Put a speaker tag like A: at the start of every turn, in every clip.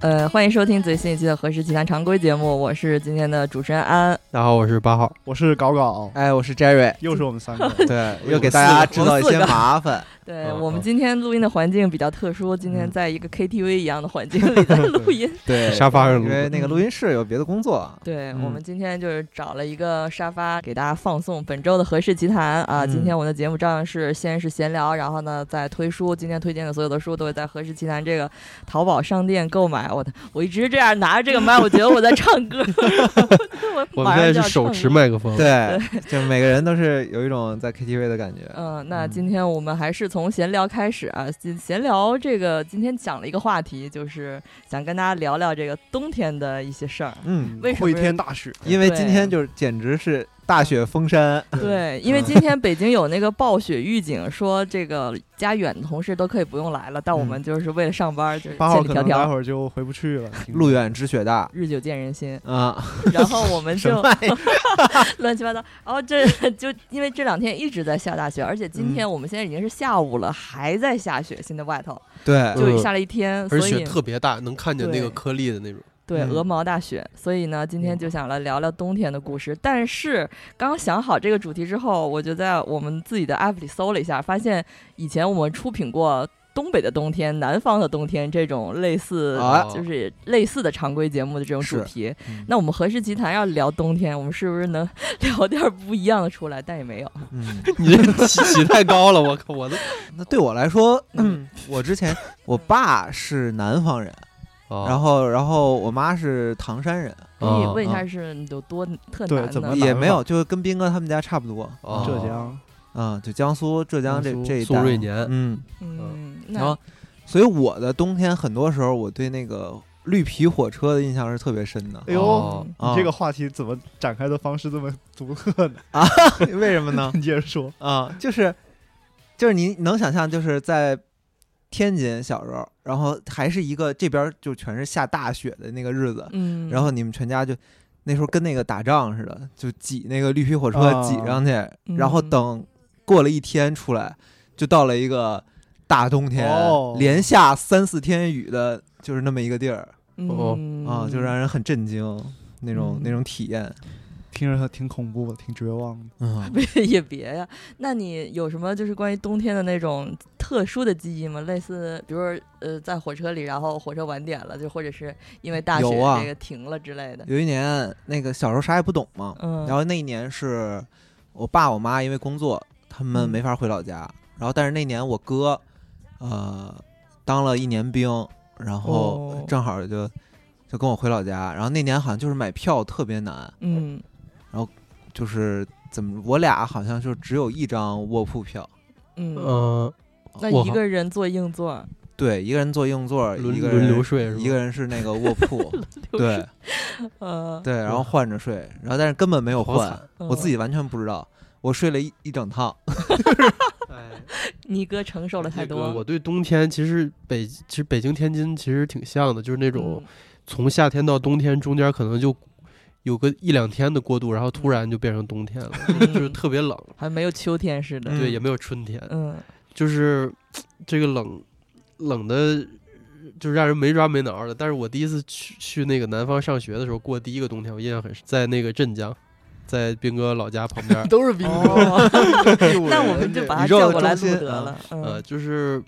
A: 呃，欢迎收听最新一期的《何氏奇谈》常规节目，我是今天的主持人安。
B: 大家好，我是八号。
C: 我是搞搞，
B: 哎，我是 Jerry。。
C: 又是我们三 个
B: 对，又给
C: 我
B: 大家
A: 四个
B: 制造一
A: 我四
B: 些
A: 个
B: 麻烦。
A: 对、
D: 哦
B: 嗯
A: 我们
B: 嗯
A: 今天录音的环境比较特殊，今
D: 嗯
A: 天在一个 KTV 一样的环境里 在录音。
B: 对，
D: 沙发上录
B: 哎因为那个录音室有别的工作。
A: 对、
B: 嗯
A: 我们今天就是找了一个沙发给大家放送本周的《何氏奇谈》啊。
B: 嗯
A: 今天我们的节目照样是先是闲聊，然后呢再推书。今天推荐的所有的书都会在《何氏奇谈》这个淘宝商店购买。我的，我一直这样拿着这个麦，我觉得我在唱歌。 我
D: 我们
A: 马上
D: 现
A: 就
D: 在
A: 要
D: 是手
A: 唱
D: 持
A: 歌
D: 麦克风，
B: 对，就每个人都是有一种在 KTV 的感觉。
A: 嗯，那今天我们还是从闲聊开始啊。今闲聊这个，今天讲了一个话题，就是想跟大家聊聊这个冬天的一些事儿。
B: 嗯，
A: 为什么
C: 会天大雪，
B: 因为
A: 对嗯
B: 今天就是简直是大雪封山。
A: 对，因为今天北京有那个暴雪预警，说这个家远的同事都可以不用来了，但我们就是为了上班，就是
C: 八号
A: 千里
C: 可
A: 迢
C: 能待
A: 迢，
C: 会儿就回不去了。挺
B: 路远知雪大
A: 日久见人 心。
B: 啊，
A: 然后我们
B: 什
A: 就
B: 么玩意儿？
A: 乱七八糟。然后这就因为这两天一直在下大雪，而且今天我们现在已经是下午了，还在下雪，现在外头
B: 对，
A: 就
D: 嗯
A: 下了一天，所
D: 而
A: 以
D: 且雪特别大，能看见那
A: 对
D: 个颗粒的那种。
A: 对，
B: 嗯
A: 鹅毛大雪。所以呢，今天就想来聊聊冬天的故事。但是刚想好这个主题之后，我就在我们自己的 app 里搜了一下，发现以前我们出品过。东北的冬天、南方的冬天这种类似，
B: 啊
A: 就是类似的常规节目的这种主
B: 是
A: 题。
B: 嗯
A: 那我们何氏集团要聊冬天，我们是不是能 聊点不一样的出来？但也没有。
B: 嗯，
D: 你这起起太高了，我靠，我都
B: 那对我来说，
A: 嗯
B: 我之前我爸是南方人， 然
D: 啊，
B: 后然后我妈是唐山人，
A: 可以
D: 啊
A: 问一
B: 啊
A: 下是有多特
C: 对
A: 难
C: 怎
A: 呢
C: 么？
B: 也没
C: 南
B: 有，就是跟斌哥他们家差不多。
D: 哦
C: 浙江
B: 啊，就江苏、浙江这
C: 江苏
B: 这一
D: 宋哦瑞
B: 带。
D: 年，
B: 嗯，
A: 嗯，那
B: 然后，所以我的冬天很多时候，我对那个绿皮火车的印象是特别深的
C: 哎。呦
D: 哦
B: 啊
C: 你这个话题怎么展开的方式这么 独特呢？
B: 啊 为什么呢？
C: 你接着说。
B: 啊，就是就是你能想象，就是在天津小时候，然后还是一个这边儿就全是下大雪的那个日子，
A: 嗯，
B: 然后你们全家就那时候跟那个打仗似的，就挤那个绿皮火车
C: 啊
B: 挤上去，然后
A: 嗯
B: 等过了一天出来，就到了一个大冬天，
C: 哦
B: 连下三四天雨的，就是那么一个地儿
D: 哦
A: 嗯
B: 啊，就让人很震惊那种、
A: 嗯
B: 那种体验。
C: 听着挺恐怖的，挺绝望的。，
B: 嗯，
A: 也别呀、那你有什么就是关于冬天的那种特殊的记忆吗？类似，比如说呃，在火车里，然后火车晚点了，就或者是因为大雪
B: 有啊
A: 这个停了之类的。
B: 有一年那个小时候啥也不懂嘛，
A: 嗯，
B: 然后那一年是我爸我妈因为工作，他们
A: 嗯
B: 没法回老家。然后但是那年我哥，呃，当了一年兵，然
A: 哦
B: 后正好就、就跟我回老家。然后那年好像就是买票特别难，
A: 嗯
B: 就是怎么我俩好像就只有一张卧铺票，哎
A: 嗯，
D: 嗯，
A: 那
D: 我
A: 一
D: 好
A: 个人坐硬 座，
B: 对，一个人坐硬座，
D: 轮
B: 一个
D: 轮
B: 人
D: 流睡是吧
B: 一个人是那个卧铺，对
A: 呃，嗯
B: 对，然后换着睡，然后但是根本没有
D: 好
B: 换
D: 惨，
B: 我自己完全不知道，我睡了一一整趟，
A: 你哥承受了太
D: 哎这个
A: 多。
D: 我对冬天其实北其实北京天津其实挺像的，就是那
B: 嗯
D: 种从夏天到冬天中间可能就有个一两天的过渡，然后突然就变成冬天了，
A: 嗯
D: 就是
A: 嗯
D: 特别冷，
A: 还没有秋天似的。
B: 嗯
D: 对，也没有春天，
A: 嗯
D: 就是这个冷冷的，就是让人没抓没挠的。但是我第一次去去那个南方上学的时候，过第一个冬天，我印象很深，在那个镇江，在斌哥老家旁 边儿
C: 都是兵
A: 哦，那我们就把他
B: 宇宙
A: 叫
B: 的
A: 过来录
B: 中心
A: 得了。
D: 呃，
A: 嗯
D: 就是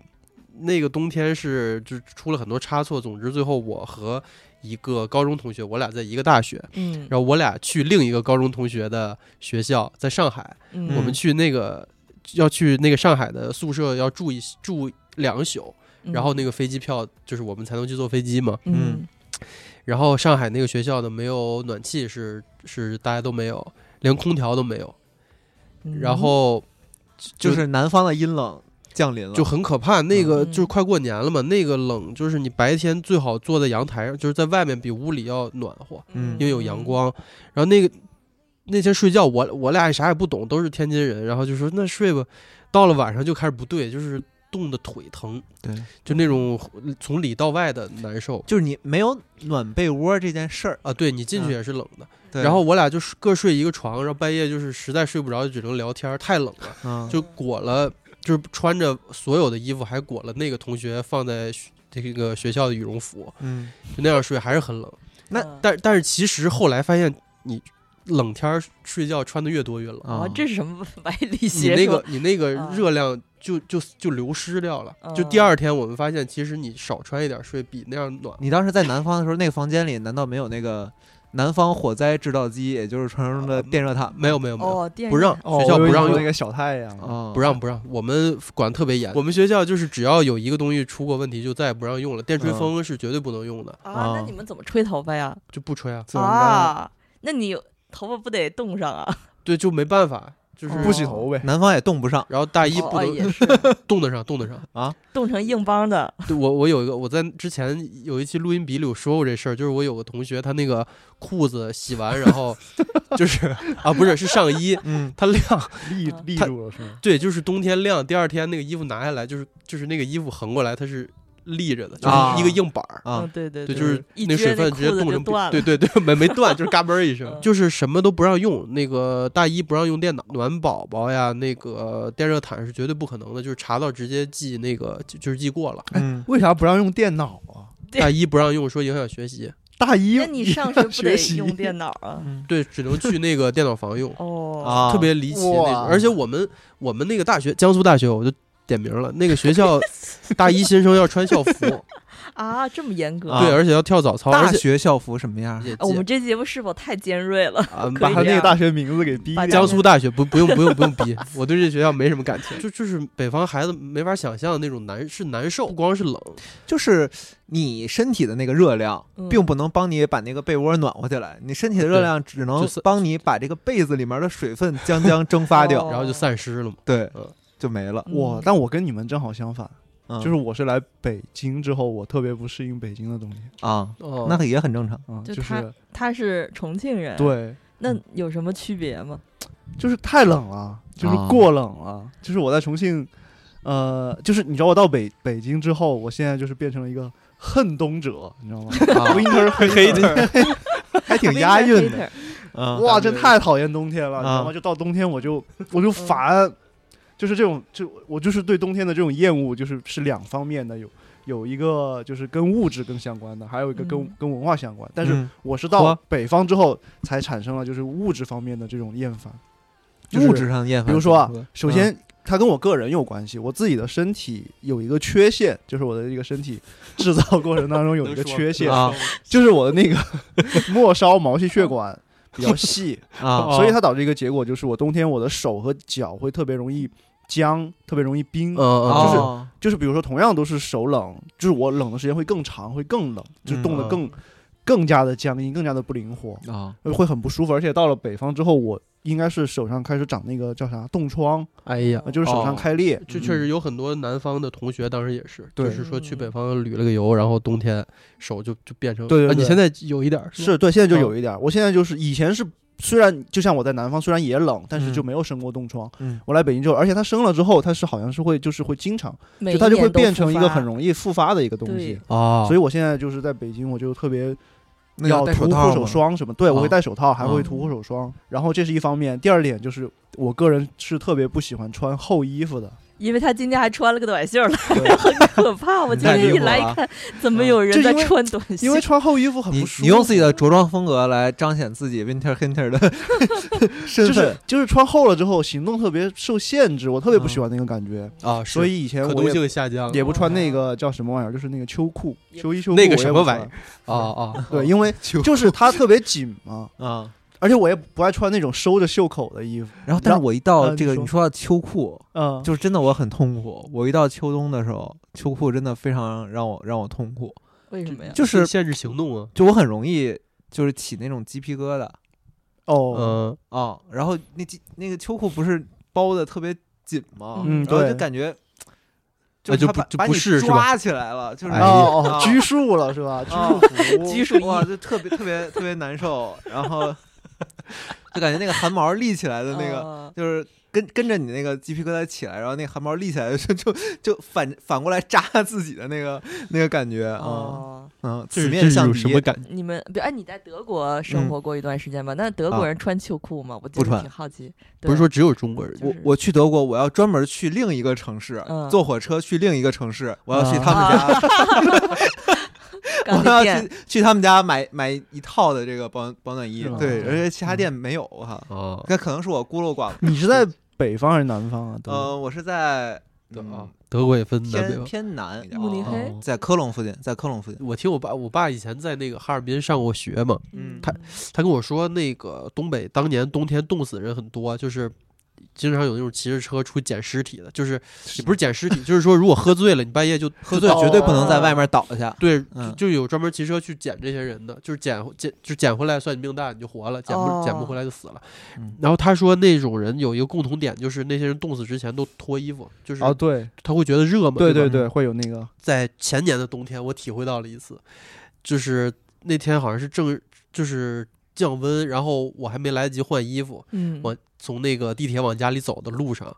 D: 那个冬天是就出了很多差错。总之，最后我和一个高中同学，我俩在一个大学，
A: 嗯，
D: 然后我俩去另一个高中同学的学校，在上海，
A: 嗯
D: 我们去那个要去那个上海的宿舍，要住一住两宿。然后那个飞机票就是我们才能去坐飞机嘛。
A: 嗯
D: 然后上海那个学校呢，没有暖气是是大家都没有，连空调都没有。
A: 嗯，
D: 然后就
B: 就是南方的阴冷降临了，
D: 就很可怕，那个
A: 嗯
D: 就是快过年了嘛，那个冷就是你白天最好坐在阳台上，就是在外面比屋里要暖和，
B: 嗯
D: 因为有阳光。然后那个那天睡觉，我我俩也啥也不懂，都是天津人，然后就说那睡吧。到了晚上就开始不对，就是冻得腿疼，
B: 对。
D: 就那种从里到外的难受。
B: 就是你没有暖被窝这件事儿。
D: 啊，对你进去
B: 嗯
D: 也是冷的，
B: 对
D: 然后我俩就是各睡一个床，然后半夜就是实在睡不着，就只能聊天儿，太冷了，
B: 嗯，
D: 就裹了，就是穿着所有的衣服，还裹了那个同学放在学这个学校的羽绒服，
B: 嗯，
D: 就那样睡还是很冷。
B: 那
A: 嗯
D: 但但是其实后来发现，你冷天儿睡觉穿的越多越冷，
B: 啊
A: 啊，这是什么 歪理
D: 你
A: 邪
D: 那
A: 说
D: 个你那个
A: 啊
D: 热量就就就流失掉了。就
A: 嗯
D: 第二天我们发现，其实你少穿一点睡比那样暖。
B: 你当时在南方的时候，那个房间里难道没有那个南方火灾制造机，也就是传说中的电热毯吗？
D: 没有没有没有，
A: 哦，电
D: 不让
A: 热
C: 哦
D: 学校
C: 我以
D: 不
C: 为
D: 让
C: 你说
D: 用
C: 那。个小太阳，
B: 哦，
D: 不让不让，我们管特别严。啊我们学校就是只要有一个东西出过问题，就再也不让用了。电吹
B: 嗯
D: 风是绝对不能用的，
A: 啊，那
B: 啊
A: 你们怎么吹头发呀？
D: 就不吹啊。
C: 怎么办？
A: 啊，那你头发不得冻上啊？
D: 对，就没办法，就是。
C: 不洗头呗，
B: 南方也冻不上
D: 然后大一
A: 哦
D: 不
A: 啊
D: 能
A: 也是
D: 冻得上，冻得上。
A: 冻成硬邦的，
D: 对我我有一个，我在之前有一期录音笔里有说过这事儿，就是我有个同学，他那个裤子洗完，然 后就是啊，不是是上衣，
B: 嗯，
D: 他晾，
C: 立
A: 嗯
C: 立
D: 它
C: 住了是吗？
D: 对，就是冬天晾，第二天那个衣服拿下来，就是就是那个衣服横过来，它是立着的，就是一个
B: 啊
D: 硬板儿。
A: 嗯
B: 啊，，
A: 对对
D: 对，
A: 对，
D: 就是
A: 一
D: 那
A: 撅那
D: 水分
A: 裤
D: 直接
A: 子
D: 冻
A: 就
D: 成
A: 断了
D: 对对对，没没断，就是嘎嘣儿一声
A: 嗯，
D: 就是什么都不让用。那个大一不让用电脑、暖宝宝呀，那个电热毯是绝对不可能的，就是查到直接记那个就就是记过 了。
B: 嗯，
C: 为啥不让用电脑啊？
A: 对
D: 大一不让用，说影响学习，
C: 大一
A: 那你上学 不得
C: 学习
A: 用电脑啊？，
B: 嗯
D: 对，只能去那个电脑房用
A: 哦，
B: 啊，
D: 特别离奇那种。
C: 哇
D: 而且我们我们那个大学，江苏大学，我就点名了，那个学 校大一新生要穿校服，
A: 啊，这么严格？
B: 啊
D: 对，而且要跳早操，而
B: 大
D: 且
B: 学校服什么样？
D: 也
A: 啊我们这节目是否太尖锐了？
D: 啊
A: 可以
D: 把
C: 把
A: 这
C: 他
A: 样
C: 那个大学名字给逼
A: 把
C: 掉。
D: 江苏大学不不用不用不用逼，我对这学校没什么感情，就就是北方孩子没法想象的那种难是难受，不光是冷，
B: 就是你身体的那个热量
A: 嗯，
B: 并不能帮你把那个被窝暖和起来，你身体的热量只能
D: 就是
B: 帮你把这个被子里面的水分将将 蒸发掉，
A: 哦
D: 然后就散失了嘛。
B: 对呃
D: 嗯，
B: 就没了。
C: 哇
A: 嗯！
C: 但我跟你们正好相反，
B: 嗯
C: 就是我是来北京之后，我特别不适应北京的东西
B: 啊，
D: 哦，
B: 那也很正 常。
C: 啊，
A: 就
C: 就
A: 他
C: 是
A: 他是重庆人，，
C: 对，
A: 那有什么区别吗？
C: 就是太冷了，就是
B: 啊
C: 过冷了，就是我在重庆，呃，就是你知道我到北北京之后，我现在就是变成了一个恨冬者，你 知道吗？Winter hater，
B: 还挺
A: Winter
B: 押 韵的。
A: hater
B: 嗯
C: 哇，真太讨厌冬天了，你知道吗？
B: 啊
C: 就到冬天我就我就烦，就是这种就我就是对冬天的这种厌恶，就是是两方面的，有有一个就是跟物质更相关的，还有一个跟、
A: 嗯
C: 跟文化相关。但是
B: 嗯
C: 我是
D: 好
C: 到
D: 啊
C: 北方之后才产生了就是物质方面的这种厌烦，就是
B: 物质上的厌烦，
C: 比如说啊
B: 嗯，
C: 首先，它跟我个人有关系，我自己的身体有一个缺陷，就是我的这个身体制造过程当中有一个
D: 能说
C: 缺陷，
B: 啊
C: 就是我的那 个末梢毛细血管比较细，
B: 啊
C: 所以它导致一个结果就是我冬天我的手和脚会特别容易僵，特别容易冰。
D: 嗯嗯，
C: 就是
D: 就是
B: 哦
C: 就是比如说同样都是手冷，就是我冷的时间会更长，会更
B: 嗯
C: 冷，就冻得更、更加的僵硬，更加的不灵活，
B: 啊
C: 会很不舒服。而且到了北方之后，我应该是手上开始长那个叫啥冻疮，
D: 哎呀。
C: 呃就是手上
B: 哦
C: 开裂。嗯
D: 就确实有很多南方的同学，当时也是，
C: 对
D: 就是说去北方旅了个游，然后冬天手就就变成，
C: 对对
D: 啊，
C: 对
D: 你现在有一点儿吧
C: 是对，现
B: 嗯
C: 在就有一点儿。我现在就是以前是，虽然就像我在南方，虽然也冷，但是就
B: 嗯
C: 没有生过冻疮。
B: 嗯
C: 我来北京之后，而且它生了之后，它是好像是会就是会经常，
A: 每
C: 就它就
A: 年
C: 会
A: 都
C: 变
A: 复
C: 成一个
A: 发
C: 很容易复发的一个东
A: 对
C: 西。
D: 啊，
C: 所以我现在就是在北京，我就特别
B: 哦那
C: 要
B: 要戴
C: 涂
B: 手
C: 护
B: 套
C: 手
B: 吗
C: 霜什么，对我
B: 啊
C: 会戴手套，还
B: 啊
C: 会涂护手霜。然后这是一方面，第二点就是我个人是特别不喜欢穿厚衣服的。
A: 因为他今天还穿了个短袖儿来，
C: 对
A: 很可怕。我今
B: 太离
A: 天一
B: 谱
A: 来
B: 了
A: 一看，怎么有人
C: 就
A: 在
C: 因为
A: 穿短袖？
C: 因为穿厚衣服很
B: 你
C: 不舒服，
B: 你用自己的着装风格来彰显自己 Winter Hunter 的
C: 就
B: 身
C: 是
B: 份
C: 就是穿厚了之后行动特别受限制，我特别
B: 嗯
C: 不喜欢那个感觉。
D: 啊，是
C: 所以以前
D: 可
C: 我
D: 动
C: 也
D: 性下降
C: 也不
B: 哦
C: 穿那个叫什么玩意儿，就是那个秋裤、
A: 也
C: 秋衣、秋裤，
D: 那个什么玩意儿
C: 儿？
D: 啊啊，
C: 对，因为就是它特别紧嘛，
B: 啊。
C: 而且我也不爱穿那种收着袖口的衣服。
B: 然后，但
C: 然
B: 是
C: 后
B: 我一到
C: 呃
B: 这
C: 你
B: 个，
C: 说
B: 你说到秋裤，
C: 嗯，
B: 就是真的我很痛苦。我一到秋冬的时候，秋裤真的非常让我让我痛苦，
A: 为什么呀？
B: 就是
D: 限制行动啊，
B: 就我很容易就是起那种鸡皮疙瘩
C: 哦，
D: 嗯，
B: 啊。然后那鸡那个秋裤不是包的特别紧吗？
C: 嗯
B: 然后就
C: 对
B: 感觉
D: 啊
B: 是
D: 就
B: 它
D: 不
B: 把
D: 就
B: 把
D: 不
B: 你
D: 是是吧
B: 抓起来了，就是
D: 哎呀
C: 哦
B: 啊
C: 哦，拘束了是吧？
B: 啊
C: 拘束服，
A: 拘束衣
B: 哇，就特别特别特别难受，然后就感觉那个汗毛立起来的那个，
A: 个
B: 就是跟跟着你那个鸡皮疙瘩起来，然后那个汗 毛立起来就就就反反过来扎自己的那个那个感觉啊。
A: 哦，
B: 嗯，
D: 这
B: 此
D: 是
B: 面
D: 这
B: 向
D: 有
B: 敌
D: 什么感觉？
A: 你们，比如哎，你在德国生
B: 嗯
A: 活过一段时间吧？那德国
B: 啊
A: 人穿秋裤吗？我
B: 不
A: 就
B: 穿
A: 挺好奇。
D: 不是
A: 对
D: 说只有中国人，
A: 就
B: 我
A: 是
B: 我去德国，我要专门去另一个城市，
A: 嗯
B: 坐火车去另一个城市，我要去他们家，
A: 干
B: 我
A: 的
B: 要
A: 嗯店
B: 去去他们家买买一套的这个保保暖衣
C: 是吗，
B: 对，
D: 嗯
B: 而且其他店没有哈。
D: 哦，
B: 那可能是我孤陋寡闻。
C: 你是在北方还是南方啊？都
B: 呃，我是在
D: 对啊
B: 嗯，
D: 德国也分南北
B: 偏
D: 吧。
B: 偏南，
A: 慕尼黑
D: 哦
B: 在科隆附近，在科隆附近。
D: 我听我爸，我爸以前在那个哈尔滨上过学嘛，
B: 嗯
D: 他他跟我说，那个东北当年冬天冻死的人很多，啊就是经常有那种骑着车出去捡尸体的，就是也不是捡尸体，就是说如果喝醉了，你半夜就
B: 喝
D: 就
B: 醉
D: 倒
B: 绝对
D: 了
B: 不能在外面倒下。
D: 对，就
B: 嗯
D: 就有专门骑车去捡这些人的，就是捡捡就捡回来算你命大，你就活了；捡不捡不
A: 哦
D: 回来就死了
B: 嗯。
D: 然后他说那种人有一个共同点，就是那些人冻死之前都脱衣服，就是
C: 哦，对
D: 他会觉得热嘛。
C: 对
D: 对
C: 对
D: 吧
C: 对，会有那个
D: 在前年的冬天，我体会到了一次，就是那天好像是正就是降温，然后我还没来得及换衣服，
A: 嗯，
D: 我从那个地铁往家里走的路上，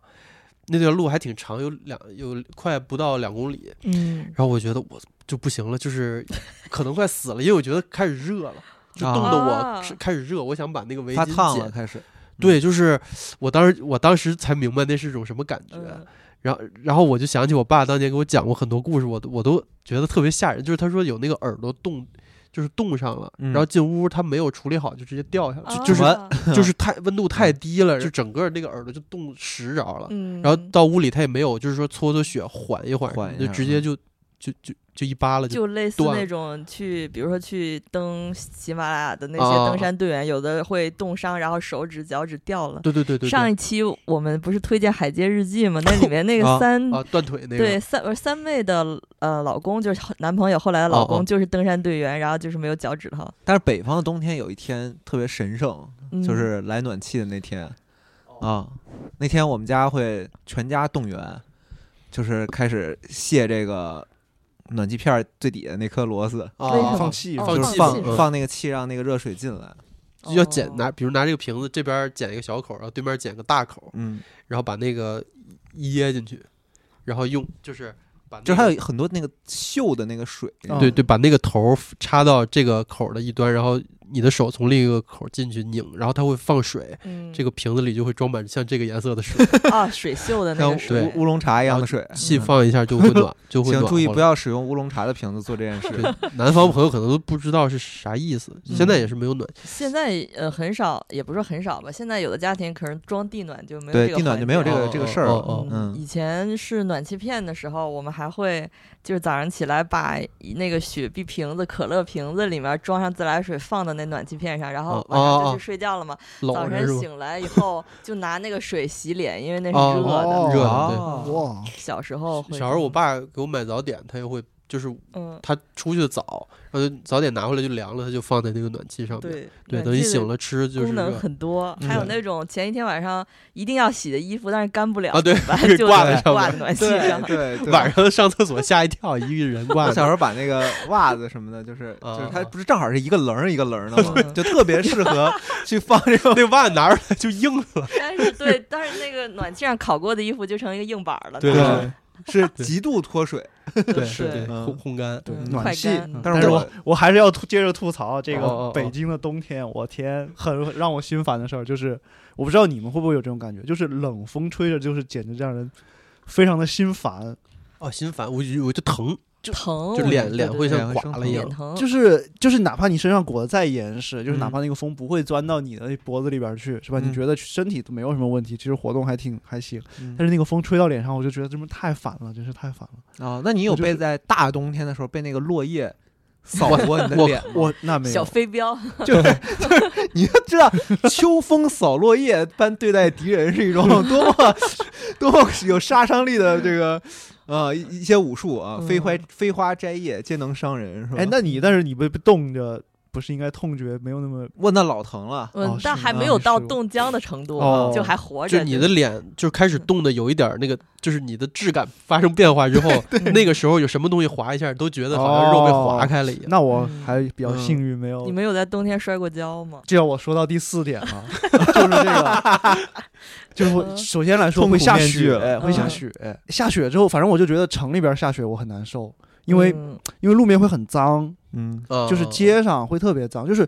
D: 那段路还挺长，有两有快不到两公里。
A: 嗯，
D: 然后我觉得我就不行了，就是可能快死了，因为我觉得开始热了，就
B: 啊
D: 冻得我
A: 啊
D: 是开始热，我想把那个围
B: 发
D: 巾
B: 烫了，
D: 解。
B: 开始
D: 对，就是我当时我当时才明白那是种什么感觉。
A: 嗯
D: 然后然后我就想起我爸当年给我讲过很多故事，我都我都觉得特别吓人。就是他说有那个耳朵冻，就是冻上了，
B: 嗯
D: 然后进屋他没有处理好，就直接掉下来，
A: 嗯哦
D: 就就是
B: 啊
D: 就是太温度太
B: 嗯
D: 低了，就整个那个耳朵就冻实着了。
A: 嗯，
D: 然后到屋里他也没有，就是说搓搓血缓一缓，
B: 缓一
D: 就
B: 下
D: 直接
B: 嗯
D: 就就就就一扒拉
A: 就类似
D: 断
A: 那
D: 了
A: 种去，比如说去登喜马拉雅的那
D: 啊
A: 些登山队员，有的会冻伤，然后手指、脚趾掉了。
D: 对对对对对
A: 上一期我们不是推荐《海街日记》吗？那里面那
B: 啊
A: 个三
D: 啊断腿那个
A: 对，三呃三妹的呃老公就是后男朋友，后来的老
D: 哦哦
A: 公就是登山队员，然后就是没有脚趾头，
B: 但是北方的冬天有一天特别神圣，
A: 嗯、
B: 就是来暖气的那天
D: 哦
B: 啊。那天我们家会全家动员，就是开始卸这个暖气片儿最底的那颗螺丝，
A: 为什
D: 啊
A: 么
C: 放气
A: 哦
D: 放
B: 就是
D: 气
B: 放
D: 嗯
B: 放那个气，让那个热水进来。
A: 哦
D: 要剪拿，比如拿这个瓶子这边剪一个小口，然后对面剪个大口，
B: 嗯，
D: 然后把那个噎进去，然后用就是把那个、
B: 就是还有很多那个锈的那个水，
C: 哦
D: 对对，把那个头儿插到这个口儿的一端，然后你的手从另一个口儿进去拧，然后它会放水，
A: 嗯
D: 这个瓶子里就会装满像这个颜色的水，
A: 啊水锈的那
B: 像
A: 个水
B: 乌乌龙茶一样的水。
D: 气
B: 嗯
D: 放一下就会 暖，就会暖
B: 请
D: 和了。
B: 注意不要使用乌龙茶的瓶子做这件事。
D: 对，南方朋友可能都不知道是啥意思，
B: 嗯
D: 现在也是没有暖气。
A: 现在呃很少，也不是很少吧。现在有的家庭可能装地暖就没有
B: 对
A: 这个
B: 地暖
A: 环
B: 就没有
A: 节
B: 这
A: 了
B: 个这个事儿了。
D: 哦
B: 嗯
A: 以前是暖气片的时候，我们还会就是早上起来把一那个雪碧瓶子、可乐瓶子里面装上自来水放到那暖气片上，然后
D: 哦
A: 晚上就
D: 哦哦
A: 去睡觉了嘛。
D: 老
A: 早
D: 人是
A: 晨
D: 吧？
A: 醒来以后就拿那个水洗脸，因为那是
D: 哦
A: 热的。
C: 哦
D: 热的对
B: 哦，
C: 哇，
A: 小时候会这
D: 小
A: 样，
D: 时候我爸给我买早点，他也会就是
A: 嗯
D: 他出去的早，然后就早点拿回来就凉了，他就放在那个暖气上面。
A: 对
D: 对，
A: 暖
D: 等你
A: 气的
D: 醒了吃就是
A: 功能
D: 热
A: 很多，
B: 嗯
A: 还有那种前一天晚上一定要洗的衣服，但是干不了
D: 啊，对，
A: 把
D: 给
A: 就
D: 挂在上
A: 挂
D: 面
A: 在暖气
B: 对
D: 哦
A: 上。
B: 对对，
D: 晚上上厕所吓一跳，一个人挂
B: 我
D: 着
B: 小时候把那个袜子什么的，就是
D: 啊
B: 就是它不是正好是一个棱儿一个棱儿的吗？
A: 嗯
B: 就特别适合去放 这种。
D: 那袜拿出来就硬了。
A: 但是对，但是那个暖气上烤过的衣服就成一个硬板儿了。
D: 对
C: 对
B: 是极度脱水，
D: 对
A: 是
D: 对，
B: 嗯
D: 烘烘干。
C: 对
A: 嗯
C: 暖
A: 快
C: 气
A: 干
C: 嗯
B: 但
C: 但
B: 是
C: 是
B: 我
C: 我我还是要吐接着吐槽这
D: 哦哦
C: 个
D: 哦
C: 北京的冬天，我天，很 让我心烦的事儿就是，我不知道你们会不会有这种感觉，就是冷风吹着，就是简直让人非常的心烦，
D: 哦，心烦，我就我就疼，
A: 疼，
D: 就
C: 哦
A: 我
D: 脸
A: 觉得
D: 脸
A: 对
D: 会
A: 对
D: 像
B: 对
D: 刮了
A: 对
D: 一
A: 脸
D: 样。
A: 疼，
C: 就是就是哪怕你身上裹得再严实，就是哪
B: 嗯
C: 怕那个风不会钻到你的脖子里边儿去，是吧？
B: 嗯
C: 你觉得身体都没有什么问题，其实活动还挺还行，
B: 嗯
C: 但是那个风吹到脸上，我就觉得这么太烦了，真是太烦了。
B: 啊，那你有
C: 我就是
B: 被在大冬天的时候被那个落叶扫过你的
D: 我
B: 脸吗？
C: 我那没
A: 小
C: 有，
A: 飞镖，
B: 就是就是， 你就知道秋风扫落叶般对待敌人是一 种多么多么有杀伤力的这个呃一一些武术啊，
A: 嗯
B: 飞花飞花摘叶皆能伤人是吧？
C: 哎，那你但是你被被冻着，不是应该痛觉没有那么
B: 我那老疼了，
A: 嗯
D: 哦
C: 是，
A: 但
C: 吗
A: 还没
C: 啊
A: 有
C: 是
A: 到
C: 我
A: 冻僵的程度
C: 哦，
A: 就还活着。
D: 就你的脸就开
C: 嗯
D: 始冻的有一点儿那个，就是你的质感发生变化之 后，那个时候有什么东西划一下，都觉得好像肉被
C: 哦
D: 划开了一样。
C: 那我
A: 嗯
C: 还比较
D: 嗯
C: 幸运，没有。
A: 你们有在冬天摔过跤吗？
C: 这要我说到第四点 了，就是这个，就是我首先来说
B: 痛苦
C: 会下
B: 面具
C: 雪，哎
B: 了
C: 会下
A: 嗯
C: 雪，下雪之后，反正我就觉得城里边下雪我很难受，因为、
A: 嗯
C: 因为路面会很脏，
B: 嗯，
D: 啊
C: 就是街上会特别脏，就是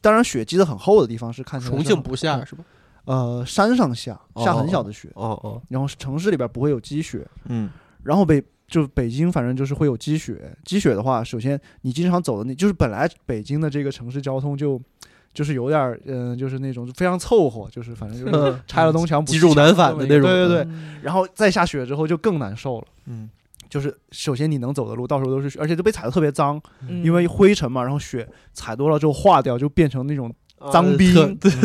C: 当然雪积得很厚的地方是看起来
D: 重
C: 是
D: 庆
C: 很
D: 不下是吧？
C: 呃山上下下很小的雪，
D: 哦哦，
C: 然后城市里边不会有积雪，
B: 嗯，
C: 然后北就北京反正就是会有积雪，积雪的话，首先你经常走的那就是本来北京的这个城市交通就就是有点儿嗯、呃就是那种非常凑合，就是反正就是
D: 嗯
C: 拆了东墙补
D: 积
C: 西
D: 重
C: 墙
D: 难返的
C: 这么一个
D: 那种
C: 对对对，
A: 嗯
C: 然后再下雪之后就更难受了。
B: 嗯，
C: 就是首先你能走的路到时候都是雪，而且都被踩得特别脏，
A: 嗯
C: 因为灰尘嘛，然后雪踩多了之后化掉，就变成那种脏逼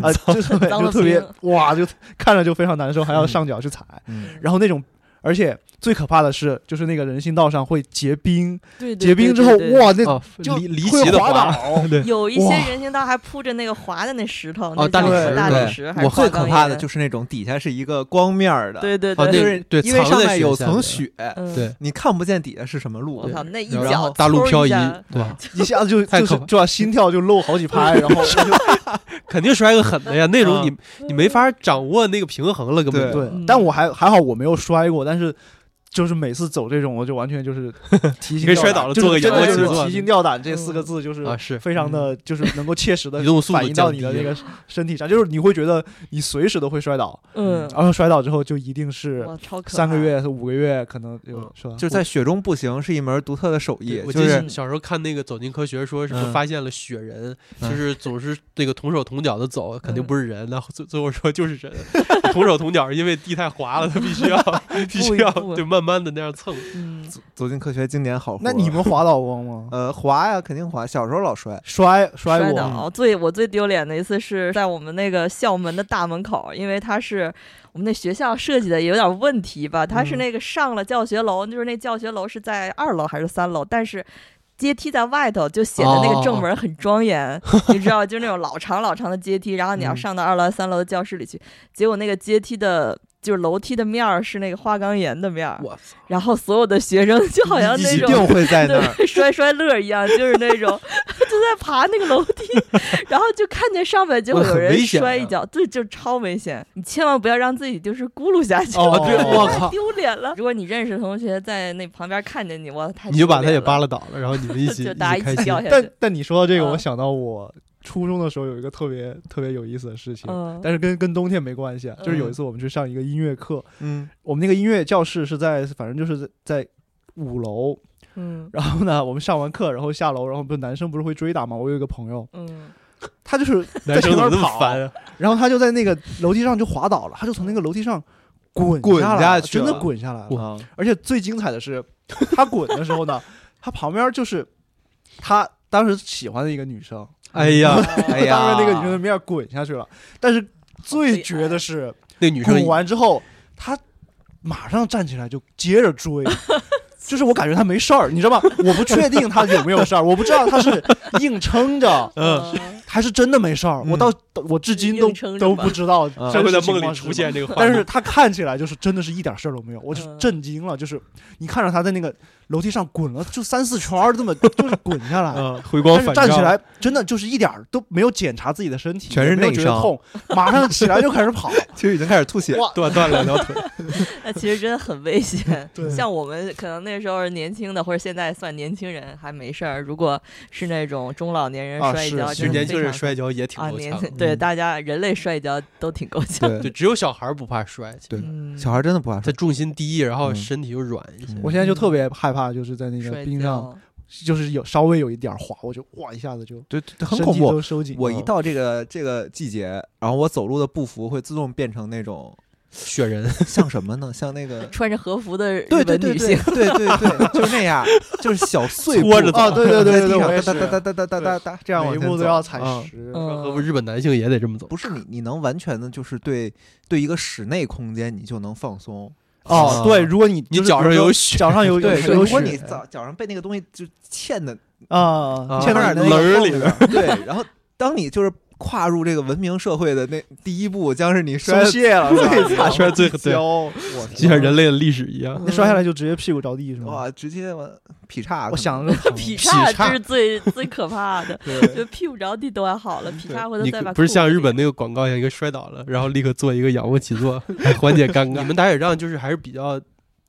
D: 呃特对
C: 啊，就是
A: 脏
C: 就
A: 了
C: 特别
A: 心
C: 哇，就看着就非常难受，还要上脚去踩，
B: 嗯，
C: 然后那种，而且最可怕的是，就是那个人行道上会结冰，
A: 对对
C: 结冰之后，
A: 对对对
C: 哇，那
D: 哦，
C: 就
D: 离离
C: 会
D: 奇的
C: 滑
D: 滑，
C: 倒，
D: 对，
A: 有一些
C: 哇
A: 人行道还铺着那个滑的那石头，
D: 哦
A: 那
D: 大
A: 叫
C: 理
A: 什么
C: 石
A: 大
B: 对
A: 理石还是
D: 我
B: 最
A: 花岗
B: 可怕的
A: 岩
B: 就是那种底下是一个光面儿的，呃
A: 对对对，
D: 哦
B: 就
D: 那
B: 是
D: 对
B: 因为
D: 藏
B: 上
D: 在
B: 面
D: 雪
B: 有
D: 下
B: 层
D: 面
B: 雪，
A: 嗯
D: 对，
B: 你看不见底下是什么路
A: 我，操，那一
D: 然
A: 脚
D: 后大陆
A: 嗖一
D: 漂移
A: 下，
D: 对，
C: 一下子就
D: 太
C: 就
D: 可
C: 是
D: 怕
C: 就要心跳就漏好 几拍，然后
D: 肯定摔个狠的呀，那种你你没法掌握那个平衡了，根本
B: 对
D: 就
C: 嗯对
A: 嗯，
C: 但我还还好我没有摔过，但是。就是每次走这种，我就完全就是 提心
D: 给
C: 吊
D: 摔
C: 胆
D: 倒了
C: 就是
D: 做个
C: 真
A: 仰卧
C: 的就
A: 起
C: 是
D: 坐
C: 提心吊胆这四个
A: 嗯
C: 字，就是
D: 啊是
C: 非常的，就是能够切实的
D: 移动速度
C: 反映到
D: 降
C: 你
D: 低
C: 的
D: 了
C: 那个身体上，就是你会觉得你随时都会摔倒，
A: 嗯，
C: 然后摔倒之后就一定是
A: 哇，超可
C: 三个
A: 怕，
C: 月、五个月，可能有
D: 嗯
C: 是吧？
B: 就是在雪中步行是一门独特的手艺
D: 对，我记
B: 就
D: 得
B: 是
A: 嗯
D: 小时候看那个《走进科学》，说什
B: 嗯
D: 么发现了雪人，
B: 嗯
D: 就是总是这个同手同脚的走，肯定不是人。然后最最后说就是人， 同手同脚是因为地太滑了，他必须要必须要
A: 一步
D: 对慢慢的那样蹭。
A: 嗯，
B: 走进科学经典好活。
C: 那你们滑倒过吗？
B: 呃滑呀，肯定滑，小时候老摔，
C: 摔
A: 摔
C: 过，
A: 倒。最我最丢脸的一次是在我们那个校门的大门口，因为它是我们那学校设计的有点问题吧，它是
C: 嗯
A: 那个上了教学楼，就是那教学楼是在二楼还是三楼，但是。阶梯在外头，就显得那个正门很庄严，你知道，就是那种老长老长的阶梯，然后你要
C: 嗯
A: 上到二楼、三楼的教室里去。结果那个阶梯的，就是楼梯的面儿是那个花岗岩的面儿，
D: 我操！
A: 然后所有的学生就好像
B: 一
A: 那
B: 一
A: 种
B: 定会在那 儿。
A: 对，摔摔乐一样，就是那种就在爬那个楼梯，然后就看见上面就会有
D: 那很
A: 人
D: 危险
A: 摔一
D: 啊
A: 跤，对，就超危险。你千万不要让自己就是咕噜下去，
C: 哦
D: 啊，对，我
A: 太
D: 靠！
A: 丢脸了。如果你认识的同学在那旁边看见你，我太
D: 你就把他也
A: 扒
D: 扒
A: 了，
D: 拉倒了，然后你们 一起
A: 就大家一
D: 开
A: 起
D: 心
A: 掉。下
C: 但
A: 去。
C: 但你说到这个，
A: 嗯
C: 我想到我初中的时候有一个特别特别有意思的事情，
A: 嗯
C: 但是跟跟冬天没关系啊。就是有一
A: 嗯
C: 次我们去上一个音乐课，
B: 嗯
C: 我们那个音乐教室是在反正就是在在五楼，
A: 嗯
C: 然后呢，我们上完课然后下楼，然后不是男生不是会追打吗？我有一个朋友，
A: 嗯，
C: 他 就是在
D: 男生
C: 前
D: 怎么
C: 面
D: 那么
C: 跑，
D: 烦啊？
C: 然后他就在那个楼梯上就滑倒了，他就从那个楼梯上。滚
B: 滚
C: 下来
B: 下
C: 了，
B: 去
C: 真的
B: 了
C: 滚下来了，
B: 啊
C: 而且最精彩的是，他滚的时候呢，他旁边就是他当时喜欢的一个女生，
D: 哎呀，
B: 哎
C: 他
B: 呀，
C: 当着那个女生的面滚下去了。但是最绝
A: 哎
C: 的是，
D: 那女生
C: 滚完之后，他马上站起来就接着 追。就是我感觉他没事儿，你知道吗？我不确定他有没有事儿，我不知道他是硬撑着
A: 哦
D: 嗯，
C: 还是真的没事儿。
B: 嗯
C: 我到我至今都
A: 硬撑着
C: 都
A: 吧
C: 不知道
B: 嗯
D: 这
C: 真
D: 会
C: 实
D: 在
C: 情
D: 梦
C: 况
D: 里
C: 是
D: 出
C: 什么
D: 现这个画面。
C: 但是他看起来就是真的是一点事儿都没有，我就
A: 嗯
C: 震惊了，就是你看着他在那个楼梯上滚了就三四圈儿，这么就是 滚下来。
D: 嗯，回光
C: 但是
D: 返
C: 站起
D: 照。
C: 来真的就是一点儿都没有检查自己的身体，
B: 全是
C: 也没有
B: 内
C: 觉得
B: 伤
C: 痛，马上起来就开始跑。
B: 其实已经开始吐血。
C: 哇，
D: 断断两条腿，
A: 那其实真的很危险。
C: 对
A: 像我们可能那时候年轻的，或者现在算年轻人还没事儿，如果是那种中老年人
C: 啊
A: 摔一
C: 是
A: 跤，
D: 其
A: 真的
D: 实年轻
A: 非
D: 人
A: 常
D: 摔跤也挺
A: 啊，
D: 够
A: 年
D: 呛的
A: 轻。对
B: 嗯
A: 大家人类摔一跤都挺够呛。
B: 对
D: 对，，只有小孩儿不怕摔，
B: 对
A: 嗯
B: 小孩真的不怕
D: 他
B: 摔。
D: 重心低，然后
B: 嗯
D: 身体又软一些。
B: 嗯
C: 我现在就特别害怕，就是在那个
A: 摔
C: 冰上，
A: 跤，
C: 就是有稍微有一点儿滑，我就哇一下子就
B: 对，对很
C: 身
B: 恐
C: 体
B: 怖
C: 都。收紧了。
B: 我
D: 嗯
B: 一到这个这个季节，然后我走路的步幅会自动变成那种
D: 雪人，
B: 像什么呢？像那个
A: 穿着和服的日
B: 呃对对
A: 本
B: 对
A: 女
B: 对
A: 性，
B: 对对对，就是那样，就是小碎步
D: 搓着走
C: 啊，对对对
B: 在
C: 对
B: 地
C: 对，我也
B: 上
C: 是
B: 哒，哒哒哒哒哒哒哒，这样
C: 每
B: 往
C: 一
B: 前
C: 步都
B: 走
C: 要踩
B: 嗯
C: 实。
A: 嗯
D: 和日本男性也得这么走。
B: 不是你，你能完全的，就是对对一个室内空间，你就能放松。
C: 哦，
D: 啊
C: 对，如果你
D: 你
C: 就是
D: 脚上
C: 比如说
D: 有血
C: 脚上有有
B: 如
C: 有
B: 果你
C: 血
B: 脚脚上被那个东西就 嵌的
C: 啊，
D: 啊
C: 嵌到
B: 儿
C: 你的
B: 的那个
D: 棱儿
B: 缝
D: 里边
B: 儿，对，然后当你就是跨入这个文明社会的那第一步，将是你摔
C: 松懈了，
B: 最惨
D: 摔最对
C: 跤，我
D: 就像人类的历史一样，
C: 那摔下来就直接屁股着地是吗？
B: 哇，直接我劈叉可能。
C: 我想着
A: 劈
D: 劈叉
A: 这是最最可怕的，
B: 对，
A: 就屁股着地都还好了，劈叉回头
D: 你
A: 再把
D: 不是像日本
A: 那
D: 那个广告一样，一个摔倒了，然后立刻做一个仰卧起坐，来缓解尴尬。你们打雪仗就是还是比较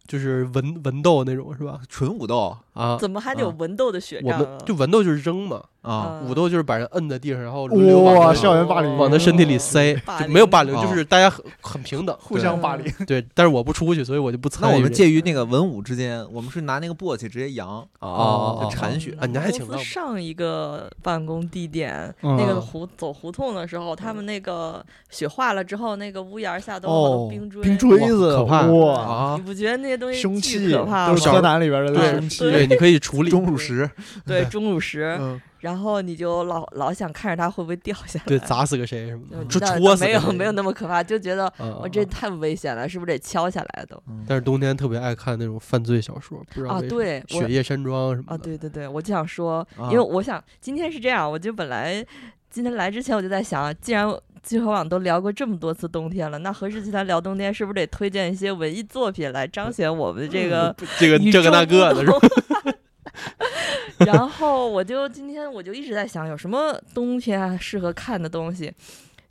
D: 就是文文斗那种是吧？
B: 纯武斗
D: 啊，
A: 怎么还得有文斗的血
D: 我
A: 战啊
D: 们？就文斗就是扔嘛，
B: 啊，
A: 嗯
D: 武斗就是把人摁在地上，然后轮流往
C: 哇，
D: 他
C: 校园霸凌，
D: 往他身体里塞，
A: 霸
D: 就
A: 凌
D: 没有霸凌，
B: 哦
D: 就是大家很很平等。
C: 互相霸凌。
D: 对，但是我不出去，所以我就不参与这嗯个。
B: 那我们介于那个文武之间，我们是拿那个簸箕直接扬，
D: 哦
B: 就铲雪
D: 啊你还挺
A: 嗯公
D: 浪
A: 司
D: 漫
A: 上一个办公地点，
C: 嗯
A: 那个胡走胡同的时候，他们那个雪化了之后，那个屋檐下都有好
C: 哦
A: 多，冰锥。
C: 冰锥子，
D: 哇可怕
C: 哇，
D: 啊
A: 你，不觉得那些东西
C: 凶器
A: 巨可怕吗
C: 都？是柯南里边的
D: 对
C: 凶器。
D: 对，你可以处理。
B: 钟乳石
A: 对，钟乳石，
C: 嗯，
A: 然后你就老老想看着它会不会掉下来。
D: 对，砸死个谁什么的
A: 嗯，
D: 就
A: 但
D: 戳死个谁。
A: 没有没有那么可怕，就觉得
D: 啊，
A: 我这太危险了，是不是得敲下来都？
B: 嗯
D: 但是冬天特别爱看那种犯罪小说，不知道
A: 啊，
D: 为什么
A: 对，我
D: 雪夜山庄》什
A: 啊，
D: 么的。
A: 对对对，我就想说，
B: 啊
A: 因为我想今天是这样，我就本来今天来之前我就在想，既然集合网都聊过这么多次冬天了，那何氏集团聊冬天是不是得推荐一些文艺作品来彰显我们
D: 嗯
A: 这个
D: 这个
A: 与
D: 这个
A: 众
D: 那
A: 不
D: 个的是吧？
A: 同 然后我就今天我就一直在想，有什么冬天啊适合看的东西？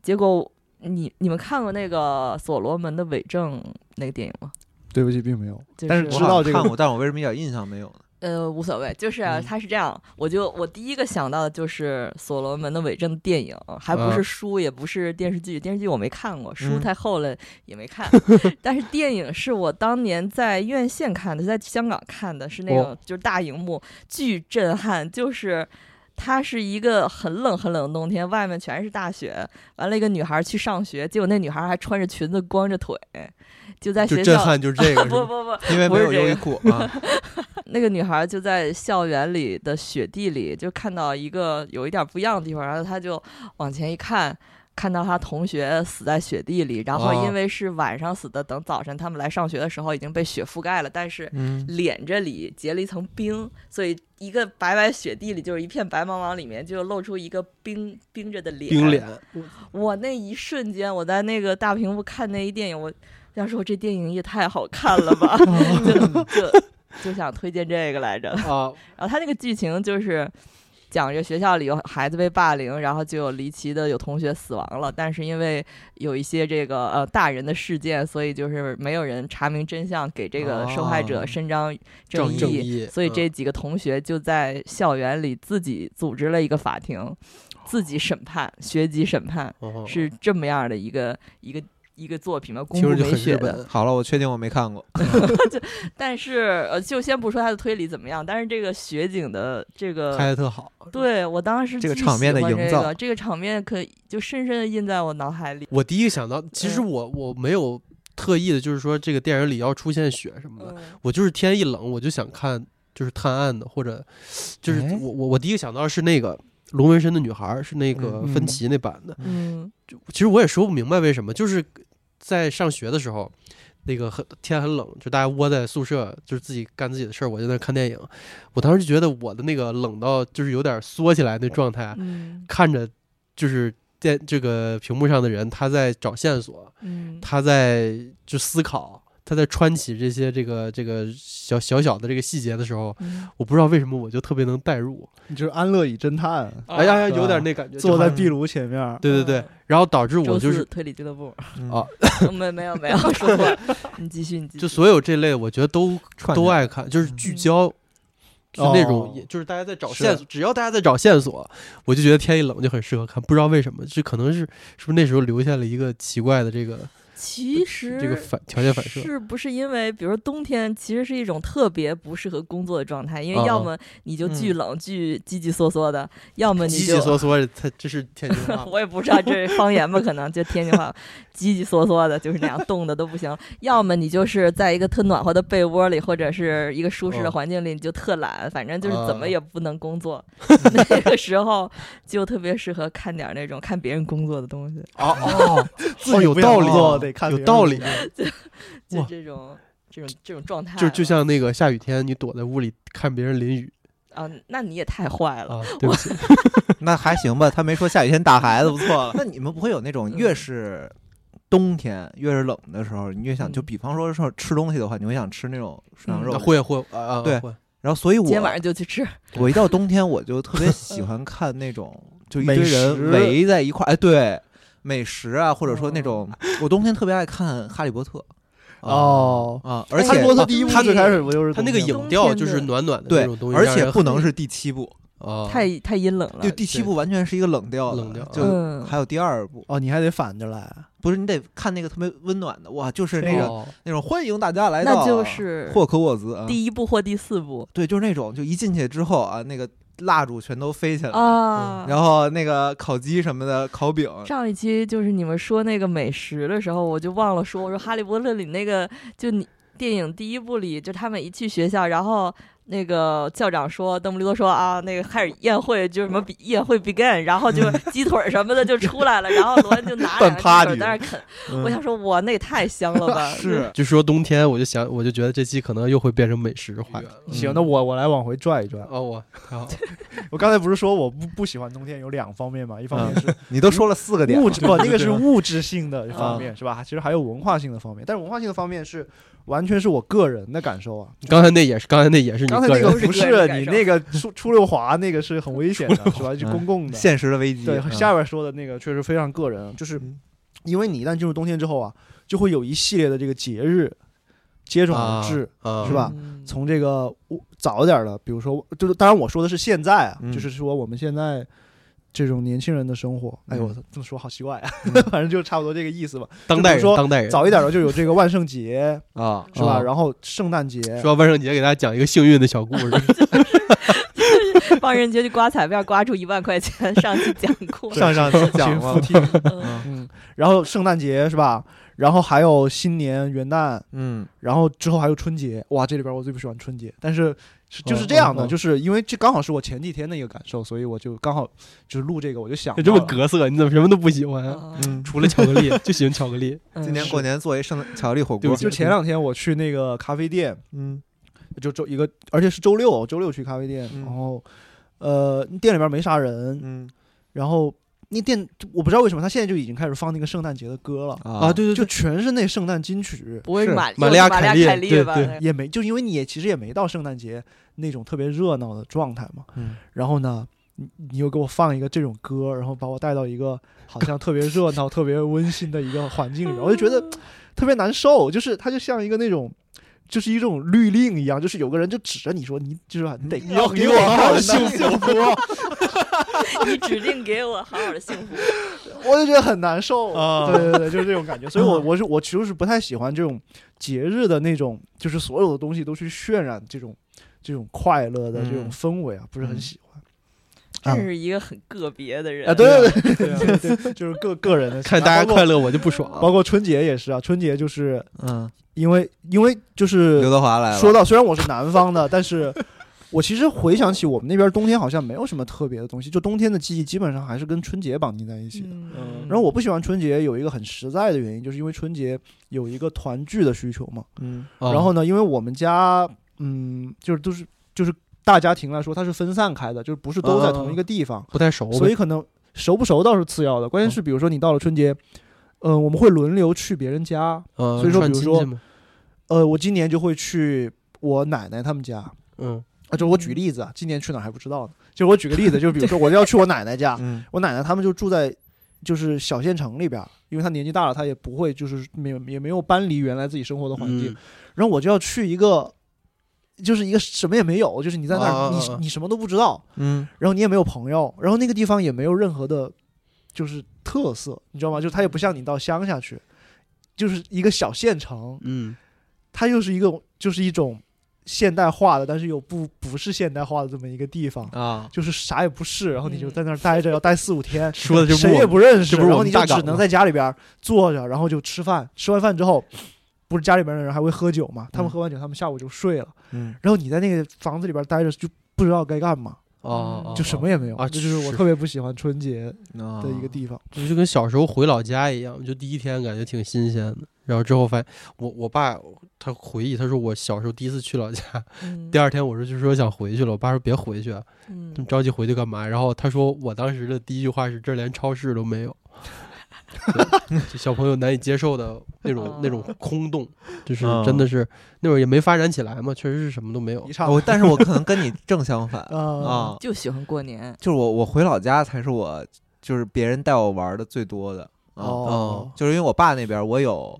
A: 结果你你们看过那个《所罗门的伪证》那个电影吗？
C: 对不起，并没有。
A: 就
C: 但是
B: 我
C: 知道
B: 好
C: 这个
B: 像看过，但是我为什么一点印象没有呢？
A: 呃，无所谓，就是啊
D: 嗯
A: 它是这样，我就我第一个想到的就是《所罗门的伪证》电影，还不
D: 啊
A: 是书，也不是电视剧，电视剧我没看过，书
B: 嗯
A: 太厚了也没 看，但是电影是我当年在院线看的，在香港看的，是那
D: 哦
A: 种就是大荧幕，巨震撼，就是。它是一个很冷很冷的冬天，外面全是大雪。完了，一个女孩去上学，结果那女孩还穿着裙子，光着腿，就在
D: 就
A: 学
D: 震
A: 校。哦
D: 撼就是这个，是
A: 不
D: 吧
A: 不不，
B: 因为
A: 不
B: 没
A: 是
B: 有
A: 这
B: 优
A: 个
B: 衣库啊，
A: 那个女孩就在校园里的雪地里，就看到一个有一点不一样的地方，然后她就往前一看，看到她同学死在雪地里，然后
D: 哦
A: 因为是晚上死的，等早晨他们来上学的时候已经被雪覆盖了，但是
B: 嗯，
A: 脸这里结了一层冰，所以一个白白雪地里就是一片白茫茫，里面就露出一个冰冰着的脸。
D: 冰脸，
A: 我那一瞬间，我在那个大屏幕看那一电影，我想说这电影也太好看了吧，
D: 哦
A: 就就就想推荐这个来着。
D: 啊，
A: 然后他那个剧情就是讲着学校里有孩子被霸凌，然后就有离奇的有同学死亡了，但是因为有一些这个呃大人的事件，所以就是没有人查明真相，给这个受害者
B: 哦
A: 伸张
D: 正
A: 义。
D: 义，
A: 所以
D: 嗯
A: 这几个同学就在校园里自己组织了一个法庭，自己审判，学籍审判
D: 哦
A: 是这么样的一个一个一个作品嘛，公
D: 听
A: 布
D: 着就
A: 美
D: 很
A: 学
D: 日
A: 的。
D: 本
B: 好了，我确定我没看过，
A: 但是呃，就先不说他的推理怎么样，但是这个雪景的这个
D: 拍的特好。
A: 对我当时
B: 这个
A: 巨
B: 场面
A: 喜
B: 的
A: 欢
B: 营
A: 这
B: 造
A: 个这个场面可以就深深的印在我脑海里。
D: 我第一个想到，其
A: 嗯
D: 实我我没有特意的，就是说这个电影里要出现雪什么的，我就是天一冷我就想看就是探案的，或者就是
B: 哎
D: 我我我第一个想到是那个。龙纹身的女孩是那个
C: 嗯嗯
D: 芬奇那版的，
A: 嗯
D: 其实我也说不明白为什么，就是在上学的时候，那个很天很冷，就大家窝在宿舍，就是自己干自己的事儿，我就在那看电影。我当时就觉得我的那个冷到就是有点缩起来那状态，
A: 嗯
D: 看着就是电这个屏幕上的人，他在找线索，
A: 嗯，
D: 他在就思考，他在穿起这些这个这个小小小的这个细节的时候，
A: 嗯
D: 我不知道为什么我就特别能代入，
C: 你就是安乐椅侦探，
D: 哎呀呀，
C: 是吧
D: 有点那感觉，
C: 坐
D: 就好
C: 在
D: 像
C: 壁炉前面，
D: 对对
A: 嗯
D: 对，然后导致
A: 周
D: 我就
A: 四
D: 是
A: 推理俱乐部
B: 嗯
D: 啊，
A: 没没有没有说 错了，你继续你继续。
D: 就所有这类，我觉得都
B: 串
D: 都
B: 着
D: 爱看，就是
A: 嗯
D: 聚焦。就那种，也就是大家在找
B: 是
D: 线索，只要大家在找线索，我就觉得天一冷就很适合看。不知道为什么，这可能是是不是那时候留下了一个奇怪的这个
A: 其实
D: 这个反条件反射。
A: 是不是因为，比如说冬天其实是一种特别不适合工作的状态，因
D: 啊
A: 为要么你就巨冷、巨叽叽嗦嗦的，要么你
D: 叽
A: 就
D: 叽嗦嗦的，他这是天津话
A: 我也不知道这是方言吧，可能就天津话，叽叽嗦嗦的，就是那样，冻的都不行。要么你就是在一个特暖和的被窝里，或者是一个舒适的
D: 嗯
A: 环境里，你就特懒，反正就是怎么
D: 嗯
A: 也不能工作。 那个时候就特别适合看点儿那种看别人工作的东西，
D: 哦哦，
C: 哦
D: 有
C: 你不想
D: 道理啊
C: 做得看
D: 有
C: 别人
D: 道理啊
A: 就
D: 哇
C: 工作
A: 这种这种这种状态吧。
D: 就就像那个下雨天，你躲在屋里看别人淋 雨
A: 啊，那你也太坏了。
D: 啊，对不起，
B: 那还行吧，他没说下雨天打孩子，不错了。那你们不会有那种越是冬天越是冷的时候，你越想就
A: 嗯
B: 比方说说吃东西的话，你会想吃那种涮羊
A: 嗯
B: 肉，
D: 会会啊啊，
B: 对
D: 会
B: 然后所以我
A: 今天晚上就去吃，
B: 我一到冬天，我就特别喜欢看那种，就一堆
C: 美食
B: 人围在一块儿，哎，对，美食啊，或者说那种，我冬天特别爱看《哈利波特》，
C: 哦，
B: 啊，
C: 哈
B: 而
C: 利
B: 且
C: 波特第一部
D: 它
C: 最开始不就是
D: 它那个
C: 冬天吗
D: 影调就是暖暖的
B: 对
D: 那种东，西，
B: 而
D: 让人
B: 且不能
D: 很
B: 是第七部，
D: 啊
A: 太太阴冷了
B: 哦就。第七部完全是一个冷调的，
D: 冷调
B: 就
A: 嗯，
B: 还有第二部，
C: 哦，你还得反着来，
B: 不是你得看那个特别温暖的，哇，就是那个
D: 哦
B: 那种欢迎大家来到，
A: 那
B: 啊
A: 就是
B: 霍格沃兹啊，
A: 第一部或第四部
B: 对，就是那种就一进去之后啊，那个蜡烛全都飞起来，
A: 啊。
B: 呃嗯然后那个烤鸡什么的，烤饼，
A: 上一期就是你们说那个美食的时候，我就忘了说，我说《哈利波特》里那个就你电影第一部里，就他们一去学校，然后那个校长说，邓布利多说啊，那个开始宴会，就什么比宴会 begin，然 后就鸡腿什么的就出来了，然后罗恩就拿两
B: 办
A: 个鸡
B: party
A: 腿在那儿啃，
B: 嗯
A: 我想说，哇，那也太香了吧！
B: 是啊
D: 就说冬天，我就想，我就觉得这期可能又会变成美食话题。
B: 嗯
C: 行，那我我来往回拽一拽。
D: 哦，我太好了，
C: 我刚才不是说我不不喜欢冬天有两方面嘛，一方面是
B: 你都说了四个点了，
C: 物质不，那个
B: 对
C: 是
B: 吧
C: 物质性的方面是吧？其实还有文化性的方面，但是文化性的方面是完全是我个人的感受啊。
D: 刚才那也是，刚才那也是你
C: 刚才
D: 个
C: 那
D: 人，
C: 个
A: 人
C: 不
A: 都是个人
C: 是
A: 感
C: 你
A: 受
C: 那个出出溜滑那个是很危险的，是吧？就公共的。
B: 现实的危机，
C: 对，
B: 嗯
C: 下边说的那个确实非常个人，啊就是
B: 嗯
C: 因为你一旦进入冬天之后啊，就会有一系列的这个节日接踵而至，
D: 啊，
C: 是吧
A: 嗯
C: 从这个我早一点的，比如说，就是当然我说的是现在啊，
B: 嗯
C: 就是说我们现在这种年轻人的生活，哎呦，我
B: 嗯
C: 这么说好奇怪啊，
B: 嗯
C: 反正就差不多这个意思吧。
D: 当代
C: 就比如
D: 人，
C: 说
D: 当代人。
C: 早一点的就有这个万圣节，
B: 啊，
C: 是吧？
D: 哦
C: 然后圣诞节，
D: 说万圣节给大家讲一个幸运的小故事，
A: 帮人家去刮彩票，刮出一万块钱，上期讲过。
B: 上上次讲
C: 寻
B: 过
C: 附
B: 了，
C: 体
A: 嗯
C: 嗯，然后圣诞节是吧？然后还有新年、元旦，
B: 嗯，
C: 然后之后还有春节，哇，这里边我最不喜欢春节，但是 是就是这
D: 哦
C: 样的，
D: 哦
C: 就是因为这刚好是我前几天的一个感受，所以我就刚好就是录这个，我就想
D: 就哦这么
C: 到了
D: 格色，你怎么什么都不喜
C: 哦
D: 欢？
A: 啊
B: 嗯，
D: 除了巧克力，就喜欢巧克 力。
A: 嗯
B: 今年过年做一圣巧克力火
D: 对
B: 锅
D: 不，
C: 就前两天我去那个咖啡店，
B: 嗯
C: 就周一个，而且是周六，周六去咖啡店，
B: 嗯
C: 然后呃，店里边没啥人，
B: 嗯
C: 然后那店我不知道为什么他现在就已经开始放那个圣诞节的歌了，
B: 啊，
D: 对
C: 就全是那圣诞金曲，
A: 不会是
B: 是
A: 马
D: 玛
A: 又
D: 利亚
A: 是玛
D: 凯
A: 利
D: 莉
A: 亚凯莉
D: 对
A: 吧？
D: 对
A: 那个
C: 也没就因为你也其实也没到圣诞节那种特别热闹的状态嘛，
B: 嗯
C: 然后呢。你你又给我放一个这种歌，然后把我带到一个好像特别热闹、特别温馨的一个环境里，我就觉得特别难受，就是它就像一个那种，就是一种律令一样，就是有个人就指着你说，你就是吧你得
B: 你要
C: 给
B: 给我
C: 好
B: 好好
C: 的
B: 幸
C: 福，
A: 你指定给我好好的幸福。
C: 我就觉得很难受。
B: 啊
C: 对对对，就是这种感觉。所以我我是我其实是不太喜欢这种节日的那种，就是所有的东西都去渲染这种这种快乐的
B: 嗯
C: 这种氛围啊，不是很喜欢。
A: 真
C: 啊
A: 是一个很个别的人
C: 啊，对对对对对对，就是个个人的 情
D: 看
C: 感，
D: 大家
C: 包括
D: 快乐，我就不爽。
C: 包括春节也是啊，春节就是
B: 嗯，
C: 因为因为就是
B: 刘德华来了，
C: 说到虽然我是南方的，但是我其实回想起我们那边冬天好像没有什么特别的东西，就冬天的记忆基本上还是跟春节绑定在一起的。
A: 嗯，
C: 然后我不喜欢春节有一个很实在的原因，就是因为春节有一个团聚的需求嘛。
B: 嗯
D: 啊
C: 然后呢，因为我们家嗯，就是都是就是大家庭来说，它是分散开的，就是不是都在同一个地方，
D: 不太熟呗，
C: 所以可能熟不熟倒是次要的，关键是比如说你到了春节。嗯、我们会轮流去别人家。
D: 呃
C: 所以说
D: 串
C: 比
D: 亲
C: 如说
D: 戚嘛
C: 呃，我今年就会去我奶奶他们家，
D: 嗯，
C: 啊，就是我举例子啊，今年去哪儿还不知道呢。就我举个例子，就比如说我要去我奶奶家，
B: 嗯
C: 我奶奶他们就住在就是小县城里边儿，因为她年纪大了，她也不会就是没有也没有搬离原来自己生活的环境，
D: 嗯
C: 然后我就要去一个。就是一个什么也没有，就是你在那儿，
D: 啊啊啊
C: 你你什么都不知道，
B: 嗯
C: 然后你也没有朋友，然后那个地方也没有任何的，就是特色，你知道吗？就它也不像你到乡下去，就是一个小县城，
D: 嗯，，
C: 它又是一个就是一种现代化的，但是又不不是现代化的这么一个地方，
B: 啊，
C: 就是啥也不是，然后你就在那儿待着，要待四五 天
D: 说的就
C: 谁也不认识，
D: 这不是
C: 然后
D: 我们
C: 你就
D: 大港
C: 只
D: 吗
C: 能在家里边儿坐着，然后就吃饭，吃完饭之后。不是家里边的人还会喝酒嘛？他们
B: 嗯
C: 喝完酒，他们下午就睡了。
B: 嗯
C: 然后你在那个房子里边待着，就不知道该干嘛，
D: 哦，
C: 就什么也没有。
D: 啊
C: 这就是我
D: 是
C: 特别不喜欢春节
B: 的
D: 啊
C: 的一个地方。
D: 就就跟小时候回老家一样，就第一天感觉挺新鲜的，然后之后发现我我爸他回忆，他说我小时候第一次去老家， 第
A: 二，
D: 二天我说就说想回去了，我爸说别回去啊，
A: 嗯
D: 这么着急回去干嘛？然后他说我当时的第一句话是这儿连超市都没有。 对就小朋友难以接受的那种那种空洞，就是
B: 嗯
D: 真的是那会儿也没发展起来嘛，确实是什么都没有
C: 一。唱
B: 我但是我可能跟你正 相反
C: 啊
B: 啊，
A: 就喜欢过年。
B: 就是我我回老家才是我就是别人带我玩的最多的啊，
C: 哦
B: 就是因为我爸那边我有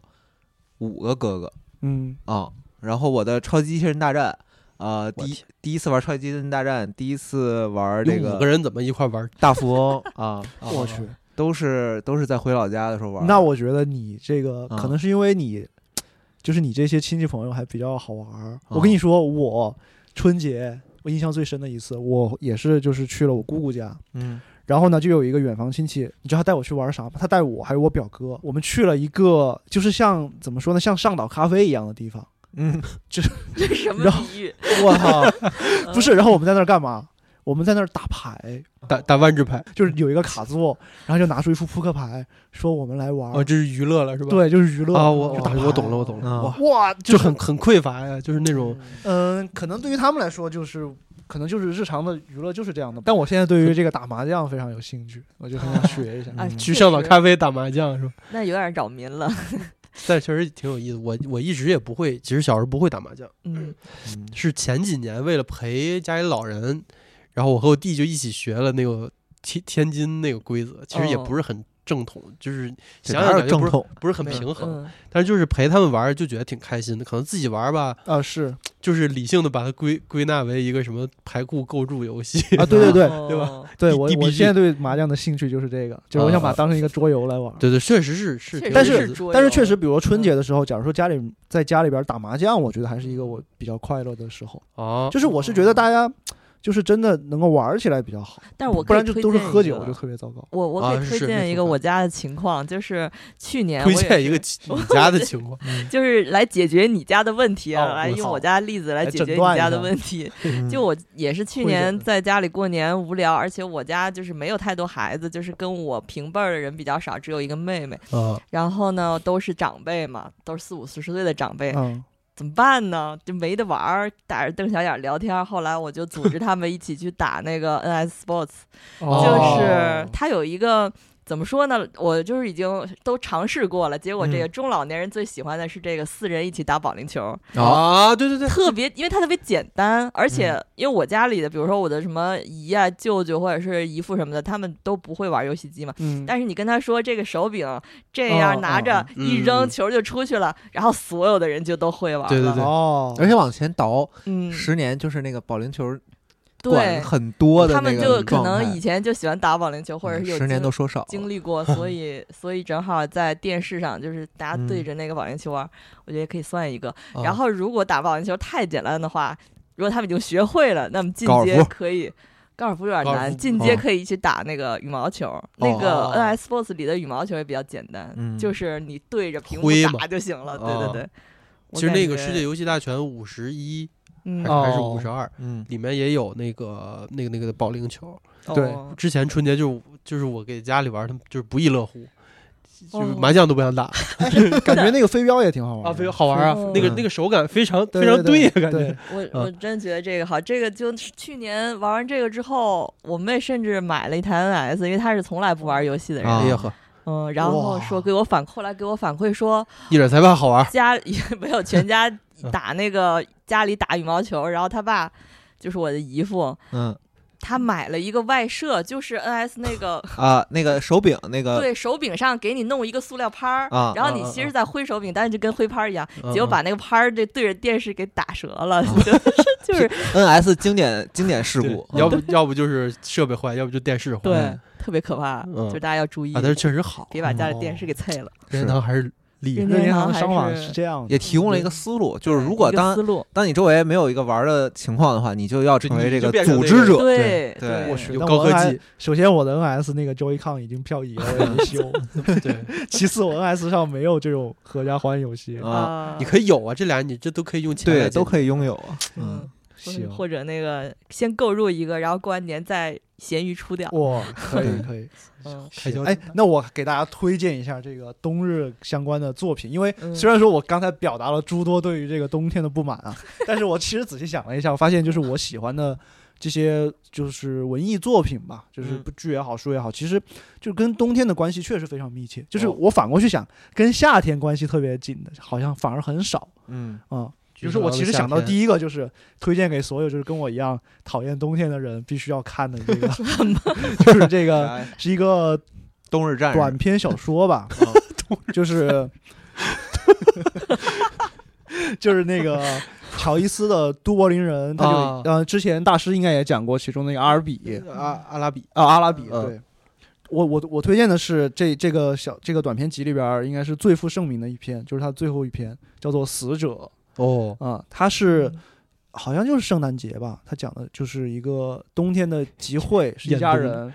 B: 五个哥哥，
C: 嗯
B: 啊、然后我的超级机器人大战，呃，
D: 我
B: 第一
D: 天
B: 第一次玩超级机器人大战，第一次玩这
D: 有五个
B: 个
D: 人怎么一块玩？
B: 大富 翁啊，啊
C: 我去，
B: 都是都是在回老家的时候玩。
C: 那我觉得你这个
B: 啊
D: 嗯
C: 可能是因为你，就是你这些亲戚朋友还比较好玩儿。我
B: 啊
D: 嗯
C: 跟你说，我春节我印象最深的一次，我也是就是去了我姑姑家，
B: 嗯
C: 然后呢就有一个远房亲戚，你知道他带我去玩啥吗？他带我还有我表哥，我们去了一个就是像怎么说呢，像上岛咖啡一样的 地方。
B: 嗯，
A: 这是什么
C: 然后
A: 比喻？嗯
C: 我操，不是，然后我们在那儿干嘛？我们在那儿打牌，
D: 打打万智牌
C: 就是有一个卡座，然后就拿出一副扑克牌，说我们来玩儿。
D: 哦，这是娱乐了是吧？
C: 对，就是娱乐
D: 啊，我我
C: 就打
D: 我懂
C: 牌
D: 了，我懂了，
B: 嗯
D: 哇，
C: 哇，
D: 就是很很匮乏呀，就是那种
C: 嗯，可能对于他们来说，就是可能就是日常的娱乐就是这样的。但我现在对于这个打麻将非常有兴趣，我就很想学一下。
A: 啊，
B: 嗯
A: 确
D: 去上岛
A: 实
D: 咖啡打麻将是吧？
A: 那有点扰民了。
D: 但确实挺有意思。我我一直也不会，其实小时候不会打麻将，
A: 嗯，
B: 嗯
D: 是前几年为了陪家里老人，然后我和我弟就一起学了那个天天津那个规则，其实也
A: 哦
D: 不是很正统，就是
B: 这
D: 想
B: 哪
D: 想
B: 有
D: 感觉
B: 正
D: 不是
B: 统？
D: 不是很
C: 对
D: 平衡，
A: 嗯，
D: 但是就是陪他们玩儿就觉得挺开心的。可能自己玩儿吧，
C: 啊，是
D: 就是理性的把它归归纳为一个什么牌库构筑游戏。
C: 啊，对对对
A: 哦
D: 对吧？
C: 对，我
D: DBG
C: 我现在对麻将的兴趣就是这个，就是我想把它当成一个桌游来玩。
D: 对对，确实是是
A: 确实
D: 挺有
C: 但
D: 意
C: 是
D: 思的，
A: 桌
C: 但是
A: 游
C: 确实，比如说春节的时候，假如说家里在家里边打麻将，我觉得还是一个我比较快乐的时候。
D: 哦，
C: 就是我是觉得大家就是真的能够玩起来比较好，
A: 但是我
C: 不
A: 可以
C: 然就
A: 推
C: 都是
A: 荐
C: 喝
A: 一
C: 酒
A: 个
C: 就特别糟糕。
A: 我我
D: 啊
A: 可以推
D: 是
A: 荐
D: 那
A: 一
D: 挺
A: 个
D: 好
A: 我家的情况，就是去年 哎我
D: 推
A: 也
D: 荐一
A: 是
D: 个亲你家的情 况，
A: 就是来解决你家的问题啊，
C: 哦
A: 来
C: 我
A: 用
C: 操
A: 我家例子来
C: 来
A: 解
C: 诊
A: 决你
C: 断一
A: 家的
C: 下
A: 问题。
B: 嗯
A: 就我也是去
C: 会
A: 年
C: 的
A: 在家里过年无聊，而且我家就是没有太多孩子，就是跟我平辈儿的人比较少，只有一个妹妹。
D: 啊，
A: 然后呢，都是长辈嘛，都是四五十岁的长辈，
C: 嗯，
A: 怎么办呢？就没得玩儿，打着瞪小眼儿聊天儿。后来我就组织他们一起去打那个 NS Sports，就是
B: 哦
C: 哦
A: 它有一个。怎么说呢？我就是已经都尝试过了，结果这个
B: 嗯
A: 中老年人最喜欢的是这个四人一起打保龄球，
D: 啊，对对对，
A: 特别，因为它特别简单，而
B: 嗯
A: 且因为我家里的，比如说我的什么姨啊、舅舅或者是姨父什么的，他们都不会玩游戏机嘛。
C: 嗯，
A: 但是你跟他说这个手柄这
C: 哦
A: 样拿
C: 哦
A: 着一
D: 嗯
A: 扔
D: 嗯
A: 球就出去了，然后所有的人就都会玩了。
D: 对对对
C: 哦，
B: 而且往前倒
A: 嗯，
B: 十年，就是那个保龄球
A: 对
B: 馆，很多的
A: 他
B: 那
A: 们
B: 个
A: 就
B: 状
A: 可
B: 态，
A: 能以前就喜欢打保龄球，或者
B: 嗯
A: 是有
B: 十年
A: 经
B: 都说少了，
A: 经历过，所以所以正好在电视上就是大家对
B: 嗯
A: 着那个保龄球玩，我觉得可以算一个。
B: 啊
A: 然后如果打保龄球太简单的话，如果他们已经学会了，那么进
B: 高尔
A: 阶
B: 夫
A: 可以。高尔夫有点
D: 高尔
A: 难，
D: 夫啊
A: 进阶可以去打那个羽毛球。那个
D: 哦
A: NS Sports 里的羽毛球也比较简单，
B: 嗯
A: 就是你对着屏幕
D: 挥
A: 打
D: 嘛啊
A: 就行了。对
B: 哦
A: 对对，我
D: 其实那个
A: 感
D: 世
A: 觉
D: 界游啊戏大全五十一
A: 嗯
C: 哦
D: 还是五十二，
B: 嗯
D: 里面也有那个那个那个保龄球。
C: 对
A: 哦
D: 之前春节就是就是我给家里玩，他们就是不亦乐乎，就是
A: 哦
D: 麻将都不想打
C: 感觉那个飞镖也挺好玩
D: 啊，非常
C: 常
D: 好玩啊
A: 哦，
D: 那个
B: 嗯
D: 那个手感非常非
C: 对
D: 常
C: 对
D: 呀，感觉
C: 对，
A: 我
D: 啊
A: 我真觉得这个好，这个就是去年玩完这个之后，我妹甚至买了一台 NS，因为她是从来不玩游戏的人，
B: 啊
D: 哎呀呵，
A: 嗯，然后说
C: 哇
A: 给我反，后来给我反馈说
D: 一点才怕好玩，
A: 家里 没有全家打那个家里打羽毛球，然后他爸就是我的姨父，
B: 嗯
A: 他买了一个外设，就是 NS 那个
B: 啊，那个手柄那个
A: 对手柄上给你弄一个塑料拍儿，
B: 啊
A: 然后你
D: 呃啊啊
A: 其实在挥手柄，但是就跟挥拍儿一样，
D: 嗯
A: 结果
D: 嗯
A: 把那个拍儿这对着电视给打折了，
D: 啊
A: 就是就是。
B: NS 经典经典事
D: 对
B: 故，
D: 嗯
B: 嗯
D: 要不要不就是设备坏，要不就电视坏，
A: 对，
D: 啊，
A: 嗯特别可怕，
D: 嗯
A: 就是大家要注意，
D: 但是确实好，
A: 别把家里
C: 哦
A: 电视给碎了。
D: 任天堂还是厉害
A: 任。
C: 任
A: 天
C: 天堂
A: 堂
C: 的
A: 还
C: 商法
A: 是
C: 是这样的，
B: 也提供了一个
A: 嗯
B: 思路，就是
A: 对
B: 如果
A: 一个
B: 当
A: 思路，
B: 当你周围没有一个玩的情况的话，你就要成为
D: 你
B: 这
D: 就
B: 个
D: 变成
B: 组
D: 那
B: 织
D: 个
B: 者。
A: 对
B: 对
D: 对
A: 对
D: 我
C: 我
D: 去
C: 去，
D: 有
C: 但
D: 高
C: 我
D: 科
C: NS
D: 技
C: 首先，我的 NS 那个 Joy-Con 已经漂移了，我也没修。
D: 对，
C: 其次，我 NS 上没有这种合家欢游戏。
B: 啊，
D: 你可以有啊，这俩你这都可以用钱来
B: 对，
D: 解决，
B: 都可以拥有啊。嗯
A: 嗯，
C: 行，
A: 或者那个先购入一个，然后过完年再闲鱼出掉。
C: 哇，可以可以。
A: 嗯，
D: 开销
C: 哎，那我给大家推荐一下这个冬日相关的作品，因为
A: 嗯
C: 虽然说我刚才表达了诸多对于这个冬天的不满啊，但是我其实仔细想了一下，我发现就是我喜欢的这些就是文艺作品吧，就是
D: 嗯
C: 剧也好，书也好，其实就跟冬天的关系确实非常密切。就是
D: 哦
C: 我反过去想，跟夏天关系特别紧的，好像反而很少
B: 嗯，
C: 啊。
D: 比
C: 比如说，我其实想到
D: 一，
C: 第一个就是推荐给所有就是跟我一样讨厌冬天的人必须要看的这个， 就是这个
B: 来
C: 是一个
B: 冬日
D: 哎
B: 战 士
C: 啊短篇小说吧，就是就是那个乔伊斯的《都柏林人》，他就、
D: 啊
C: 呃，之前大师应该也讲过其中那个阿尔比
D: 阿阿拉比
C: 啊，阿拉比。
D: 嗯
C: 对，我我我推荐的是这这个小这个短篇集里边儿应该是最负盛名的一篇，就是他最后一篇叫做《死者》
D: 哦，
C: 啊，他是。
A: 嗯
C: 好像就是圣诞节吧，他讲的就是一个冬天的集会，是一
D: 严
C: 家
D: 冬
C: 人，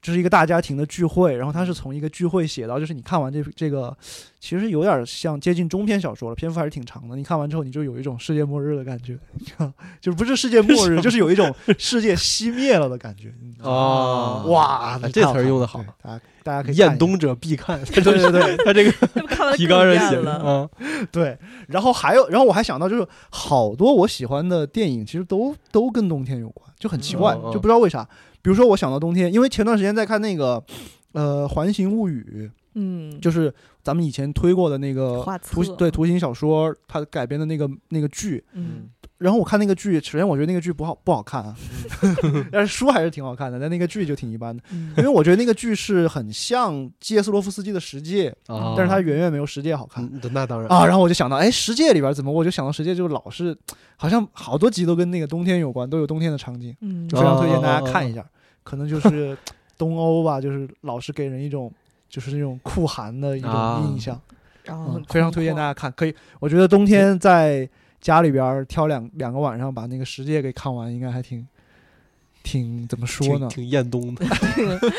C: 这是一个大家庭的聚会。然后他是从一个聚会写到，就是你看完这这个，其实有点像接近中篇小说了，篇幅还是挺长的。你看完之后，你就有一种世界末日的感觉， 就是不是世界末日，就是有一种世界熄灭了的感觉。嗯
D: 哦
C: 哇，
D: 这词儿用得好
C: 对大家大家可以看
D: 厌
C: 一
D: 冬者必看，
C: 下。 对对对，
D: 他这个
A: 他们看完
D: 提纲上
A: 更
D: 写
A: 厌
D: 的
A: 了，
D: 啊，
C: 对，然后还有，然后我还想到就是好多我喜欢的电影，其实都都跟冬天有关，就很奇怪，
D: 嗯
C: 就不知道为啥。比如说我想到冬天，因为前段时间在看那个呃《环形物语
A: 嗯》，，
C: 就是咱们以前推过的那个
A: 画
C: 图
A: 册
C: 对图形小说，它改编的那个那个剧。
A: 嗯，
C: 然后我看那个剧，首先我觉得那个剧不好不好 看啊，但是书还是挺好看的，但那个剧就挺一般的，因
A: 嗯
C: 为我觉得那个剧是很像基耶斯洛夫斯基的《十戒》，
D: 啊
C: 但是它远远没有《十戒》好看。
D: 嗯那当然
C: 啊，然后我就想到，哎，《十戒》里边怎么我就想到《十戒》就老是，好像好多集都跟那个冬天有关，都有冬天的场景，
A: 嗯
C: 就非常推荐
D: 哦
C: 大家看一下。可能就是 东欧吧，就是老是给人一种就是那种酷寒的一
B: 啊
C: 种印象，
A: 然后
D: 哦
C: 嗯
A: 很
C: 非常推荐
A: 空
C: 大
A: 旷
C: 家看。可以，我觉得冬天在家里边挑两两个晚上把那个《十戒》给看完，应该还挺挺怎么说呢
D: 挺？挺厌冬的。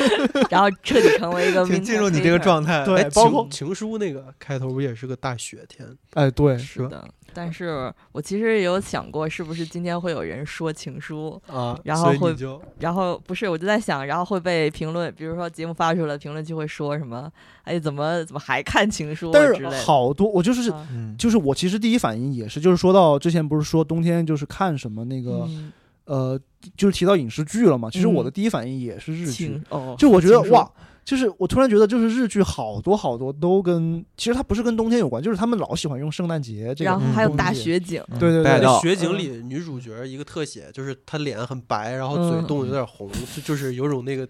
A: 然后彻底成为一个
B: 请进入你这个
A: winter hater
B: 状态。
C: 对
D: 哎
C: 包括
D: 情情书那个开头不也是个大雪天？
C: 哎，对，
D: 是
A: 是
D: 吧
A: 的，但是我其实也有想过，是不是今天会有人说情书，
D: 啊，
A: 然后
D: 所以
A: 会
D: 你就
A: 然后不是，我就在想，然后会被评论，比如说节目发出来，评论就会说什么，哎，怎么怎么还看情书啊
C: 但
A: 之
C: 是
A: 类的，
C: 好多我就是。
A: 啊
B: 嗯，
C: 就是我其实第一反应也是，就是说到之前不是说冬天就是看什么那个、
A: 嗯
C: 呃，就是提到影视剧了嘛，其实我的
A: 嗯
C: 第一反应也是日剧，
A: 情哦，
C: 就我觉得
A: 情书
C: 哇，，就是我突然觉得就是日剧好多好多都跟其实它不是跟冬天有关，就是他们老喜欢用圣诞节这
A: 然
C: 个，
A: 后还有
C: 东
A: 大
C: 西
A: 雪景，
C: 对对对
B: 北海道
D: 雪景里女主角一个特写，就是她脸很白，然后嘴
A: 嗯
D: 冻得有点红，就就是有种那个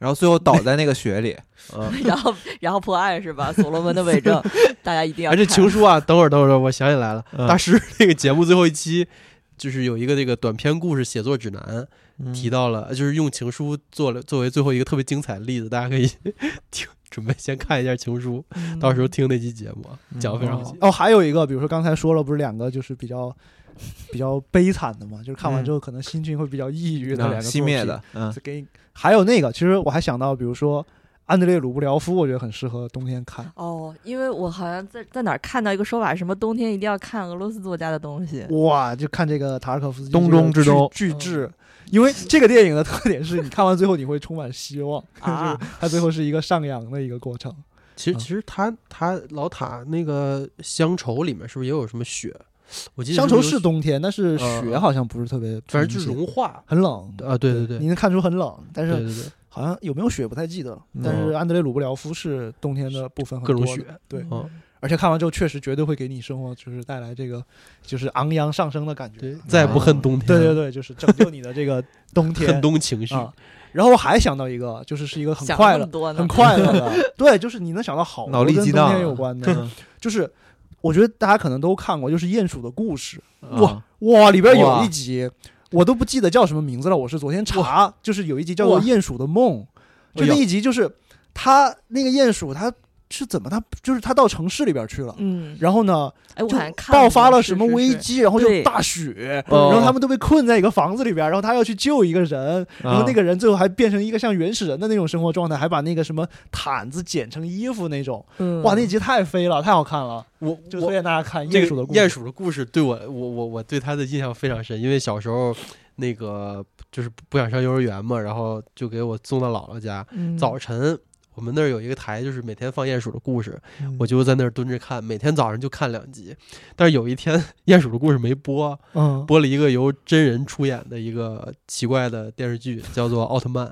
B: 然后最后倒在那个雪里，
D: 啊。
A: 然后然后破案是吧？所罗门的伪 证，大家一定要
D: 而且
A: 看
D: 情书啊，等会儿等会儿，我想起来了，
B: 嗯
D: 大师那个节目最后一期。就是有一个这个短篇故事写作指南
B: 嗯
D: 提到了，就是用情书做了作为最后一个特别精彩的例子，大家可以 听准备先看一下情书，到时候听那期节目啊
B: 嗯
D: 讲的非常好
C: 哦。哦，还有一个，比如说刚才说了，不是两个就是比较 比较悲惨的嘛，就是看
A: 嗯
C: 完之后可能心情会比较抑郁的
B: 啊
C: 两个
B: 熄灭的，嗯
C: 作品，，给你还有那个，其实我还想到，比如说安德烈·鲁布廖夫，我觉得很适合冬天看。
A: 哦，因为我好像在在哪儿看到一个说法，什么冬天一定要看俄罗斯作家的东西，
C: 哇，就看这个塔尔可夫斯基
B: 东中之中
C: 巨巨制，
D: 嗯
C: 因为这个电影的特点是你看完最后你会充满希望，
A: 啊
C: 就是它最后是一个上扬的一个过程。
D: 其实
C: 嗯
D: 其实他他老塔那个乡愁里面是不是也有什么雪？我记得
C: 乡
D: 不
C: 愁
D: 有
C: 是
D: 雪，
C: 冬天，但是
D: 嗯
C: 雪啊
D: 嗯
C: 好像不是特别，
D: 反正就是融化
C: 很冷。
D: 啊！对对对，
C: 你能看出很冷，但
D: 对
C: 是
D: 对对，
C: 好像有没有雪不太记得了。
B: 嗯
C: 但是安德烈·鲁布廖夫是冬天的部分很
D: 各种
C: 多的
D: 雪，
C: 对，
A: 嗯
D: 哦
C: 而且看完之后确实绝对会给你生活就是带来这个 就是昂扬上升的感觉。
D: 啊
C: 嗯
D: 对，再不恨冬天，
C: 对对对，就是拯救你的这个冬 天
D: 恨冬情绪，
B: 嗯
C: 啊。然后我还想到一个，就是是一个很
A: 想
C: 快
A: 那
C: 乐
A: 么、多呢，
C: 很快乐 的，对，就是你能想到好
B: 脑
C: 多
B: 力
C: 跟
B: 激
C: 冬
B: 荡
C: 天有关的，
B: 嗯
C: 就是我觉得大家可能都看过，就是《鼹鼠的故事
B: 哇，》
C: 哇，里边有
B: 哇
C: 一集我都不记得叫什么名字了，我是昨天查，就是有一集叫做
D: 哇
C: 《鼹鼠的梦》，就
D: 哎呦
C: 那一集就是他那个鼹鼠他是怎么他就是他到城市里边去了，
A: 嗯，
C: 然后呢
A: 哎，我
C: 就
A: 好像看
C: 爆
A: 过
C: 发了
A: 是
C: 什么
A: 是
C: 危
A: 是
C: 机，然后
A: 对
C: 就大雪，
D: 哦
C: 然后他们都被困在一个房子里边，然后他要去救一个人，然后那
B: 啊
C: 个人最后还变成一个像原始人的那种生活状态，还把那个什么毯子剪成衣服那种，
A: 嗯
C: 哇，那集太飞了，太好看了，
D: 我
C: 就推
D: 我
C: 荐大家看《
D: 这
C: 鼹
D: 个
C: 鼠的故事》。
D: 鼹鼠的故事对我我我我对他的印象非常深，因为小时候那个就是不想上幼儿园嘛，然后就给我送到姥姥家，
A: 嗯
D: 早晨。我们那儿有一个台，就是每天放鼹鼠的故事，
B: 嗯
D: 我就在那儿蹲着看，每天早上就看两集。但是有一天，鼹鼠的故事没播，
C: 嗯，
D: 播了一个由真人出演的一个奇怪的电视剧，叫做《奥特曼》，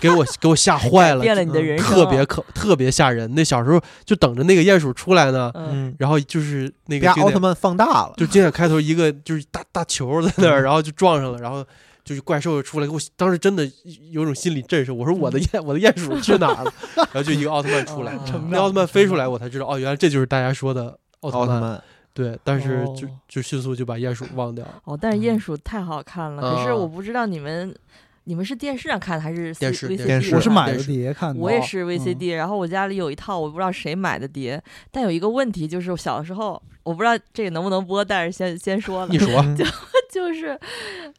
D: 给我给我吓坏了，
A: 变了你
C: 嗯
A: 的人生啊
D: 特别可特别吓人。那小时候就等着那个鼹鼠出来呢，
A: 嗯
B: 嗯，
D: 然后就是那个
B: 把
D: 经
B: 奥特
D: 典
B: 曼放大了，
D: 就经典开头一个就是大大球在那儿，然后就撞上了，然后。就是怪兽就出来，给我当时真的有种心理震慑。我说我的鼹我的鼹鼠去哪儿了？ 然后就一个奥特曼出来，
A: 哦
D: 那奥特曼飞出来，我才知道哦，原来这就是大家说的奥
B: 奥
D: 特曼。
B: 曼，
D: 对，但是就
C: 哦
D: 就迅速就把鼹鼠忘掉了。
A: 哦，但是鼹鼠太好看了，
D: 嗯
A: 可是
D: 啊
A: 我不知道你们你们是电视上看的还是 C,
D: 电视
A: VCD 上
B: 电视
A: 看
C: 我是买
D: 电
C: 的
D: 视
C: 碟看的，
A: 我也是
C: 嗯
A: VCD，、然后我家里有一套，我不知道谁买的碟，但有一个问题就是，小时候我不知道这个能不能播，但是先先说了
D: 你，说，
B: 嗯
A: 就是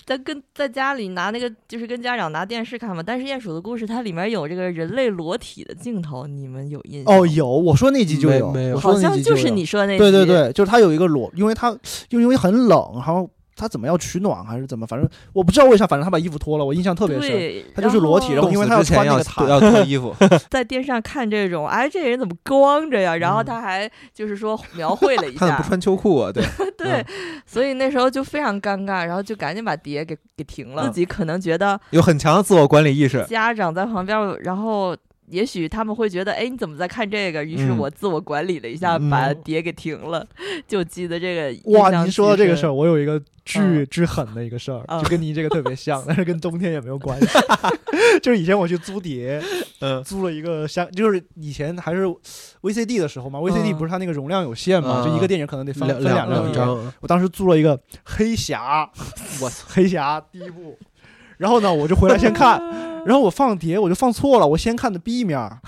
A: 在跟在家里拿那个，就是跟家长拿电视看嘛。但是《鼹鼠的故事》它里面有这个人类裸体的镜头，你们有印象吗？
C: 哦，有，我说那集就
D: 没
C: 有，
D: 没有
C: 我
A: 好
C: 说那
A: 像
C: 集
A: 就是
C: 有
A: 你说的那
C: 对对
A: 集，
C: 对，就是它有一个裸，因为它就因为很冷，然后它怎么要取暖还是怎么，反正我不知道为啥，反正他把衣服脱了，我印象特别深。
A: 对，
C: 它就是
A: 然
C: 裸体
A: 后
C: 然后因为他要
B: 冻死之前
C: 穿那
B: 要
C: 个塔
B: 要 脱衣服，
A: 在电视上看这种，哎，这人怎么光着呀？然后
D: 嗯
A: 他还就是说描绘了一
B: 他怎
A: 下
B: 么不，穿秋裤啊？对，
A: 对，
C: 嗯
A: 所以那时候就非常尴尬，然后就赶紧把碟给给停
C: 嗯
A: 了。自己可能觉得
B: 有很强的自我管理意识。
A: 家长在旁边，然后也许他们会觉得，哎，你怎么在看这个？于是
B: 嗯
A: 我自我管理了一下，
B: 嗯
A: 把碟给停了。就记得这个印
C: 哇，
A: 象
C: 您说到
A: 极
C: 这个
A: 深
C: 事儿，我有一个巨
A: 嗯
C: 巨狠的一个事儿，
A: 嗯
C: 就跟您这个特别像，但是跟冬天也没有 关系。就是以前我去租碟，
B: 嗯
C: 租了一个箱，就是以前还是 VCD 的时候嘛，VCD
A: 嗯
C: 不是它那个容量有限嘛，
D: 嗯
C: 就一个电影可能得放
D: 两
C: 分两
A: 两
C: 碟
A: 张。
D: 张，
C: 我当时租了一个《黑侠》，
D: 我操，
C: 黑侠第一部，然后呢，我就回来先 看，然后我放碟我就放错了，我先看的 B 面儿，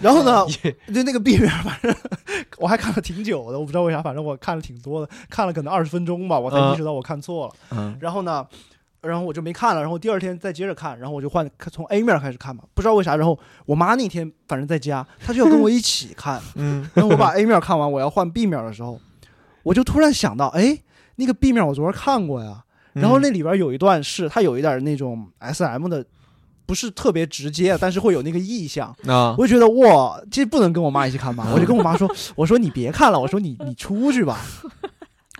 C: 然后 呢，就那个 B 面儿，反正我还看了挺久的，我不知道为啥，反正我看了挺多的，看了可能二十分钟吧，我才意识到我看错了，
B: 嗯，
C: 然后呢。然后我就没看了，然后第二天再接着看，然后我就换从 A 面儿开始看嘛，不知道为啥。然后我妈那天反正在家，她就要跟我一起看，
B: 嗯，
C: 然后我把 A 面看完，我要换 B 面的时候，我就突然想到，哎，那个 B 面我昨儿看过呀。
B: 嗯
C: 然后那里边有一段是它有一点那种 S M 的，不是特别直接，但是会有那个意向。
B: 啊，
C: 我就觉得哇，这不能跟我妈一起看吧？我就跟我妈说，我说你别看了，我说你你出去吧。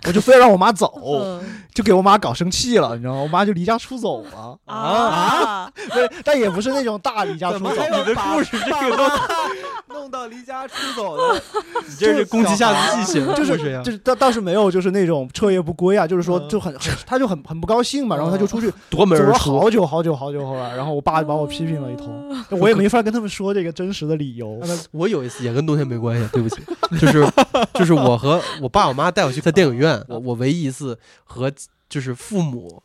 C: 我就非要让我妈走，
A: 嗯
C: 就给我妈搞生气了，你知道吗？我妈就离家出走了，
A: 啊，
C: 不是，但也不是那种大离家出走，
B: 的故事这个都 弄到离家出走 的？
D: 你这是攻击下自己行，
C: 就是
D: 这样
C: 就，是倒倒是没有，就是那种彻夜不归啊，就是说
B: 嗯
C: 就很很，他就很很不高兴嘛，然后他就出去
D: 夺门
C: 走
D: 而
C: 了
D: 出。
C: 好久好久好久后来，然后我爸就把我批评了一通，嗯 我也没法跟他们说这个真实的理由。哦
D: 我有一次也跟冬天没关系， 对不起，就是就是我和我爸我妈带我去在电影院，我我唯一一次和就是父母，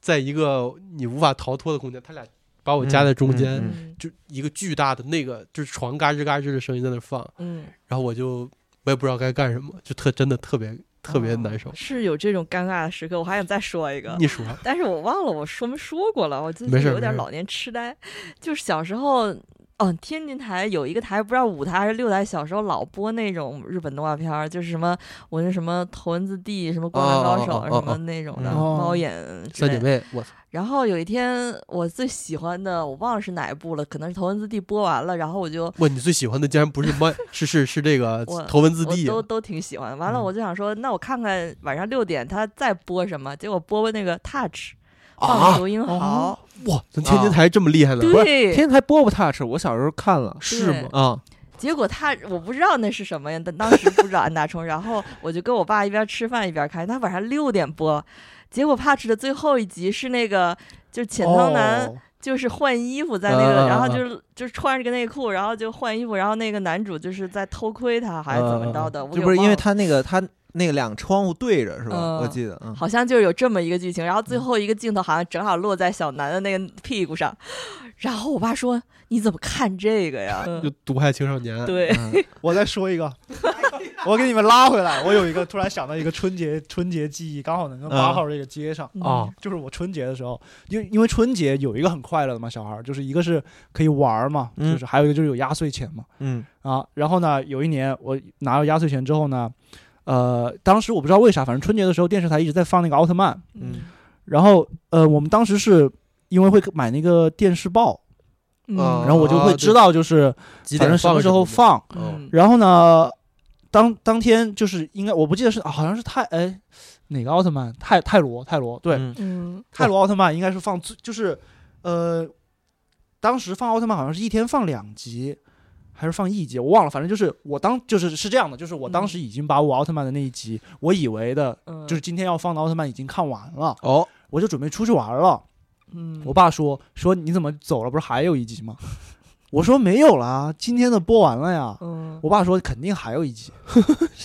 D: 在一个你无法逃脱的空间，他俩把我夹在中间，
B: 嗯
A: 嗯
D: 就一个巨大的那个就是床嘎吱嘎吱的声音在那放，
A: 嗯，
D: 然后我就我也不知道该干什么，就特真的特别特别
A: 哦
D: 难受。
A: 是有这种尴尬的时刻，我还想再说一个，
D: 你啊说
A: 但是啊我忘了我说没说过了，我最
D: 没
A: 近
D: 事
A: 有点
D: 没事
A: 老年痴呆，就是小时候。嗯、天津台有一个台，不知道五台还是六台，小时候老播那种日本动画片儿，就是什么我那什么《头文字 D》、什么《灌篮高手
D: 哦哦》、哦哦
A: 什么那种的，
D: 嗯
A: 猫眼之
D: 三
A: 类
D: 姐
A: 的。
D: 妹，我操，
A: 然后有一天，我最喜欢的，我忘了是哪一部了，可能是《头文字 D》播完了，然后我就
D: 哇，你最喜欢的竟然不是猫，是是是这个
A: 我
D: 头文字
A: 我
D: D，啊
A: 都都挺喜欢。完了，
D: 嗯
A: 我就想说，那我看看晚上六点他再播什么，结果播播那个《Touch》
D: 啊
A: 棒球英豪，
D: 哇，咱天津台这么厉害呢？
B: 不是
A: 对，
B: 天台波波 touch，我小时候看了
D: 是吗？
B: 啊，
A: 结果他我不知道那是什么呀，但当时不知道安大冲，然后我就跟我爸一边吃饭一边看，他晚上六点播，结果 Patch 的最后一集是那个就是浅仓男、
C: 哦
A: 就是换衣服在那
B: 嗯
A: 个，
D: 啊
A: 然后就是就是穿着个内裤，然后就换衣服，然后那个男主就是在偷窥他还是怎么着的，我
B: 这
A: 也
B: 不是因
A: 忘
B: 为
A: 了
B: 他那个他那个两个窗户对着是吧？
A: 嗯
B: 我记得，嗯，
A: 好像就有这么一个剧情，然后最后一个镜头好像正好落在小南的那个屁股上，然后我爸说：“你怎么看这个呀
D: 就毒害青少年？”，
A: 对，
B: 嗯
C: 我再说一个，我给你们拉回来。我有一个突然想到一个春节春节记忆，刚好能跟八号这个接上。
D: 哦
A: 嗯，
C: 就是我春节的时候，因为因为春节有一个很快乐的嘛，小孩儿就是一个是可以玩儿嘛，
B: 嗯
C: 就是还有一个就是有压岁钱嘛。
B: 嗯
C: 啊，然后呢，有一年我拿到压岁钱之后呢，呃，当时我不知道为啥，反正春节的时候电视台一直在放那个奥特曼，
B: 嗯
C: 然后呃，我们当时是因为会买那个电视报，
A: 嗯
D: 啊
C: 然后我就会
D: 对
C: 知道就是
D: 几
C: 反
D: 点
C: 正什么时候
D: 放
C: 放，
D: 什么的？
A: 嗯
C: 然后呢，当当天就是应该我不记得是、啊好像是泰哎哪个奥特曼泰泰罗泰罗对、
B: 嗯
A: 嗯
C: 泰罗奥特曼应该是放最就是呃，当时放奥特曼好像是一天放两集，还是放一集，我忘了。反正就是我当就是是这样的，就是我当时已经把我奥特曼的那一集，我以为的
A: 嗯，
C: 就是今天要放的奥特曼已经看完了，
B: 哦，
C: 我就准备出去玩了。
A: 嗯，
C: 我爸说说你怎么走了？不是还有一集吗？ 我说没有啦，今天的播完了呀。
A: 嗯，
C: 我爸说肯定还有一集，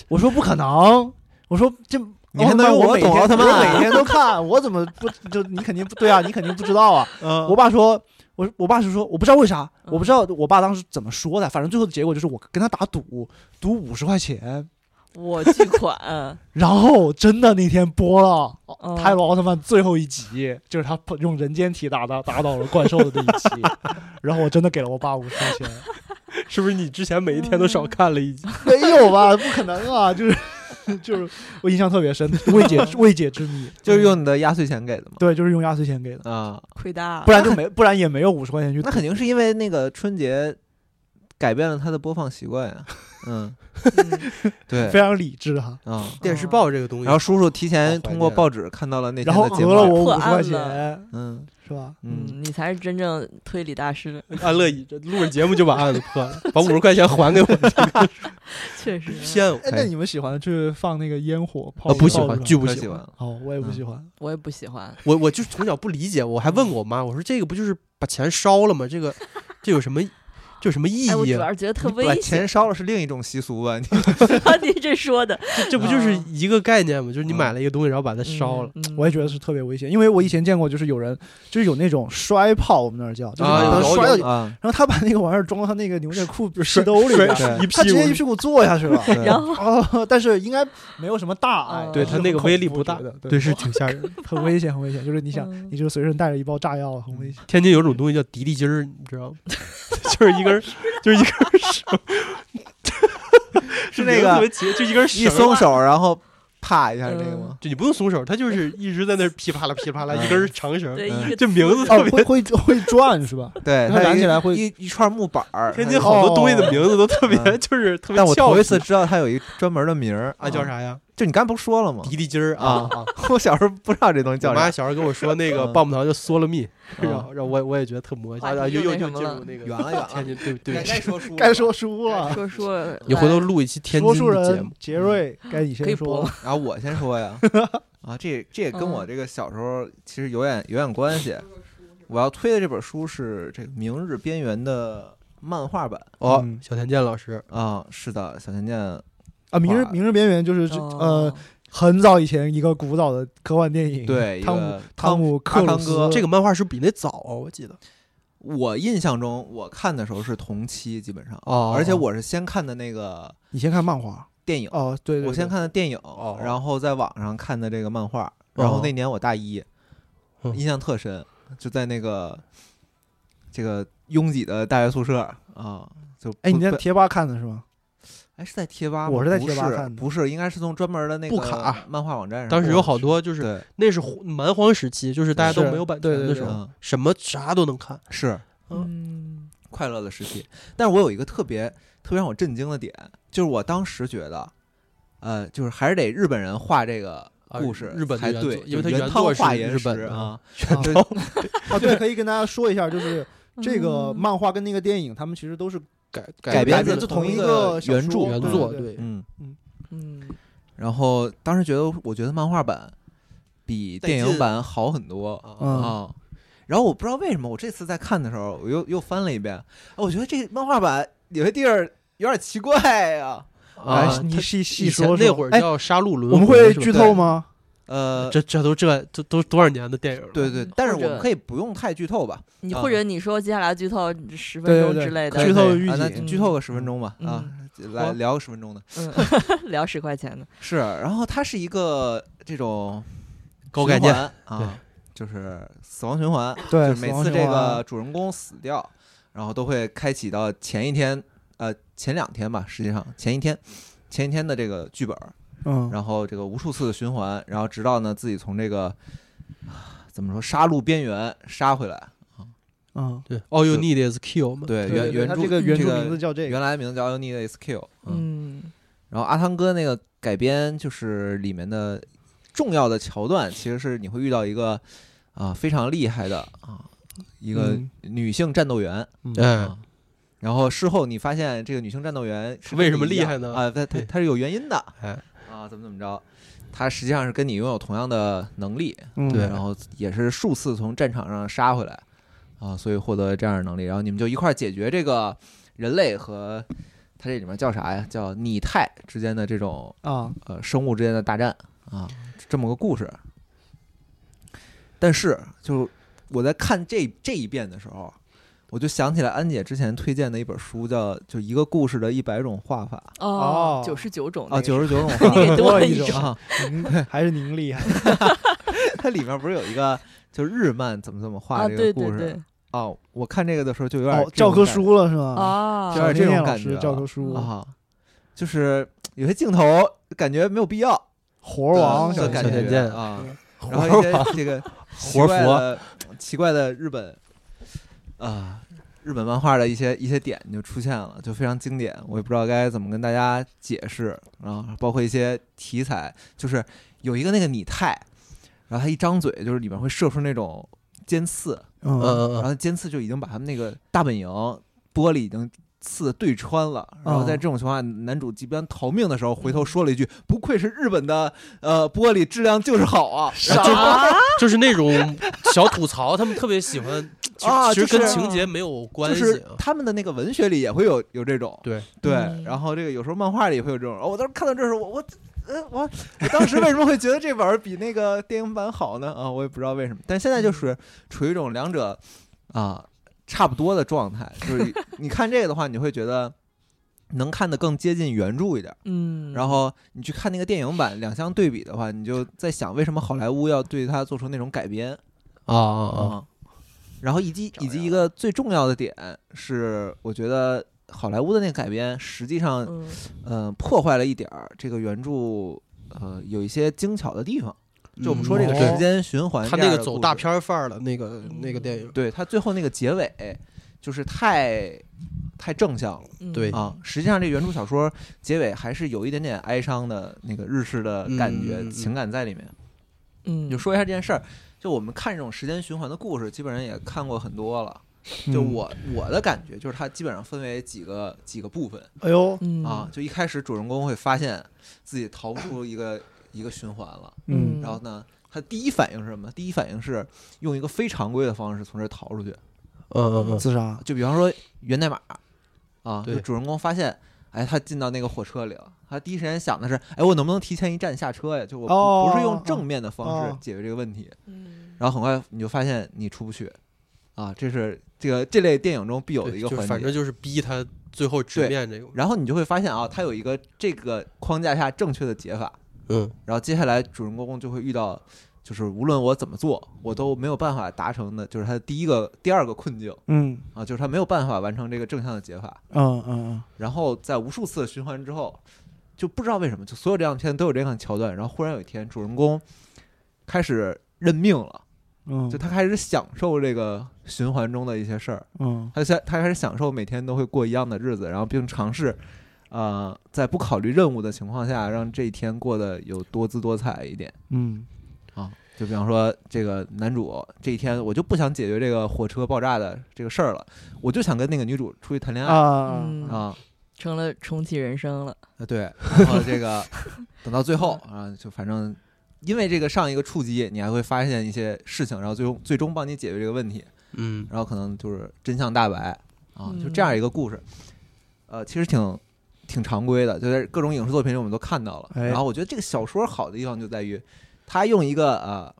C: 我说不可能，我说这
B: 你还能有
C: 奥特曼我
B: 我
C: 每
B: 懂
C: 天
B: 奥特曼
C: 我每天都看，我怎么不就你肯定不对啊，你肯定不知道啊。
B: 嗯
C: 我爸说，我我爸是说我不知道为啥，
A: 嗯
C: 我不知道我爸当时怎么说的，反正最后的结果就是我跟他打赌，赌五十块钱，
A: 我巨款，
C: 然后真的那天播了
A: 嗯
C: 《泰罗奥特曼》最后一集，就是他用人间体打的打倒了怪兽的那一集，然后我真的给了我爸五十块钱。
D: 是不是你之前每一天
A: 嗯
D: 都少看了一集？
C: 没有吧？不可能啊！就是 就是，我印象特 别深，未解未解之谜。嗯
B: 就是用你的压岁钱给的嘛。
C: 对，就是用压岁钱给的，
B: 啊，
A: 亏大了
C: 不。然就没，不然也没有五十块钱去。
B: 那肯定是因为那个春节改变了他的播放习 惯呀。嗯，
A: 嗯
B: 对
C: 非，常理智哈。
B: 啊。
D: 电视报这个东西，
B: 然后叔叔提
D: 好
B: 前
D: 怀
B: 通过
D: 念
B: 报纸看到了那
C: 然
B: 天
C: 后
B: 的节
C: 讹了我
B: 目，
A: 破
C: 五十块
A: 案
C: 钱，
B: 嗯
C: 是吧？
B: 嗯，
A: 嗯，你才是真正推理大师，
D: 安啊乐椅这录着节目就把案子破了， 把五十块钱还给我，
A: 确实。
D: 骗我！
C: 哎，那你们喜欢去放那个烟火炮？
D: 呃，不喜
C: 炮
D: 欢，
C: 竹
D: 巨
C: 吗
D: 不
B: 可
D: 喜
B: 喜
D: 欢嗯
B: 欢。了。
C: 哦，我也不喜欢。
A: 我也不喜欢。
D: 我我就是从小不理解，我还问过我妈，我说这个不就是把钱烧了吗？这个这有什么这有什么意
A: 哎，我主
D: 义？啊
A: 要是觉得特
B: 把
A: 危险。
B: 钱烧了是另一种习俗吧？你
A: 你这说的，
D: 这这不就是
A: 啊
D: 一个概念吗？就是你买了一个东西，然后把它烧了。
A: 嗯。
C: 我也觉得是特别危险，因为我以前见过，就是有人就是有那种摔炮，我们那儿叫，就是
D: 啊
C: 把它
D: 有
C: 摔到
D: 有
C: 你，
B: 啊，
C: 然后他把那个玩意儿装到他那个牛仔裤皮
D: 摔
C: 兜里边
D: 摔
C: 儿，
B: 对
D: 一
C: 他
D: 屁
C: 直接一
D: 股，
C: 屁股坐下去了。
B: 对
A: 然后
C: 哦，但是应该没有什么大碍
A: 嗯，
D: 对
C: 就
D: 它
C: 是
D: 那个
C: 很
D: 威
C: 恐
D: 力
C: 怖
D: 不大
C: 觉得，
D: 对，是挺吓人的。
C: 很危险，很危险。就是你想，
A: 嗯
C: 你就随身带着一包炸药，很危险。
D: 天津有种东西叫迪丽筋儿，你知道吗？ 就是一根儿， 就是一根儿 绳，
B: 是那
D: 特
B: 个
D: 别奇，就一根儿绳
B: 一松手，然后啪一下是那个 吗？
D: 就你不用松手，它就是一直在那儿噼啪啦噼啪啦，
B: 嗯
D: 一根儿长绳。
A: 对
B: 嗯
A: 一个
D: 这名字
C: 哦
D: 特，别，
C: 会会会转 是吧？
B: 对，
C: 它燃
B: 一
C: 起来会
B: 一一串木板儿。
D: 天
B: 它
D: 津
B: 有
D: 好多东西的名字都特别，
B: 嗯
D: 就是特别
B: 但我
D: 俏
B: 头
D: 皮
B: 一次知道它有一专门的名儿
D: 啊，叫？啥呀？
B: 就你刚不是说了吗？
D: 迪丽筋儿
B: 啊
D: 啊啊！
B: 我小时候不知道这东西
D: 我
B: 叫
D: 妈
B: 啥，
D: 小时候跟我说那个
B: 嗯
D: 棒棒糖就缩了蜜，
B: 嗯
D: 然后然后我我也觉得特魔性，
A: 话题
D: 啊又
A: 又
D: 又
A: 那什
D: 又
A: 么
D: 进
A: 了
D: 入那个
B: 远了远了
D: 天津，对 对不
B: 该
D: 起。
B: 说书，
C: 该说书 了，
A: 说说，
D: 你回头录一期天
C: 说
D: 津
C: 书
D: 的节
C: 人
D: 目，
C: 杰瑞，该你
A: 可以
C: 先
A: 播
C: 说
A: 吗。
B: 啊，我先 说呀，啊，这这也跟我
A: 嗯
B: 这个小时候其实有点有点关系。我要推的这本书是这个《明日边缘》的漫画版
D: 哦
C: 嗯，
D: 小田健老师，
B: 啊，是的，小田健
C: 啊，《明日
B: 哇
C: 明日边缘》就是这呃
A: 哦，
C: 很早以前一个古早的科幻电影，，
B: 对一
C: 汤
B: 个
C: 汤姆克
B: 阿
C: 鲁
B: 汤
C: 斯
B: 哥
D: 这个漫画是不是比那早啊，我记得
B: 我印象中我看的时候是同期基本上，
D: 哦
B: 而且我是先看的那个
C: 你先看漫画
B: 电影，
C: 哦，对，对
B: 我先，看的电影
D: 哦，
B: 然后在网上看的这个漫画，然后那年我大一，
D: 嗯
B: 印象特深，就在那个这个拥挤的大学宿舍啊，就
C: 对哎，你在
B: 在
C: 贴吧看的是 吗？
B: 哎是在贴吧吗，
C: 我是在
B: 不
C: 贴吧看的
B: 不是，应该是从专门的那
D: 布卡
B: 个漫画网站上，
D: 当时有好多就是
B: 对，
D: 那是黄蛮荒时期，就是大家都
C: 是
D: 没有版权
C: 对对
D: 的
C: 对
D: 时候，
B: 嗯，
D: 什么啥都能看。
B: 是
A: 嗯，
B: 快乐的时期。但是我有一个特别特别让我震惊的点，就是我当时觉得，呃，就是还是得日本人画这个
D: 啊
B: 故事、
D: 日本的
B: 才
D: 原作
B: 对，
D: 因为它
B: 就
D: 原
B: 原汤
D: 作是
B: 化
D: 日
B: 岩石
D: 本的
B: 啊，
C: 啊
B: 就
C: 啊，对，可以跟大家说一 下，就是这个
A: 嗯
C: 漫画跟那个电影，他们其实都是
D: 改
B: 改编
D: 自
B: 自
C: 自
B: 同
C: 同
B: 一
C: 个
B: 个
C: 小
B: 原著
C: 说
D: 原
C: 对
D: 作，
C: 对对
D: 对，
B: 嗯。
A: 嗯，
B: 然后当时觉得，我觉得漫画版比电影版好很多
C: 嗯
B: 啊。然后我不知道为什么，我这次在看的时候，我又又翻了一遍，啊我觉得这漫画版有些地儿有点奇怪呀、
D: 啊
C: 哎，你
D: 他
C: 细细
D: 以前
C: 说说
D: 那会儿
C: 哎，
D: 叫杀戮轮回，
C: 我们会
D: 是吧
C: 剧透吗？
B: 呃，
D: 这这都这这都多少年的电影了？
B: 对对
A: 嗯，
B: 但是我
A: 或者
B: 们可以不用太剧透吧？
A: 你
B: 啊
A: 或者你说接下来剧透十分
C: 对
A: 钟
C: 对对
A: 之类
C: 可
A: 的
C: 以剧，透预
B: 啊那
A: 警
B: 剧透个十分钟吧，
A: 嗯
B: 啊，来
D: 好
B: 聊个十分钟的。
A: 嗯，聊十块钱的，
B: 是，然后它是一个这种
D: 高概
B: 概
D: 念
B: 念啊，就是死亡循环，
C: 对，
B: 就是每次这个主人公死掉，然后都会开启到前一天，呃，前两天吧，实际上前一天，前一天的这个剧本，
C: 嗯，
B: 然后这个无数次的循环，然后直到呢自己从这个啊怎么说杀戮边缘杀回来。
C: 嗯，
D: 对，All you 哦 need is kill 嘛。
B: 对，
C: 对对
B: 原原
C: 它
B: 著
C: 这个原
B: 这
C: 著
B: 个
C: 名字叫这个，
B: 原来名字叫《Only a Skill》。，
A: 嗯，
B: 然后阿汤哥那个改编就是里面的重要的桥段，其实是你会遇到一个啊、非常厉害的啊一个
C: 嗯
B: 女性战斗员。
D: 哎，
B: 啊然后事后你发现这个女性战斗员是
D: 为什么
B: 跟你一样
D: 厉害呢
B: 啊，她她
D: 对
B: 她是有原因的
D: 哎，
B: 啊，怎么怎么着，她实际上是跟你拥有同样的能力，
C: 嗯
D: 对
B: 然后也是数次从战场上杀回来。啊，所以获得了这样的能力。然后你们就一块儿解决这个人类和它这里面叫啥呀？叫拟态之间的这种
C: 啊，
B: 呃生物之间的大战啊，这么个故事。但是，就我在看这这一遍的时候，我就想起来安姐之前推荐的一本书，叫《就一个故事的一百种画法
A: 哦
C: 哦，
A: 九十九种》
B: 啊，九
A: 十
B: 十九种画
A: 你给多
B: 法
C: 多
A: 了
C: 一
A: 一
C: 种
A: 种，
B: 啊。
C: 您还是您厉害，
B: 它里面不是有一个就日漫怎么怎么
A: 啊，
B: 画这
A: 对
B: 个
A: 对
B: 故事
A: 对，
B: 哦，我看这个的时候就有点
C: 哦，
B: 这
C: 教
B: 种
C: 科
B: 感觉
C: 书了是吗？
B: 有点
A: 啊
C: 小
B: 这种
C: 天老
B: 感
C: 师
B: 觉
C: 教
B: 啊
C: 科书，
B: 啊，就是有些镜头感觉没有必要
C: 活儿王
B: 的
C: 小
B: 感
C: 天
D: 小
B: 觉
D: 天剑
B: 啊，然
D: 活
B: 后一
D: 儿
B: 些
D: 吧，
B: 这个奇
D: 活
B: 怪
D: 佛
B: 的奇怪的日本啊。日本漫画的一些一些点就出现了，就非常经典。我也不知道该怎么跟大家解释，然后包括一些题材，就是有一个那个拟态，然后他一张嘴就是里面会射出那种尖刺，
C: 嗯嗯
B: 然
D: 嗯嗯
B: 后尖刺就已经把他们那个大本营玻璃已经刺得对穿了。然
D: 嗯
B: 后在这种情况下，男主即将逃命的时候，回头说了一句：“不愧是日本的呃玻璃质量就是好 啊！”
D: 嗯，啊就是就是那种小吐槽，他们特别喜欢， 其实
B: 啊
D: 其实
B: 就
D: 跟
B: 是
D: 情节没有关
B: 就
D: 系
B: 是
D: 啊。
B: 他们的那个文学里也会有有这种
D: 对
B: 对，
A: 嗯
B: 然后这个有时候漫画里也会有这种。哦，我当时看到这时候，我我呃我 我当时为什么会觉得这本儿比那个电影版好呢？啊，我也不知道为什么，但现在
D: 嗯
B: 就是处于一种两者啊差不多的状态， 就是你看这个的话，你会觉得能看得更接近原著一点儿。
A: 嗯，
B: 然后你去看那个电影版，两相对比的话，你就在想为什么好莱坞要对它做出那种改编。
D: 啊啊啊！
B: 啊。然后以及
A: 照
B: 以及
A: 样
B: 一个最重要的点是，我觉得好莱坞的那个改编实际上，
A: 嗯
B: 嗯、破坏了一点儿这个原著，呃，有一些精巧的地方。就我们说这个
C: 嗯
B: 时间循环，
D: 哦他那个走大，片儿范儿了，那个那个电影，
B: 啊嗯对他最后那个结尾就是太太正向了
A: 嗯
D: 对
B: 啊！实际上，这原著小说结尾还是有一点点哀伤的那个日式的感觉、
D: 嗯嗯嗯
B: 情感在里面。
A: 嗯，
B: 就说一下这件事儿，就我们看这种时间循环的故事，基本上也看过很多了。就
C: 嗯，
B: 我我的感觉就是，它基本上分为几个几个部分
C: 哎呦，
A: 嗯
B: 啊。就一开始主人公会发现自己逃不出一个一个循环了，
A: 嗯
B: 然后呢，他第一反应是什么？第一反应是用一个非常规的方式从这儿逃出去，
D: 嗯嗯嗯，
C: 自杀，
B: 就比方说源代码啊，
D: 对
B: 就主人公发现。哎，他进到那个火车里了。他第一时间想的是，哎，我能不能提前一站下车呀？就我不、
C: 哦
B: 不是用正面的方式
C: 哦
B: 解决这个问题。
A: 嗯
B: 然后很快你就发现你出不去，啊，这是这个这类电影中必有的
D: 对
B: 一个
D: 就
B: 环节。
D: 反正就是逼他最后直
B: 对
D: 面这个，
B: 然后你就会发现啊，它有一个这个框架下正确的解法，
D: 嗯
B: 然后接下来主人公就会遇到，就是无论我怎么做，我都没有办法达成的，就是他的第一个、第二个困境
C: 嗯
B: 啊，就是他没有办法完成这个正向的解法。
C: 嗯嗯
B: 然后在无数次的循环之后，就不知道为什么，就所有这样的片都有这样的桥段，然后忽然有一天，主人公开始认命了，
C: 嗯，
B: 就他开始享受这个循环中的一些事儿，
C: 嗯
B: 他现他开始享受每天都会过一样的日子，然后并尝试，呃，在不考虑任务的情况下，让这一天过得有多姿多彩一点
C: 嗯
B: 啊。就比方说，这个男主这一天我就不想解决这个火车爆炸的这个事儿了，我就想跟那个女主出去谈恋爱
C: 啊
A: 嗯
B: 啊。
A: 成了重启人生了，
B: 啊，对，然后这个等到最后啊，就反正因为这个上一个触及，你还会发现一些事情，然后最终最终帮你解决这个问题。
D: 嗯
B: 然后可能就是真相大白啊，
A: 嗯
B: 就这样一个故事，呃，其实挺挺常规的，就在各种影视作品里我们都看到了。
C: 哎
B: 然后我觉得这个小说好的地方就在于，它用一个呃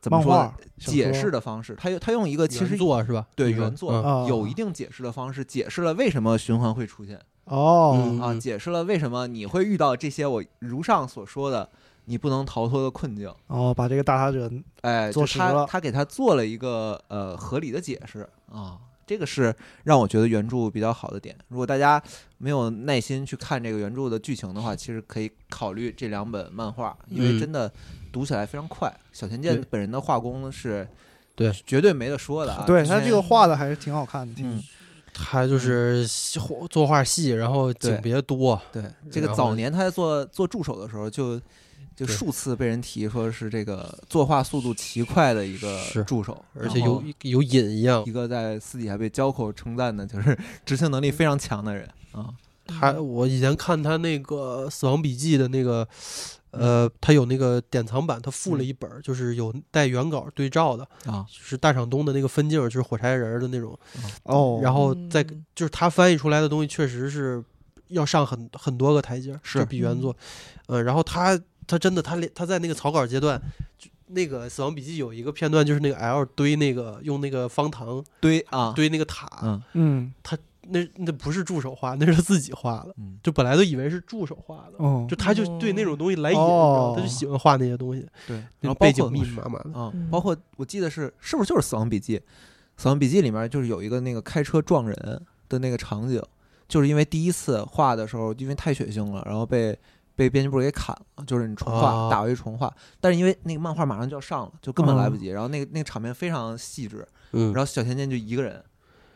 B: 怎么
C: 漫
B: 说
C: 画
B: 解释
C: 的
B: 的方式，它用它用一个其实
D: 原作啊是吧？
B: 对
D: 那个
B: 原作
D: 嗯
C: 啊
B: 有一定解释的方式，解释了为什么循环会出现
C: 哦
D: 嗯
B: 啊，解释了为什么你会遇到这些我如上所说的你不能逃脱的困境。
C: 哦，把这个大杀者
B: 哎，
C: 坐
B: 就
C: 实
B: 他
C: 了
B: 他给他做了一个呃合理的解释啊，这个是让我觉得原著比较好的点。如果大家没有耐心去看这个原著的剧情的话，其实可以考虑这两本漫画，因
D: 嗯
B: 为真的读起来非常快。小田健
D: 对
B: 本人的画工是
D: 对
B: 绝对没得 说的啊，
C: 对
B: 之
C: 他
B: 前
C: 这个画的还是挺好看的，挺
B: 嗯
D: 他就是细作画细，然后景别多，
B: 对这个
D: 然后
B: 早年他在做做助手的时候就。就
D: 对
B: 数次被人提说是这个作画速度奇快的一个
D: 是
B: 助手，
D: 而且
B: 然后
D: 有有瘾一样
B: 一。个在私底下被交口称赞的，就是执行能力非常强的人啊。
D: 他我以前看他那个《死亡笔记》的那个，
B: 嗯
D: 呃，他有那个典藏版，他附了一本儿，就是有带原稿对照的，
B: 啊，
D: 就是大场东的那个分镜，就是火柴人儿的那种，
C: 哦，
D: 然后再
A: 嗯
D: 就是他翻译出来的东西，确实是要上很很多个台阶儿，
B: 是
D: 就比原作，呃，然后他他真的他连他在那个草稿阶段。就那个《死亡笔记》有一个片段，就是那个 L 堆那个用那个方糖
B: 堆啊，
D: 堆那个塔，
B: 嗯
C: 嗯，
D: 那那不是助手画，那是他自己画的，
B: 嗯，
D: 就本来都以为是助手画的，
C: 哦，
D: 就他就对那种东西来瘾，你知道
C: 哦
D: 吗他就喜欢画那些东西，
B: 对，
D: 那
B: 然
D: 种
B: 后
D: 背
B: 包
D: 景
B: 括
D: 密密麻麻的。
B: 啊
A: 嗯，
B: 包括我记得是是不是就是《死亡笔记》？《死亡笔记》里面就是有一个那个开车撞人的那个场景，就是因为第一次画的时候，因为太血腥了，然后被被编辑部给砍了，就是你重画、
D: 哦
B: 打回重画，但是因为那个漫画马上就要上了，就根本
C: 哦
B: 来不及。然后那个那个场面非常细致，
D: 嗯
B: 然后小甜甜就一个人。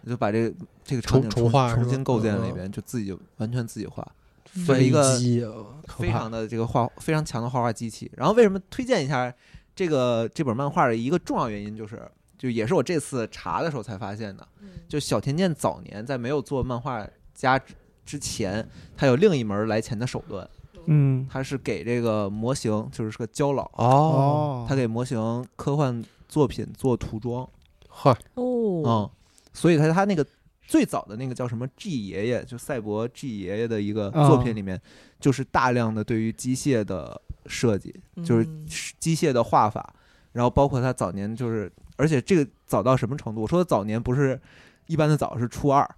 B: 就把这个这个
D: 重
B: 场景
D: 重
B: 重
D: 画是吧
B: 重新构建了一
D: 嗯
B: 遍，就自己就完全自己画，
A: 嗯
B: 对一个
D: 机啊可
B: 非
D: 怕
B: 常的这个画非常强的画画机器。然后为什么推荐一下这个这本漫画的一个重要原因就是，就也是我这次查的时候才发现的，
A: 嗯
B: 就小田健早年在没有做漫画家之之前，他有另一门来钱的手段，
C: 嗯，
B: 他是给这个模型就是个胶佬，
D: 哦，
C: 哦，
B: 他给模型科幻作品做涂装，
D: 呵，
A: 哦
B: 嗯，所以他他那个。最早的那个叫什么 G 爷爷，就赛博 G 爷爷的一个
D: 啊
B: 作品里面，就是大量的对于机械的设计，就是
A: 嗯
B: 机械的画法，然后包括他早年就是，而且这个早到什么程度？我说的早年不是一般的早，是初二，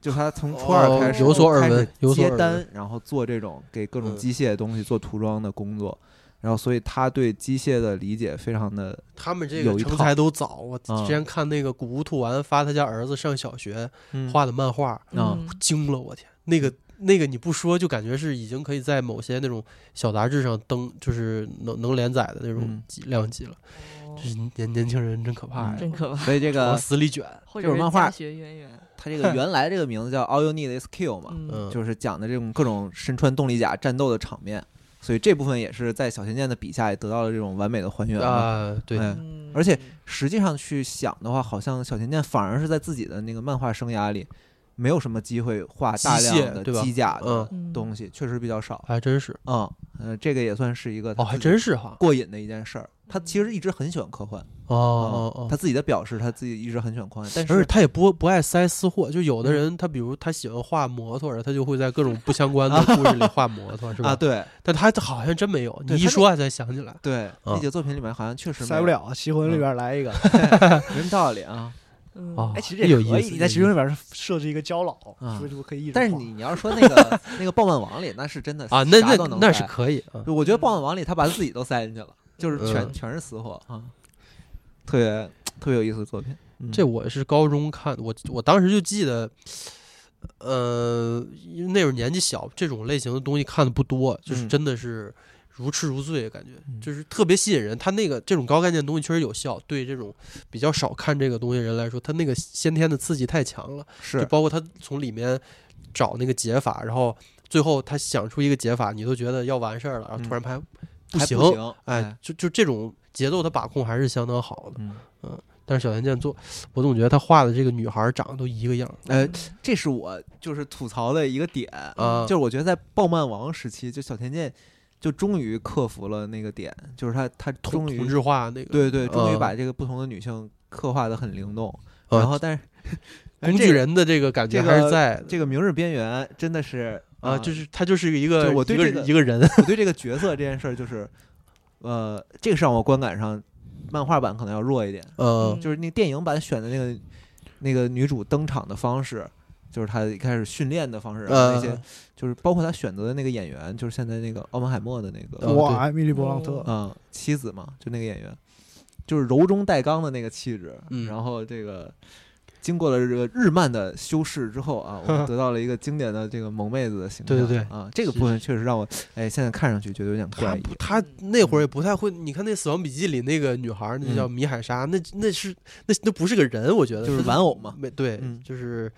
B: 就他从初二
D: 哦
B: 开始、
D: 有所耳闻
B: 开始
D: 有所
B: 接
D: 耳闻
B: 单，然后做这种给各种
D: 嗯
B: 机械的东西做涂装的工作，然后所以他对机械的理解非常的
D: 他们这
B: 有
D: 个
B: 一
D: 成
B: 套
D: 才都早。我
B: 嗯
D: 之前看那个古屋兔丸发他家儿子上小学
B: 画
D: 画的漫画，
B: 啊
A: 嗯
D: 惊了，我天，那
B: 嗯
D: 个。那个你不说，就感觉是已经可以在某些那种小杂志上登，就是能能连载的那种
B: 嗯哦
D: 级量级了。这是年年轻人真可怕呀，
A: 哦真可 怕。
B: 所以这
D: 往
B: 个
D: 死里卷。
A: 或者
B: 这种
A: 是
B: 漫画
A: 家学渊源，
B: 他这个原来这个名字叫 All You Need Is Kill 嘛，
A: 嗯
D: 嗯，
B: 就是讲的这种各种身穿动力甲战斗的场面，所以这部分也是在小田健的笔下也得到了这种完美的还原嘛
D: 啊，对，
B: 哎
A: 嗯
B: 而且实际上去想的话，好像小甜甜反而是在自己的那个漫画生涯里，没有什么机会画大
D: 机械
B: 量的
D: 对吧
B: 机甲的
A: 嗯
B: 东西，确实比较少。
D: 还真是
B: 嗯，呃，这个也算是一个
D: 哦，
B: 他
D: 还
B: 自己
D: 真是哈，
B: 过瘾的一件事儿。他其实一直很喜欢科幻，
D: 哦哦哦，
B: 嗯他自己的表示他自己一直很喜欢科幻，但
D: 而且
B: 是嗯
D: 他也不不爱塞私货，就有的人他比如他喜欢画摩托，他就会在各种不相关的故事里画摩 托，是吧？
B: 啊，对
D: 但他好像真没有，你
B: 对
D: 一
B: 他那
D: 说才想起来，
B: 对，那几个作品里面好像确实没
C: 塞不了，《啊棋魂》里边来一个，
D: 嗯
B: 有没什么道理
A: 嗯
B: 啊。
D: 哦
C: 哎，
D: 哎其
C: 其实
D: 实
C: 也
D: 也
C: 可
D: 可以
C: 以，你在《棋魂》里边设置一个胶佬，
B: 啊
C: 是不是就可以一直
B: 但是
C: 画
B: 你你要说那 个那个《暴漫王》里，那是真的
D: 啊，那
B: 啥都
D: 那
B: 能
D: 那
B: 塞
D: 是可以啊，
B: 就我觉得《爆漫王》里他把自己都塞进去了，就是全、
D: 嗯
B: 全是私货啊，特别特别有意思的作品。嗯
D: 这我是高中看，我我当时就记得。呃，因为那会儿年纪小，这种类型的东西看的不多，就是
B: 嗯
D: 真的是如痴如醉，感觉、
B: 嗯
D: 就是特别吸引人。他那个这种高概念的东西确实有效，对这种比较少看这个东西的人来说，他那个先天的刺激太强了。
B: 是
D: 就包括他从里面找那个解法，然后最后他想出一个解法，你都觉得要完事儿了，然后突然拍、
B: 嗯还
D: 行，
B: 行，
D: 哎，，就就这种节奏他把控还是相当好的。
B: 嗯，
D: 但是小田健做，我总觉得他画的这个女孩长得都一个样
B: 呃，这是我就是吐槽的一个点，
D: 啊，
B: 嗯就是我觉得在《爆漫王》时期，就小田健就终于克服了那个点，就是他他
D: 同
B: 终于
D: 同质化那个，
B: 对对，终于
D: 嗯
B: 把这个不同的女性刻画的很灵动，
D: 啊
B: 然后但是
D: 工具。人的这个感觉
B: 哎这个
D: 还是在的。
B: 这个《明日边缘》真的是
D: 啊，就是他就是一
B: 就
D: 个
B: 我对
D: 一个
B: 这个
D: 一个人
B: 我对这个角色这件事儿，就是，呃，这个是让我观感上，漫画版可能要弱一点，
D: 呃
B: 就是那电影版选的那个那个女主登场的方式，就是她一开始训练的方式，然后那些、
D: 呃，
B: 就是包括她选择的那个演员，就是现在那个奥本海默的那个，
D: 嗯
C: 哇，艾米丽·勃朗特
A: 哦
B: 嗯，妻子嘛，就那个演员，就是柔中带刚的那个气质，
D: 嗯
B: 然后这个。经过了这个日漫的修饰之后啊，我们得到了一个经典的这个萌妹子的形象。
D: 对对对
B: 啊，这个部分确实让我哎，现在看上去觉得有点怪
D: 他
B: 异
D: 不。他那
B: 嗯
D: 会儿也不太会，你看那《死亡笔记》里那个女孩儿，那叫米海莎，那那是那那不是个人，我觉得
B: 就是
D: 她
B: 玩偶嘛
D: 没对，
B: 嗯
D: 就是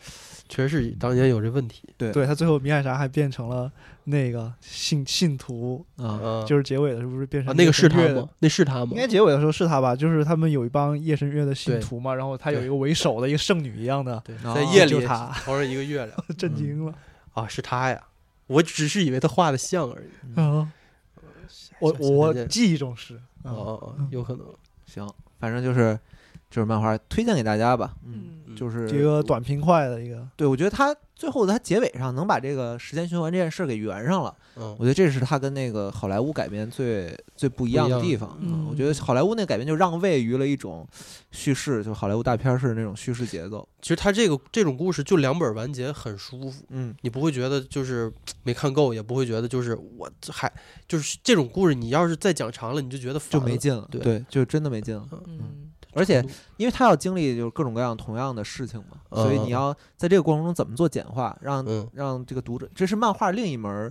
D: 确实是当年有这问题，
C: 对他最后米海莎还变成了那个信信徒，
B: 啊，
D: 嗯
C: 就是结尾的时候不是变
D: 啊
C: 成
D: 那个是他
C: 夜神月的
D: 吗？？那是他吗
C: 应？该结尾的时候是他吧？就是他们有一帮夜神月的信
D: 对
C: 徒嘛，然后他有
D: 对
C: 一个为首的一个圣女一样的，
D: 对，
B: 哦
D: 在夜里
C: 就他
D: 头上一个月亮，
C: 震惊了。
D: 啊，是他呀，我只是以为他画的像而已。
C: 啊，我
D: 嗯想
C: 我
D: 想
C: 记忆中是
D: 哦
C: 啊，
D: 哦，
B: 嗯
D: 哦有可能。
B: 行，反正就是就是漫画推荐给大家吧，嗯，
A: 嗯，
B: 就
C: 一
B: 是
C: 个短平快的一个，
B: 对我觉得他最后他结尾上能把这个时间循环这件事儿给圆上了，
D: 嗯
B: 我觉得这是他跟那个好莱坞改编最最不一样的地方。
A: 不一样
B: 嗯
A: 嗯
B: 我觉得好莱坞那改编就让位于了一种叙事，就好莱坞大片儿式的那种叙事节奏。
D: 其实他这个这种故事就两本完结很舒服，
B: 嗯，
D: 你不会觉得就是没看够，也不会觉得就是我这还就是这种故事，你要是再讲长了，你就觉得烦
B: 就
D: 了
B: 没劲了，
D: 对
B: 就真的没劲了。
A: 嗯，
B: 而且因为他要经历就是各种各样同样的事情嘛，
D: 嗯
B: 所以你要在这个过程中怎么做简化，让
D: 嗯
B: 让这个读者，这是漫画另一门儿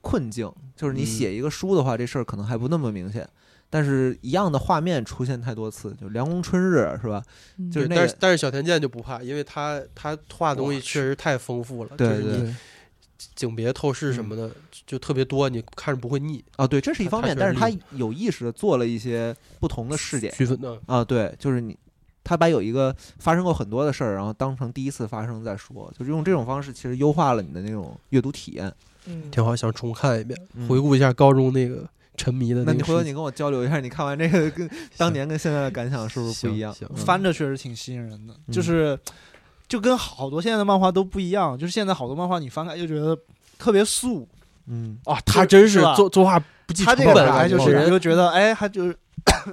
B: 困境，就是你
D: 嗯
B: 写一个书的话，这事儿可能还不那么明显，但是一样的画面出现太多次，就《凉宫春日》是吧？
A: 嗯
B: 就是那
D: 但
B: 个
D: 是但是小田健就不怕，因为他他画的东西确实太丰富了，
B: 对
D: 就是你
B: 对，嗯
D: 景别透视什么的就特别多，你看着不会腻。
B: 哦对，这是一
D: 他
B: 方
D: 他
B: 面，
D: 确
B: 但是
D: 实
B: 他
D: 厉
B: 有意识的做了一些不同的视点
D: 区分嗯的，
B: 啊，对，就是你。他把有一个发生过很多的事儿，然后当成第一次发生再说，就是用这种方式，其实优化了你的那种阅读体验。
A: 嗯
D: 挺好，想重看一遍，
B: 嗯
D: 回顾一下高中那个沉迷的
B: 那
D: 个
B: 你
D: 时期。
B: 回头你跟我交流一下，你看完这个 跟当年跟现在的感想是不是不一样
D: 行？
B: 嗯
D: 行
C: 翻着确实挺吸引人的，
B: 嗯
C: 就是就跟好多现在的漫画都不一样，就是现在好多漫画你翻开就觉得特别素
B: 嗯，
C: 啊，
D: 他真是
C: 吧
D: 作作画不计
C: 他
D: 成
C: 这
D: 本
C: 个
D: 啊，
C: 本来就
D: 这
C: 是
D: 个
C: 你
D: 人
C: 就觉得哎，他就是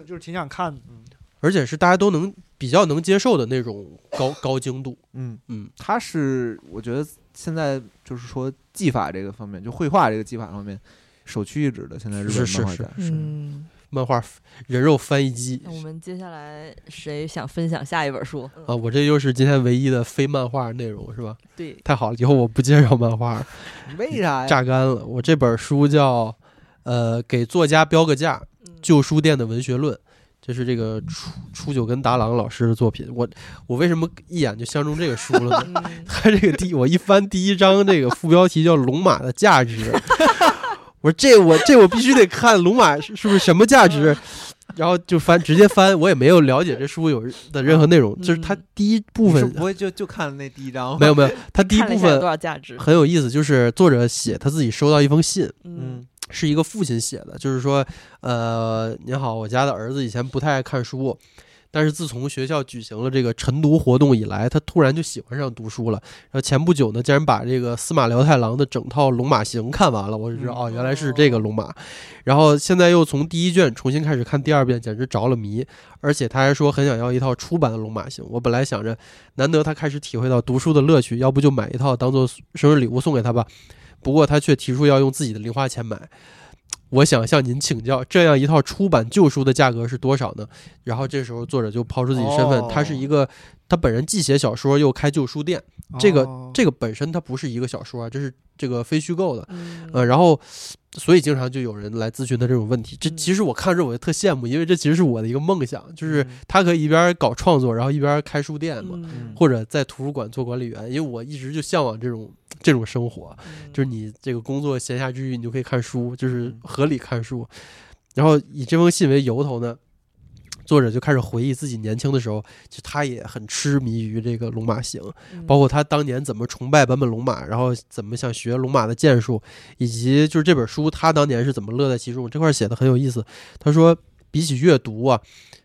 C: 就是挺想看的，
D: 而且是大家都能比较能接受的那种高高精度。
B: 嗯
D: 嗯，
B: 他是我觉得现在就是说技法这个方面，就绘画这个技法方面首屈一指的，现在日
D: 是
B: 本
D: 是
B: 漫画
D: 是
B: 家。
A: 嗯，
D: 漫画人肉翻译机
A: 那我们接下来谁想分享下一本书？
D: 啊，我这又是今天唯一的非漫画内容是吧？
A: 对，
D: 太好了，以后我不介绍漫画了，嗯
B: 为
C: 哎
B: 啥呀？
D: 榨干了。我这本书叫呃，给作家标个价，
A: 嗯
D: 旧书店的文学论。这是这个初初九跟达郎老师的作品，我我为什么一眼就相中这个书了呢？
A: 嗯
D: 他这个第我一翻第一章，这个副标题叫《龙马的价值》， 我说这我这我必须得看龙马是是不是什么价
A: 嗯
D: 值，然后就翻直接翻，我也没有了解这书有的任何内
A: 嗯
D: 容，就是他第一部
B: 你是
D: 分
B: 不会就就看那第一章吧？
D: 没 有没有，他第一
A: 看了
D: 部
A: 一下有多
D: 分
A: 少价 值？
D: 很有意思，就是作者写他自己收到一封信，
A: 嗯
B: 嗯
D: 是一个父亲写的，就是说，呃，您好，我家的儿子以前不太爱看书，但是自从学校举行了这个晨读活动以来，他突然就喜欢上读书了。然后前不久呢，竟然把这个司马辽太郎的整套《龙马行》看完了，我就知道
B: 嗯
D: 哦，原来是这个龙马。然后现在又从第一卷重新开始看第二遍，简直着了迷。而且他还说很想要一套出版的《龙马行》。我本来想着，难得他开始体会到读书的乐趣，要不就买一套当做生日礼物送给他吧。不过他却提出要用自己的零花钱买。我想向您请教，这样一套出版旧书的价格是多少呢？然后这时候作者就抛出自己身份，
C: 哦
D: 他是一个他本人既写小说又开旧书店，嗯这个
C: 哦
D: 这个本身它不是一个小说啊，这是这个非虚构的，
A: 嗯
D: 呃，然后所以经常就有人来咨询他这种问题。这
A: 嗯
D: 其实我看着我就特羡慕，因为这其实是我的一个梦想，就是
B: 嗯
D: 他可以一边搞创作，然后一边开书店嘛，
A: 嗯
D: 或者在图书馆做管理员，因为我一直就向往这种这种生活。
A: 嗯
D: 就是你这个工作闲暇之余，你就可以看书，就是
B: 嗯
D: 合理看书。然后以这封信为由头呢，作者就开始回忆自己年轻的时候，就他也很痴迷于这个《龙马行》，
A: 嗯
D: 包括他当年怎么崇拜坂本龙马，然后怎么想学龙马的剑术，以及就是这本书他当年是怎么乐在其中。这块写的很有意思，他说比起阅读啊。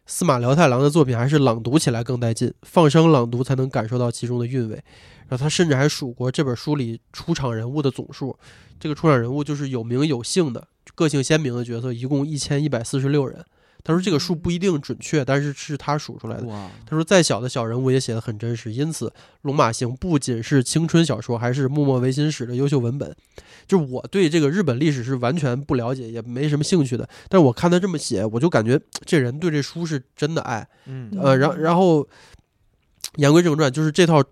D: 司马辽太郎的作品还是朗读起来更带劲，放声朗读才能感受到其中的韵味。然后他甚至还数过这本书里出场人物的总数，这个出场人物就是有名有姓的、个性鲜明的角色，一共一千一百四十六人。他说这个数不一定准确，但是是他数出来的。
B: 哇，
D: 他说，再小的小人物也写得很真实，因此《龙马行》不仅是青春小说，还是幕末维新史的优秀文本。就是我对这个日本历史是完全不了解，也没什么兴趣的，但我看他这么写，我就感觉这人对这书是真的爱。
B: 嗯
D: 呃，然然后言归正传，就是这套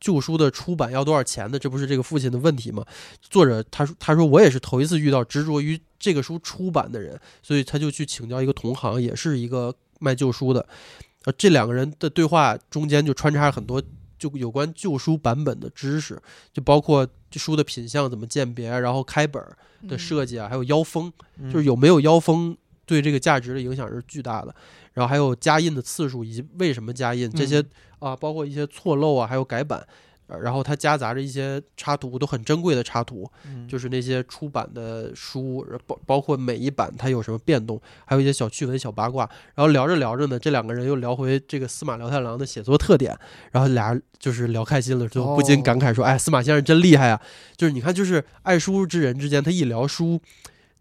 D: 旧书的出版要多少钱呢？这不是这个父亲的问题吗？作者他说他说我也是头一次遇到执着于这个书出版的人，所以他就去请教一个同行，也是一个卖旧书的。呃，这两个人的对话中间就穿插了很多就有关旧书版本的知识，就包括这书的品相怎么鉴别，啊然后开本儿
A: 嗯
D: 的设计啊，还有腰封。就是
B: 有
D: 有没有腰封对这个价值的影响是巨大的。然后还有加印的次数以及为什么加印这些、啊，包括一些错漏啊，还有改版，呃然后它夹杂着一些插图，都很珍贵的插图，
B: 嗯
D: 就是那些出版的书，呃包包括每一版它有什么变动，还有一些小趣闻、小八卦。然后聊着聊着呢，这两个人又聊回这个司马辽太郎的写作特点，然后俩人就是聊开心了，就不禁感慨说：“哎，司马先生真厉害啊！”就是你看，就是爱书之人之间，他一聊书。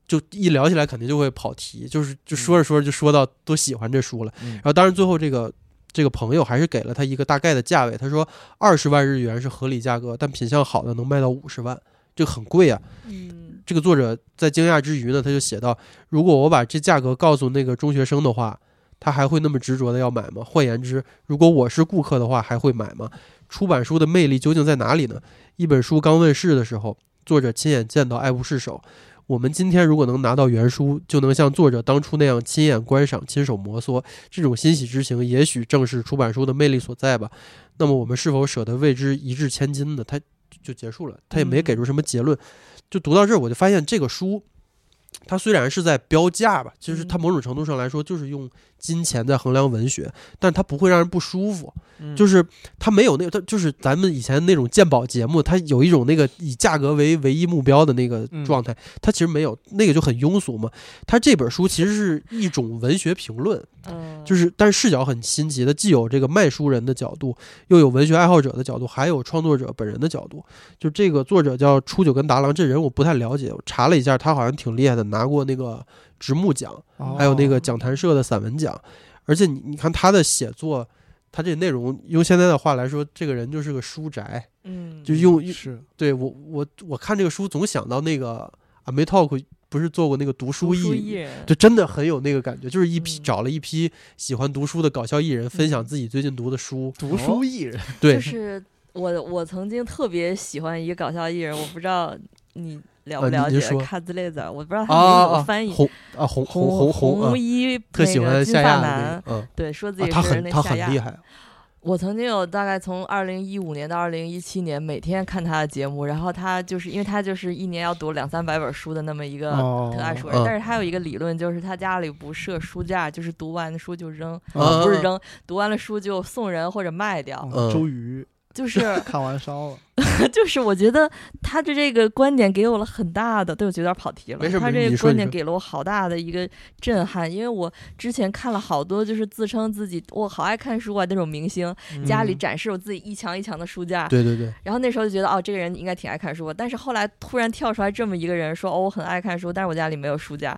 D: 就一聊起来肯定就会跑题，就是就说着说着就说到都喜欢这书了，
B: 嗯
D: 然后当然最后这个这个朋友还是给了他一个大概的价位，他说二十万日元是合理价格，但品相好的能卖到五十万，这个很贵啊。
A: 嗯
D: 这个作者在惊讶之余呢，他就写道：如果我把这价格告诉那个中学生的话，他还会那么执着的要买吗？换言之，如果我是顾客的话，还会买吗？出版书的魅力究竟在哪里呢？一本书刚问世的时候，作者亲眼见到，爱不释手。我们今天如果能拿到原书，就能像作者当初那样亲眼观赏、亲手摩挲，这种欣喜之情，也许正是出版书的魅力所在吧。那么，我们是否舍得为之一掷千金呢？他就结束了，他也没
A: 嗯
D: 给出什么结论。就读到这儿，我就发现这个书，它虽然是在标价吧，其实它
A: 嗯
D: 某种程度上来说就是用金钱在衡量文学，但它不会让人不舒服。
B: 嗯
D: 就是它没有那，它就是咱们以前那种鉴宝节目，它有一种那个以价格为唯一目标的那个状态，它其实没有，那个就很庸俗嘛。它这本书其实是一种文学评论，
A: 嗯，
D: 呃就是但视角很新奇的，既有这个卖书人的角度，又有文学爱好者的角度，还有创作者本人的角度。就这个作者叫初九跟达郎，这人我不太了解，我查了一下，他好像挺厉害的，拿过那个直木奖。
C: 嗯
D: 还有
C: 哦
D: 那个讲坛社的散文奖，而且你你看他的写作，他这内容用现在的话来说，这个人就是个书宅，
A: 嗯，
D: 就用
C: 是
D: 对我我我看这个书总想到那个啊没 talk 不是做过那个读
A: 读
D: 书
A: 书
D: 艺，
A: 艺人，
D: 就真的很有那个感觉，就是一批
A: 嗯
D: 找了一批喜欢读书的搞笑艺人，分享自己最近读的书，
C: 读书艺人，
D: 对
A: 就，是我我曾经特别喜欢一个搞笑艺人，我不知道你了不
D: 啊你
A: 了
D: 你
A: 解
D: 说
A: 卡兹列泽，我不知道他名字
D: 啊
A: 怎
D: 啊
A: 么翻译。
D: 红啊红
A: 红
D: 红红红啊，
A: 衣
D: 特喜
A: 那个
D: 欢
A: 金
D: 夏
A: 发
D: 亚的那
A: 男，
D: 个，嗯。
A: 对，说自
D: 啊
A: 己，
D: 他
A: 是
D: 很
A: 那
D: 他
A: 夏
D: 很
A: 亚。
D: 厉害，
A: 我曾经有大概从二零一五年到二零一七年，每天看他的节目，然后他就是因为他就是一年要读两三百本书的那么一个
C: 哦
A: 特爱书人，
D: 嗯
A: 但是他有一个理论，就是他家里不设书架，就是读完书就扔，
C: 啊
D: 嗯
A: 不是扔，读完了书就送人或者卖掉，
D: 嗯
C: 周瑜
A: 就是
C: 看完烧了，
A: 就是我觉得他的这个观点给我了很大的，对我觉得有点跑题了。
D: 没事
A: 他
D: 没事
A: 这
D: 你
A: 个
D: 说
A: 观
D: 你
A: 点
D: 说
A: 给了我好大的一个震撼，因为我之前看了好多就是自称自己我好爱看书啊那种明星，家里
D: 嗯
A: 展示我自己一墙一墙的书架，
D: 对对对，
A: 然后那时候就觉得哦，这个人应该挺爱看书的，但是后来突然跳出来这么一个人说哦，我很爱看书，但是我家里没有书架，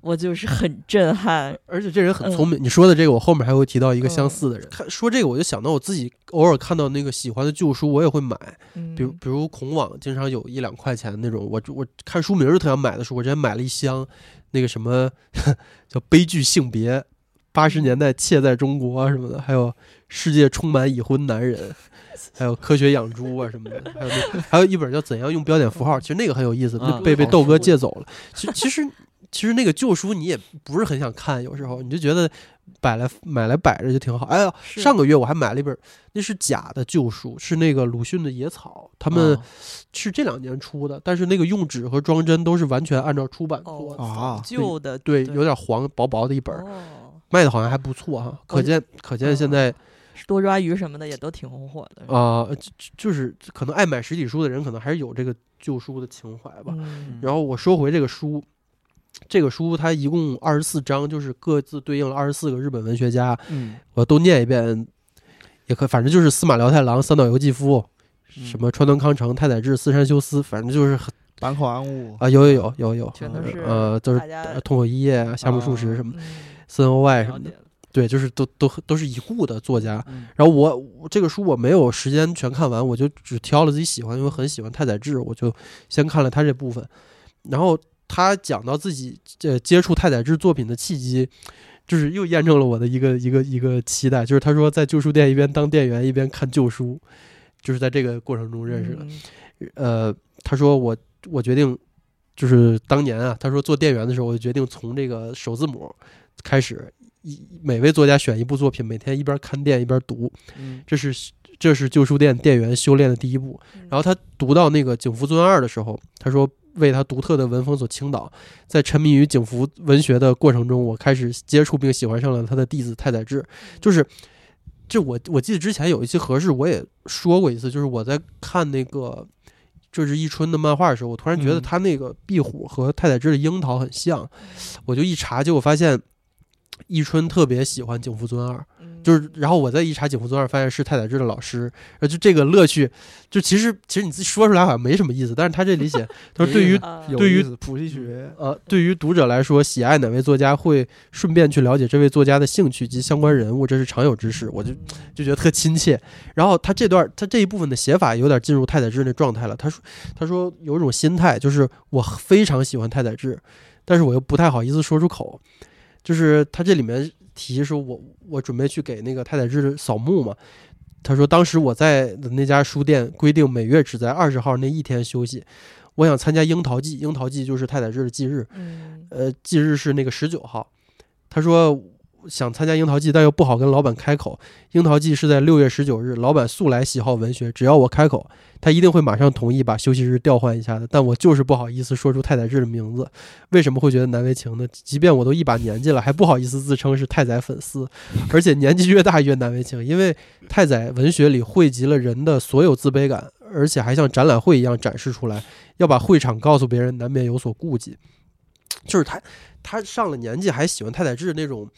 A: 我就是很震撼。
D: 而且这人很聪明。你说的这个，我后面还会提到一个
A: 嗯
D: 相似的人。看说这个，我就想到我自己偶尔看到那个喜欢的旧书，我也会买。
A: 嗯，
D: 比如，比如孔网经常有一两块钱那种，我我看书名儿就特想买的书，我之前买了一箱，那个什么 叫《悲剧性别》，八十年代妾在中国什么的，还有《世界充满已婚男人》，还有《科学养猪》啊什么的，还有那还有一本叫《怎样用标点符号》，其实那个很有意思，
B: 嗯
D: 被被
A: 好
D: 豆哥
A: 书
D: 借走了。其其实其实那个旧书你也不是很想看，有时候你就觉得摆来买来摆着就挺好。哎呀，
A: 是
D: 上个月我还买了一本，那是假的旧书，是那个鲁迅的《野草》，他们
B: 啊
D: 是这两年出的，但是那个用纸和装帧都是完全按照出版做的。
A: 哦
C: 啊
A: 旧的
D: 对，
A: 对
D: 有点黄，薄薄的一本，
A: 哦，嗯
D: 卖的好像还不错哈。可见，可见现在
A: 多抓鱼什么的也都挺红火的。
D: 啊、就就就是可能爱买实体书的人，可能还是有这个旧书的情怀吧。
A: 嗯
D: 然后我说回这个书，这个书它一共二十四章，就是各自对应了二十四个日本文学家，
C: 嗯，
D: 我都念一遍，也可反正就是司马辽太郎、三岛由纪夫，
A: 嗯
C: 嗯
D: 什么川端康成、太宰治、四山修司，反正就是很
C: 坂口安吾
D: 啊，有有有有有，
A: 全都是
D: 呃，都是
A: 大家
D: 呃痛口一叶啊、夏目漱石什么、
A: 嗯
D: 森欧哎外什
A: 了
D: 么的
A: 解，了
D: 对，就是都都都是已故的作家。
B: 嗯
D: 然后我我这个书我没有时间全看完，我就只挑了自己喜欢，因为很喜欢太宰治，我就先看了他这部分。然后他讲到自己呃接触太宰治作品的契机，就是又验证了我的一个一个一个期待，就是他说在旧书店一边当店员一边看旧书，就是在这个过程中认识的。
A: 嗯
D: 呃，他说我我决定，就是当年啊，他说做店员的时候，我就决定从这个首字母开始，一每位作家选一部作品，每天一边看店一边读，
B: 嗯
D: 这是这是旧书店店员修炼的第一步
A: 嗯。
D: 然后他读到那个《景福尊二》的时候，他说。为他独特的文风所倾倒，在沉迷于景福文学的过程中，我开始接触并喜欢上了他的弟子太宰治。就是就我我记得之前有一期合适我也说过一次，就是我在看那个就是一春的漫画的时候，我突然觉得
B: 嗯
D: 他那个壁虎和太宰治的樱桃很像，我就一查，结果发现一春特别喜欢景福尊二，
C: 嗯
A: 嗯
D: 就是然后我再一查景福尊二，发现是太宰治的老师，呃，就这个乐趣，就其实其实你自己说出来好像没什么意思，但是他这里写，他说对于
A: 啊
D: 对于
C: 有意思谱系学，
D: 呃，对于读者来说，喜爱哪位作家会顺便去了解这位作家的兴趣及相关人物，这是常有之事。我就就觉得特亲切。然后他这段他这一部分的写法有点进入太宰治那状态了。他说他说有一种心态，就是我非常喜欢太宰治，但是我又不太好意思说出口。就是他这里面提说我我准备去给那个太宰治扫墓嘛。他说当时我在的那家书店规定每月只在二十号那一天休息。我想参加樱桃季，樱桃季就是太宰治的忌日，
A: 嗯
D: 呃，忌日是那个十九号。他说想参加樱桃季，但又不好跟老板开口。樱桃季是在六月十九日，老板素来喜好文学，只要我开口，他一定会马上同意把休息日调换一下的。但我就是不好意思说出太宰治的名字，为什么会觉得难为情呢？即便我都一把年纪了，还不好意思自称是太宰粉丝，而且年纪越大越难为情，因为太宰文学里汇集了人的所有自卑感，而且还像展览会一样展示出来，要把会场告诉别人，难免有所顾忌。就是他，他上了年纪还喜欢太宰治那种，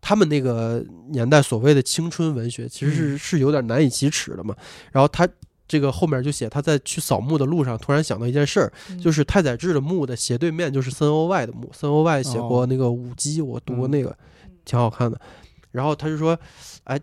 D: 他们那个年代所谓的青春文学，其实是是有点难以启齿的嘛。然后他这个后面就写他在去扫墓的路上，突然想到一件事儿，
A: 嗯
D: 就是太宰治的墓的斜对面就是森欧外的墓，森欧外写过那个舞姬，我读过那个，挺好看的。然后他就说，哎，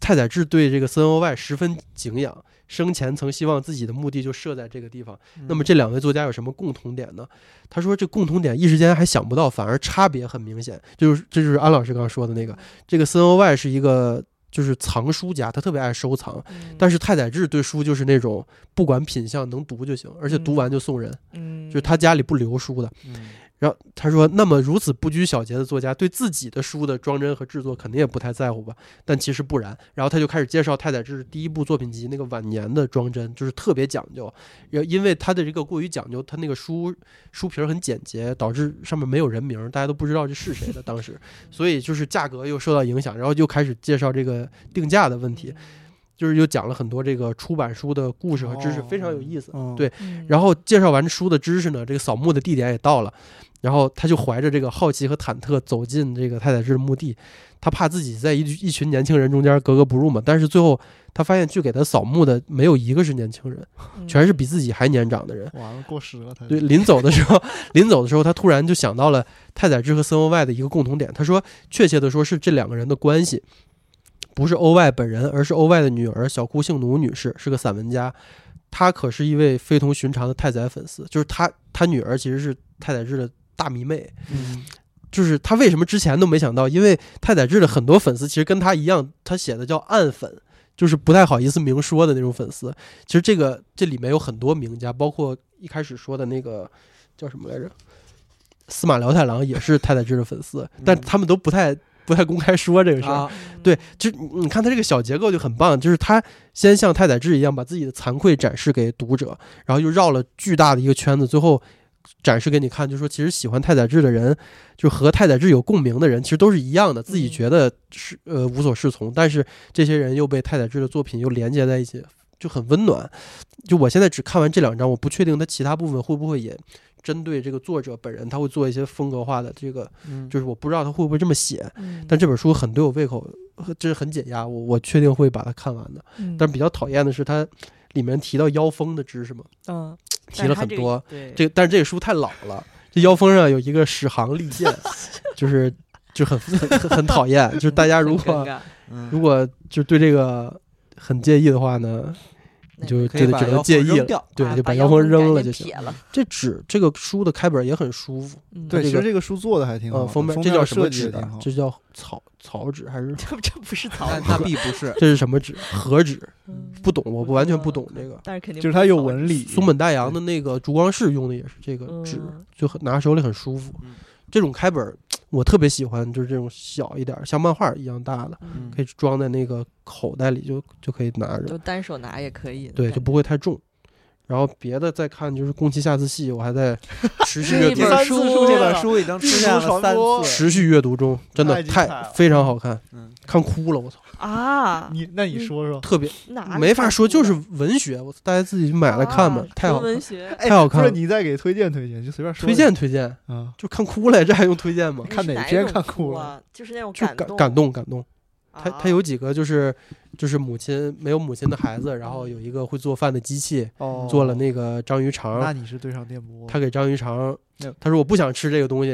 D: 太宰治对这个森欧外十分敬仰，生前曾希望自己的墓地就设在这个地方。那么这两位作家有什么共同点呢？他说这共同点一时间还想不到，反而差别很明显。就是这就是安老师刚刚说的那个，这个森欧外是一个就是藏书家，他特别爱收藏。
A: 嗯
D: 但是太宰治对书就是那种不管品相能读就行，而且读完就送人，
A: 嗯，
D: 就是他家里不留书的。
B: 嗯
D: 然后他说，那么如此不拘小节的作家，对自己的书的装帧和制作肯定也不太在乎吧？但其实不然。然后他就开始介绍太宰治第一部作品集那个晚年的装帧，就是特别讲究。然后因为他的这个过于讲究，他那个书 书皮儿很简洁，导致上面没有人名儿，大家都不知道这是谁的。当时，所以就是价格又受到影响，然后又开始介绍这个定价的问题，就是又讲了很多这个出版书的故事和知识，
C: 哦
D: 非嗯常有意思。
C: 嗯，
D: 对
A: 嗯，
D: 然后介绍完书的知识呢，这个扫墓的地点也到了，然后他就怀着这个好奇和忐忑走进这个太宰治的墓地，他怕自己在一群一群年轻人中间格格不入嘛，但是最后他发现去给他扫墓的没有一个是年轻人，
A: 嗯
D: 全是比自己还年长的人。
C: 完了过时了，他
D: 对，临走的时候， 临走的时候，他突然就想到了太宰治和森欧外的一个共同点。他说，确切的说是这两个人的关系，不是欧外本人，而是欧外的女儿小哭幸奴女士，是个散文家。她可是一位非同寻常的太宰粉丝，就是她，她女儿其实是太宰治的大迷妹。
C: 嗯
D: 就是他为什么之前都没想到？因为太宰治的很多粉丝其实跟他一样，他写的叫暗粉，就是不太好意思明说的那种粉丝。其实这个这里面有很多名家，包括一开始说的那个叫什么来着，司马辽太郎也是太宰治的粉丝，但他们都不太不太公开说这个事儿。
B: 啊，
A: 嗯
D: 对，就你看他这个小结构就很棒，就是他先像太宰治一样把自己的惭愧展示给读者，然后又绕了巨大的一个圈子，最后展示给你看，就说其实喜欢太宰治的人，就和太宰治有共鸣的人，其实都是一样的，自己觉得是呃无所适从，但是这些人又被太宰治的作品又连接在一起，就很温暖。就我现在只看完这两章，我不确定他其他部分会不会也针对这个作者本人，他会做一些风格化的这个，
B: 嗯
D: 就是我不知道他会不会这么写，
A: 嗯，
D: 但这本书很对我胃口，呃真是很解压。我我确定会把它看完的。
A: 嗯
D: 但比较讨厌的是，它里面提到妖风的知识嘛，
A: 嗯，
D: 提了很多。
A: 但是他这个，对
D: 这但是这个书太老了，这妖风上有一个史航利 剑，就是就很很很很讨厌。就是大家如
A: 很尴
D: 果
A: 尬
B: 嗯
D: 如果就对这个很介意的话呢，你就
B: 可
D: 就
B: 以
D: 得
B: 把
D: 只能
B: 妖
D: 介
B: 风
D: 意
B: 扔
D: 了
B: 掉。
D: 对，
A: 啊
D: 就
A: 把
D: 把
A: 妖
D: 妖风扔了
A: 赶
D: 就
A: 紧
D: 行
A: 撇。了，
D: 这纸这个书的开本也很舒服，
A: 嗯
C: 对，
D: 这
C: 其
D: 个
C: 实这个书做的还挺好
D: 呃，
C: 的，
D: 封面
C: 面
D: 这叫什么
C: 设计
D: 纸
C: 也挺
D: 啊
C: 好？
D: 这叫草草纸还是
A: 这这 不是草
B: 那
A: 稿，
B: 那必不 是，
D: 这是什么纸？和纸。
A: 嗯
D: 不懂，我不完全不
A: 哦
D: 懂这个。
A: 但是肯定
C: 就是
A: 不
C: 它有
A: 草
C: 纹理，
D: 松本大洋的那个烛光室用的也是这个
A: 嗯
D: 纸，就很拿手里很舒服
B: 嗯。
D: 这种开本儿我特别喜欢，就是这种小一点儿，像漫画一样大的，
A: 嗯
D: 可以装在那个口袋里就就可以拿着
A: 就，单手拿也可以，
D: 对，就不会太重。然后别的再看就是宫崎下次戏，我 还在持续阅
A: 这
D: 读
A: 本
B: 三
A: 书
B: 次说这本书已经出现
C: 地书
B: 了
C: 传
B: 三
C: 播
B: 次，
D: 持续阅读中，真的
C: 太精彩
D: 太
C: 了
D: 非常好看，
B: 嗯，
D: 看哭了，我操，
A: 啊，
C: 你那你说说，
D: 特别
A: 哪
D: 没法说，就是文学，我操大家自己买来看吧，太好
A: 啊文
D: 看，
A: 学，
C: 哎
D: 太好
C: 不
D: 看
C: 是
D: 了，
C: 你再给推荐推荐，就随便说
D: 推荐推荐，
C: 啊。
D: 就看哭了，这还用推荐 吗？
C: 看
A: 是
C: 哪
A: 哪一
C: 篇
A: 种
C: 看哭
A: 啊？就是那种
D: 就
A: 动，
D: 感动感动。
A: 啊，
D: 他他有几个就是就是母亲没有母亲的孩子，然后有一个会做饭的机器，
C: 哦，
D: 做了那个章鱼肠
C: 那，你是对上电波，
D: 他给章鱼肠
B: 那，
D: 他说我不想吃这个东西，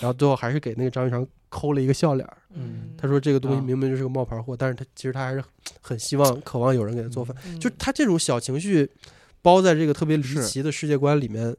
D: 然后最后还是给那个章鱼肠抠了一个笑脸儿。
A: 嗯，
D: 他说这个东西
B: 啊
D: 明明就是个冒牌货，但是他其实他还是很希望渴望有人给他做饭，
A: 嗯
D: 就他这种小情绪包在这个特别离
B: 是
D: 奇的世界观里面，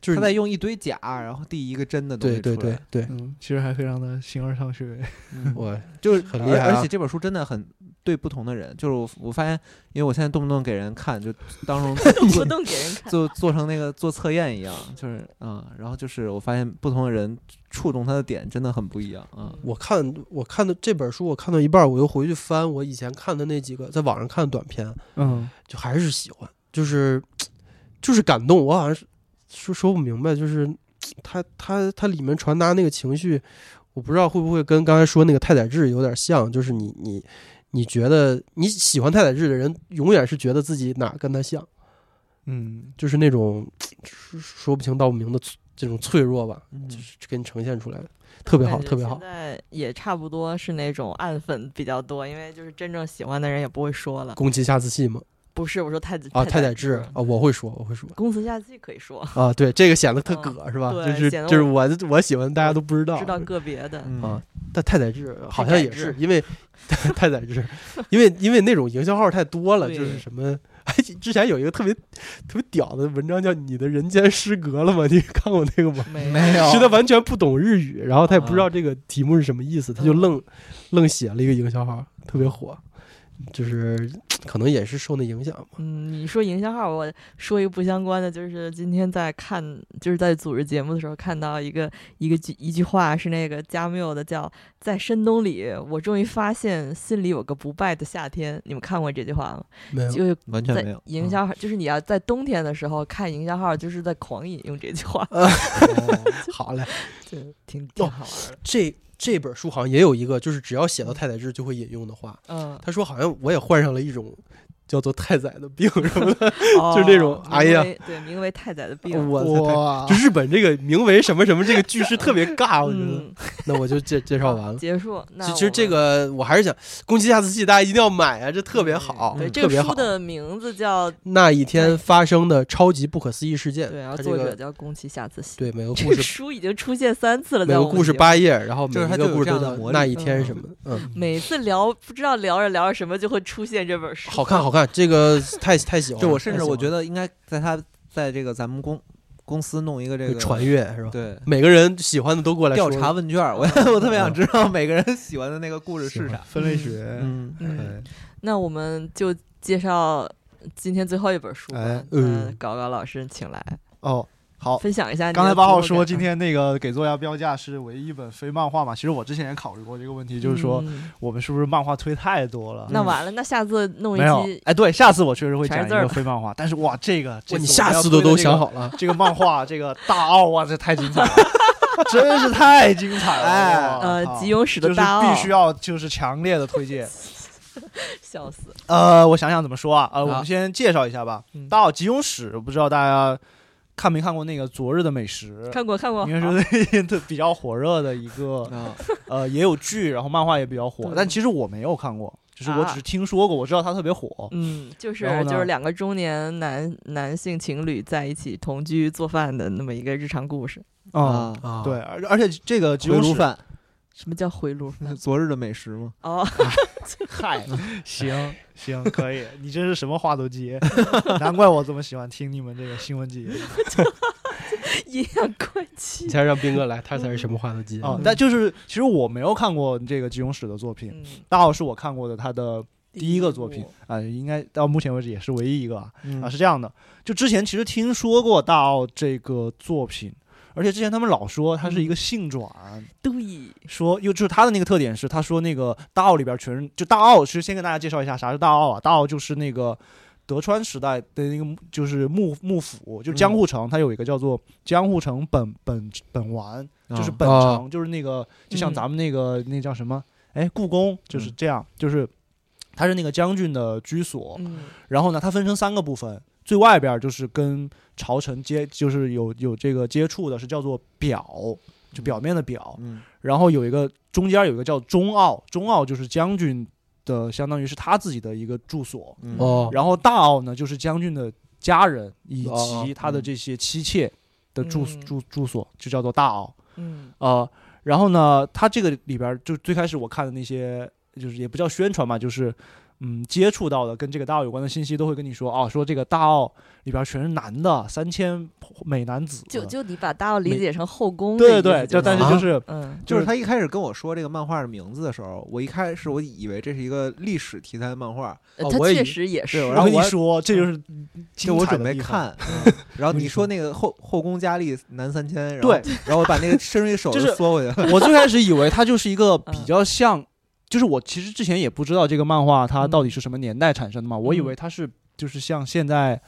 D: 就
B: 他在
D: 是
B: 用一堆假，然后递一个真的东
D: 对
B: 西出
D: 对
B: 来，
D: 对对，
C: 嗯，其实还非常的形而上学，
B: 嗯
D: 我
B: 就是
D: 很
B: 而
D: 厉害啊
B: 而且这本书真的很对不同的人，就是我我发现，因为我现在动不动给人看，就当成
A: 活动给人看，
B: 做做成那个做测验一样，就是嗯，然后就是我发现不同的人触动他的点真的很不一样
A: 嗯
B: 啊。
D: 我看我看的这本书，我看到一半儿，我又回去翻我以前看的那几个在网上看的短片，
C: 嗯，
D: 就还是喜欢，就是就是感动。我好像是说说不明白，就是他他他里面传达那个情绪，我不知道会不会跟刚才说那个太宰治有点像，就是你你你觉得你喜欢太宰治的人，永远是觉得自己哪儿跟他像，
C: 嗯，
D: 就是那种说说不清道不明的脆这种脆弱吧，
B: 嗯
D: 就是给你呈现出来的，特别好，特别好
A: 现。在也差不多是那种暗粉比较多，因为就是真正喜欢的人也不会说了。
D: 宫崎下次戏嘛，
A: 不是，我说太
D: 啊，太
A: 太
D: 宰治啊，我会说，我会说
A: 公司下自己可以说，
D: 啊，对，这个显得特
A: 嗯
D: 葛是吧？
A: 对
D: 就是
A: 显得
D: 就是我我喜欢大家都不知道，
A: 知道个别的。
B: 嗯
D: 啊，但太宰治好
A: 太
D: 像
A: 宰
D: 也是
A: 治
D: 因为太宰治，因为因为那种营销号太多了，就是
A: 对
D: 什么。哎，之前有一个特别特别屌的文章叫《你的人间失格了吗》？ 你看过那个吗？
A: 没
B: 有
D: 其实他完全不懂日语，然后他也不知
A: 哦
B: 啊
D: 道这个题目是什么意思，他
A: 嗯
D: 就愣愣写了一个营销号，特别火，就是可能也是受那影响吧。
A: 嗯，你说营销号，我说一个不相关的，就是今天在看，就是在组织节目的时候看到一个一个句一句话是那个加缪的，叫“在深冬里，我终于发现心里有个不败的夏天”。你们看过这句话吗？
D: 没有，嗯
A: 就是
B: 完全没
A: 在
B: 有嗯
A: 营销号，就是你要在冬天的时候看营销号，就是在狂引用这句话，
D: 呃好嘞，
A: 就挺挺
D: 哦
A: 好玩的。
D: 这这本书好像也有一个，就是只要写到太宰治就会引用的话。
A: 嗯，
D: 他说好像我也患上了一种叫做太宰的病什么的，
A: 哦
D: 这种哎呀，哦
A: 名为对，名为太宰的 病。
D: 我操！
C: 哇
D: 就，日本这个名为什么什么这个句式特别尬，我觉得。
A: 嗯，
D: 那我就介介绍完了。
A: 结束。那
D: 其
A: 我
D: 其实这
A: 们
D: 个我还是想，宫崎下次戏大家一定要买啊，这特别好，
A: 嗯对这
D: 特别
A: 个书
D: 好。
A: 的名字叫
D: 那一天发生的超级不可思议事件，
A: 对，然后
D: 它
A: 作
D: 这
A: 者
D: 个
A: 叫宫崎夏子希。
D: 对每个
A: 这
D: 故
A: 个
D: 事
A: 书已经出现三次了，
D: 每
A: 在
D: 个
A: 我们
D: 故事
A: 节目，
D: 八页，然后每
B: 就是它
D: 一
B: 就
D: 个
B: 有
D: 故事
B: 这
D: 都
B: 样
D: 叫
B: 的魔力
D: 那一天
A: 嗯
D: 什么的，嗯，
A: 每次聊不知道聊着聊着什么就会出现这本书，嗯
D: 好看好看，这个太太喜欢了。
B: 就我甚至我觉
D: 得
B: 得应该在他在这个咱们公公司弄一个这个
D: 传阅是吧？
B: 对
D: 每个人喜欢的都过来
B: 调
D: 说
B: 查问卷，我 我特别想知道每个人嗯喜欢的那个故事是
D: 喜
B: 啥。
C: 分类学，哎
B: 嗯，
A: 嗯，那我们就介绍今天最后一本书吧。
C: 哎
A: 嗯，
D: 嗯
A: 搞搞老师，请来
C: 哦，好，
A: 分享一下你的读
C: 刚
A: 后
C: 才
A: 感。
C: 八号说，今天那个给作家标价是唯一一本非漫画嘛？其实我之前也考虑过这个问题，就是说
A: 嗯
C: 我们是不是漫画推太多了？
A: 那完了，那下次弄一
C: 没有
A: 期，
C: 哎，对，下次我确实会讲
A: 全是
C: 一
A: 字儿
C: 个非漫画，但是哇，这个这
D: 哇你
C: 次我
D: 下
C: 们要
D: 次都
C: 推的
D: 都
C: 这
D: 想
C: 个
D: 好 了，
C: 这个漫画，这个大奥哇，这太精彩了，真是太精彩了！
B: 哎
C: 哇
A: 呃，
C: 靠
A: 吉永史
C: 就
A: 的
C: 是
A: 大奥，
C: 必须要就是强烈的推 荐。
A: 笑死。
C: 呃，我想想怎么说啊，呃，我
B: 啊
C: 们先介绍一下吧
A: 嗯。
C: 大奥吉永史，不知道大家看没看过那个《昨日的美食》？
A: 看过看过，
C: 应该
A: 好
C: 是最近特比较火热的一个
B: 啊，
C: 呃，也有剧，然后漫画也比较火
A: 嗯，
C: 但其实我没有看过，就是我
A: 啊
C: 只是听说过，我知道它特别火。
A: 嗯，就是
C: 然后呢
A: 就是两个中年男男性情侣在一起同居做饭的那么一个日常故事。
C: 嗯，
D: 啊，
C: 对，而而且这个吉
B: 回
C: 永
B: 炉
C: 史，
B: 饭，
A: 什么叫回炉 饭？
B: 昨日的美食吗？
A: 哦，
C: 嗨，行行，可以，你真是什么话都接， 难怪我这么喜欢听你们这个新闻节目
A: 阴阳怪气
D: 你。才让斌哥来，他才是什么话都接
C: 啊
A: 嗯。
C: 但就是其实我没有看过这个吉永史的作品，
A: 嗯，
C: 大奥是我看过的他的第一个作品
A: 部
C: 啊、应该到目前为止也是唯一一个啊。
B: 嗯
C: 啊，是这样的，就之前其实听说过大奥这个作品，而且之前他们老说它是一个性转，
A: 对，
C: 说又就是它的那个特点是，他说那个大奥里边全是就大奥是先跟大家介绍一下啥是大奥啊，大奥就是那个。德川时代的那个幕就是幕幕府，就江户城，它有一个叫做江户城本本本丸，
D: 啊
C: 就是本城，就是那个就像
A: 嗯
C: 咱们那个那叫什么？哎，故宫就是这样，就是它是那个将军的居所，
A: 嗯
C: 然后呢，它分成三个部分，最外边儿就是跟朝臣接，就是有有这个接触的，是叫做表，就表面的表。
B: 嗯
C: 然后有一个中间有一个叫中奥，中奥就是将军的，呃相当于是他自己的一个住所。
B: 嗯
D: 哦，
C: 然后大奥呢，就是将军的家人以
B: 哦
C: 及他的这些妻妾的住、
A: 嗯
C: 住住所，就叫做大奥。
A: 嗯
C: 呃，然后呢，它这个里边儿就最开始我看的那些，就是也不叫宣传吧，就是嗯，接触到的跟这个大奥有关的信息，都会跟你说啊，说这个大奥里边儿全是男的，三千美男子，
A: 就就你把大奥理解成后宫的意思就
C: 对对，
A: 行，
C: 就但是
D: 啊
C: 就是、
A: 嗯
B: 就是他一开始跟我说这个漫画的名字的时候，我一开始我以为这是一个历史题材的漫画，
A: 呃
D: 哦
A: 他
D: 我也
A: 确
D: 以
A: 实也是
B: 对，
C: 我
B: 然后
C: 跟你
B: 我
C: 说，这就是
B: 就
C: 精
B: 我
C: 彩
B: 准
C: 的
B: 备
C: 地方。
B: 看，嗯然 后你说那个后后宫佳丽男三千，然后
C: 对，
B: 然后我把那个伸出去手
C: 就
B: 就是缩回去 了，
C: 我最开始以为它就是一个比较像，就是我其实之前也不知道这个漫画它到底是什么年代产生的嘛，我以为它是就是像现在，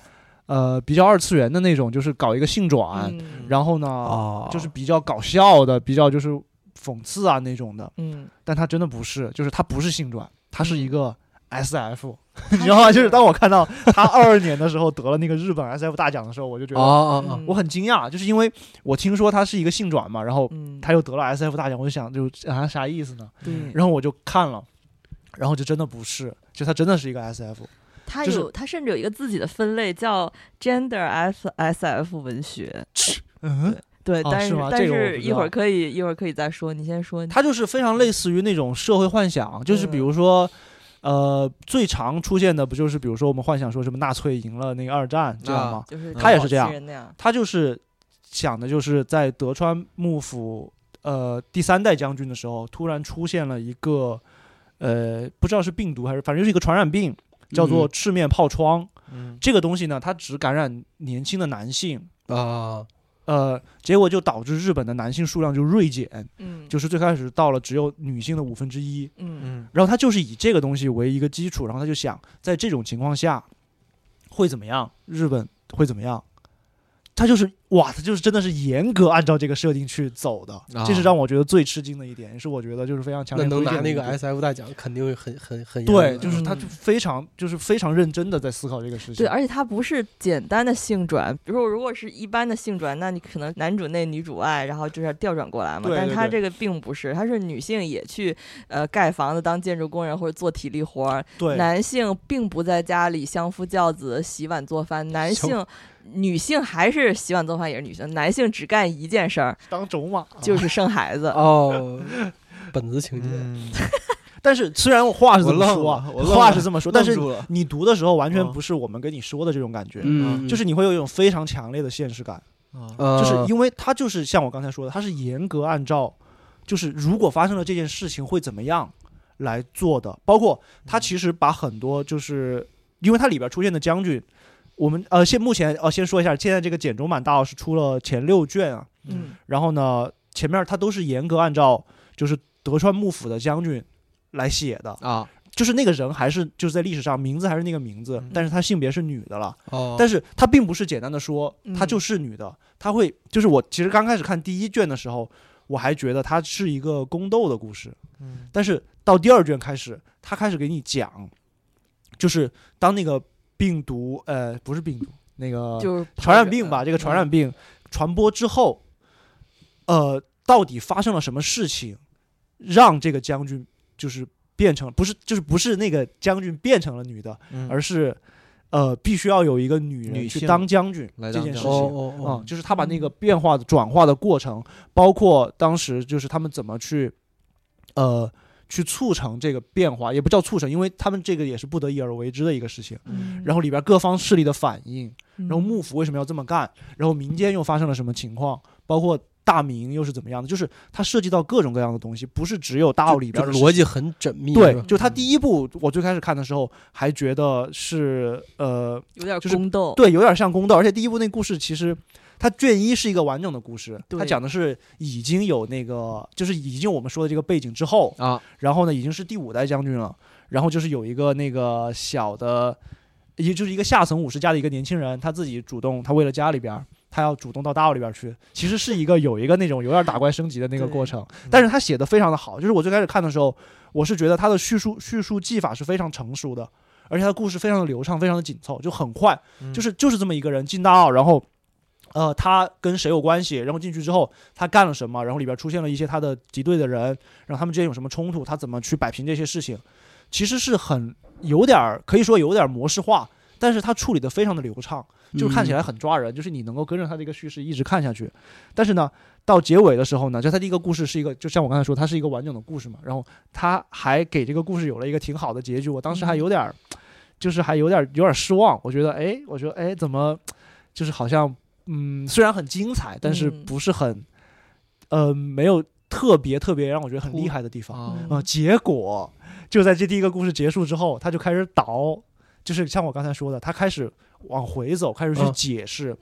C: 呃，比较二次元的那种，就是搞一个性转，
A: 嗯
C: 然后呢，
B: 啊
D: 哦
C: 就是比较搞笑的，比较就是讽刺啊那种的，
A: 嗯，
C: 但它真的不是，就是它不是性转，它是一个 S F，
A: 它
C: 你 知道吗？嗯就是
A: 是
C: 当我看到他二二年的时候得了那个日本 S F 大奖的时候，我就觉
D: 哦
C: 得
D: 哦哦，
A: 嗯
C: 我很惊讶，就是因为我听说它是一个性转嘛，然后
A: 嗯，
C: 他又得了 S F 大奖，我就想就啊啥意思呢？
A: 对，
C: 然后我就看了，然后就真的不是，就他真的是一个 S F，
A: 他
C: 就是
A: 有他甚至有一个自己的分类叫 gender S S F 文学，
C: 嗯，
A: 对，
C: 哦
A: 但
C: 是吗
A: 但
C: 这个我
A: 是
C: 不知
A: 一会儿
C: 道
A: 可以一会儿可以再说，你先说，你
C: 他就是非常类似于那种社会幻想，就是
A: 嗯
C: 比如说。呃，最常出现的不就是比如说我们幻想说什么纳粹赢了那个二战这样吗？
A: 就是
C: 他也是
A: 好
C: 这样
A: 心人那样，
C: 他就是想的就是在德川幕府呃第三代将军的时候，突然出现了一个呃不知道是病毒还是反正就是一个传染病，叫做
D: 嗯
C: 赤面疱疮。
B: 嗯
C: 这个东西呢，它只感染年轻的男性，
D: 啊，
C: 呃，结果就导致日本的男性数量就锐减，
A: 嗯，
C: 就是最开始到了只有女性的五分之一。
A: 嗯
B: 嗯
C: 然后他就是以这个东西为一个基础，然后他就想，在这种情况下会怎么样？日本会怎么样？他就是哇，他就是真的是严格按照这个设定去走的，
D: 啊
C: 这是让我觉得最吃惊的一点，也是我觉得就是非常强
D: 那
C: 烈
D: 能
C: 推荐
D: 拿
C: 的
D: 那
C: 一
D: 个
C: 部
D: S F 大奖，肯定很很很严格
C: 对，
B: 嗯
C: 就是他就非常就是非常认真的在思考这个事情。
A: 对，而且它不是简单的性转，比如说如果是一般的性转，那你可能男主内女主外，然后就是调转过来嘛。
C: 对
A: 但是
C: 对
A: 它
C: 对
A: 这个并不是，它是女性也去呃盖房子当建筑工人或者做体力活儿，
C: 对
A: 男性并不在家里相夫教子、洗碗做饭，男
D: 小
A: 性。女性还是洗碗做饭也是女性，男性只干一件事儿，
C: 当种啊马
A: 就是生孩子。
D: 哦，本子情节，
B: 嗯，
C: 但是虽然我话是这么
B: 我愣
C: 说啊
B: 了，我愣
C: 话
B: 了
C: 是这么说，但是
B: 愣住了
C: 你读的时候完全
B: 嗯
C: 不是我们跟你说的这种感觉，
D: 嗯，
C: 就是你会有一种非常强烈的现实感，
B: 啊
C: 就是
D: 呃
C: 因为它就是像我刚才说的，它是严格按照，就是如果发生了这件事情会怎么样来做的，包括它其实把很多就是因为它里边出现的将军。我们呃，现目前呃，先说一下，现在这个简中版大奥是出了前六卷啊，
A: 嗯
C: 然后呢，前面它都是严格按照就是德川幕府的将军来写的，
D: 啊
C: 就是那个人还是就是在历史上名字还是那个名字
B: 嗯，
C: 但是他性别是女的了，
D: 哦，
C: 但是他并不是简单的说
A: 嗯
C: 她就是女的，他会就是我其实刚开始看第一卷的时候，我还觉得它是一个宫斗的故事，
B: 嗯
C: 但是到第二卷开始，他开始给你讲，就是当那个病毒呃不是病毒那个
A: 就是
C: 哦传染病
B: 嗯
C: 吧，这个传染病传播之后，呃，到底发生了什么事情，让这个将军就是变成不是就是不是那个将军变成了女的，
B: 嗯
C: 而是呃必须要有一个女人
B: 女
C: 去
B: 性
C: 当将军
B: 来
C: 这
B: 当
C: 件事
B: 将
D: 哦
B: 军
C: 情。
D: 哦
C: 啊、
D: 哦，
C: 就是他把那个变化的转化的过程，包括当时就是他们怎么去，呃，去促成这个变化，也不叫促成，因为他们这个也是不得已而为之的一个事情。
A: 嗯，
C: 然后里边各方势力的反应，
A: 然
C: 然后幕府为什么要这么干，然后民间又发生了什么情况，包括大明又是怎么样的，就是它涉及到各种各样的东西，不是只有大奥里边
D: 这
C: 的事情
D: 逻。辑很缜密，是
C: 对，
D: 吧嗯
C: 就它第一部，我最开始看的时候还觉得是呃，
A: 有点
C: 就是
A: 宫斗，
C: 对，有点像宫斗，而且第一部那故事其实。它卷一是一个完整的故事，
A: 对
C: 它讲的是已经有那个，就是已经我们说的这个背景之后，
D: 啊
C: 然后呢，已经是第五代将军了，然后就是有一个那个小的，也就是一个下层五十加的一个年轻人，他自己主动，他为了家里边儿，他要主动到大澳里边儿去，其实是一个有一个那种有点打怪升级的那个过程
B: 嗯，
C: 但是他写的非常的好，就是我最开始看的时候，我是觉得他的叙述叙述技法是非常成熟的，而且他的故事非常的流畅，非常的紧凑，就很快，
B: 嗯
C: 就是就是这么一个人进大澳，然后，呃，他跟谁有关系？然后进去之后他干了什么？然后里边出现了一些他的敌对的人，然后他们之间有什么冲突？他怎么去摆平这些事情？其实是很有点儿可以说有点儿模式化，但是他处理的非常的流畅，就
D: 嗯
C: 是看起来很抓人，就是你能够跟着他的一个叙事一直看下去。但是呢，到结尾的时候呢，就他第一个故事是一个，就像我刚才说，它是一个完整的故事嘛。然后他还给这个故事有了一个挺好的结局，我当时还有点儿，就是还有点儿有点儿失望。我觉得，哎，我觉得，哎，怎么，就是好像，嗯，虽然很精彩，但是
A: 嗯
C: 不是很，呃，没有特别特别让我觉得很厉害的地方。
B: 啊
A: 嗯
C: 啊、结果就在这第一个故事结束之后，他就开始倒，就是像我刚才说的，他开始往回走，开始去
B: 嗯
C: 解释。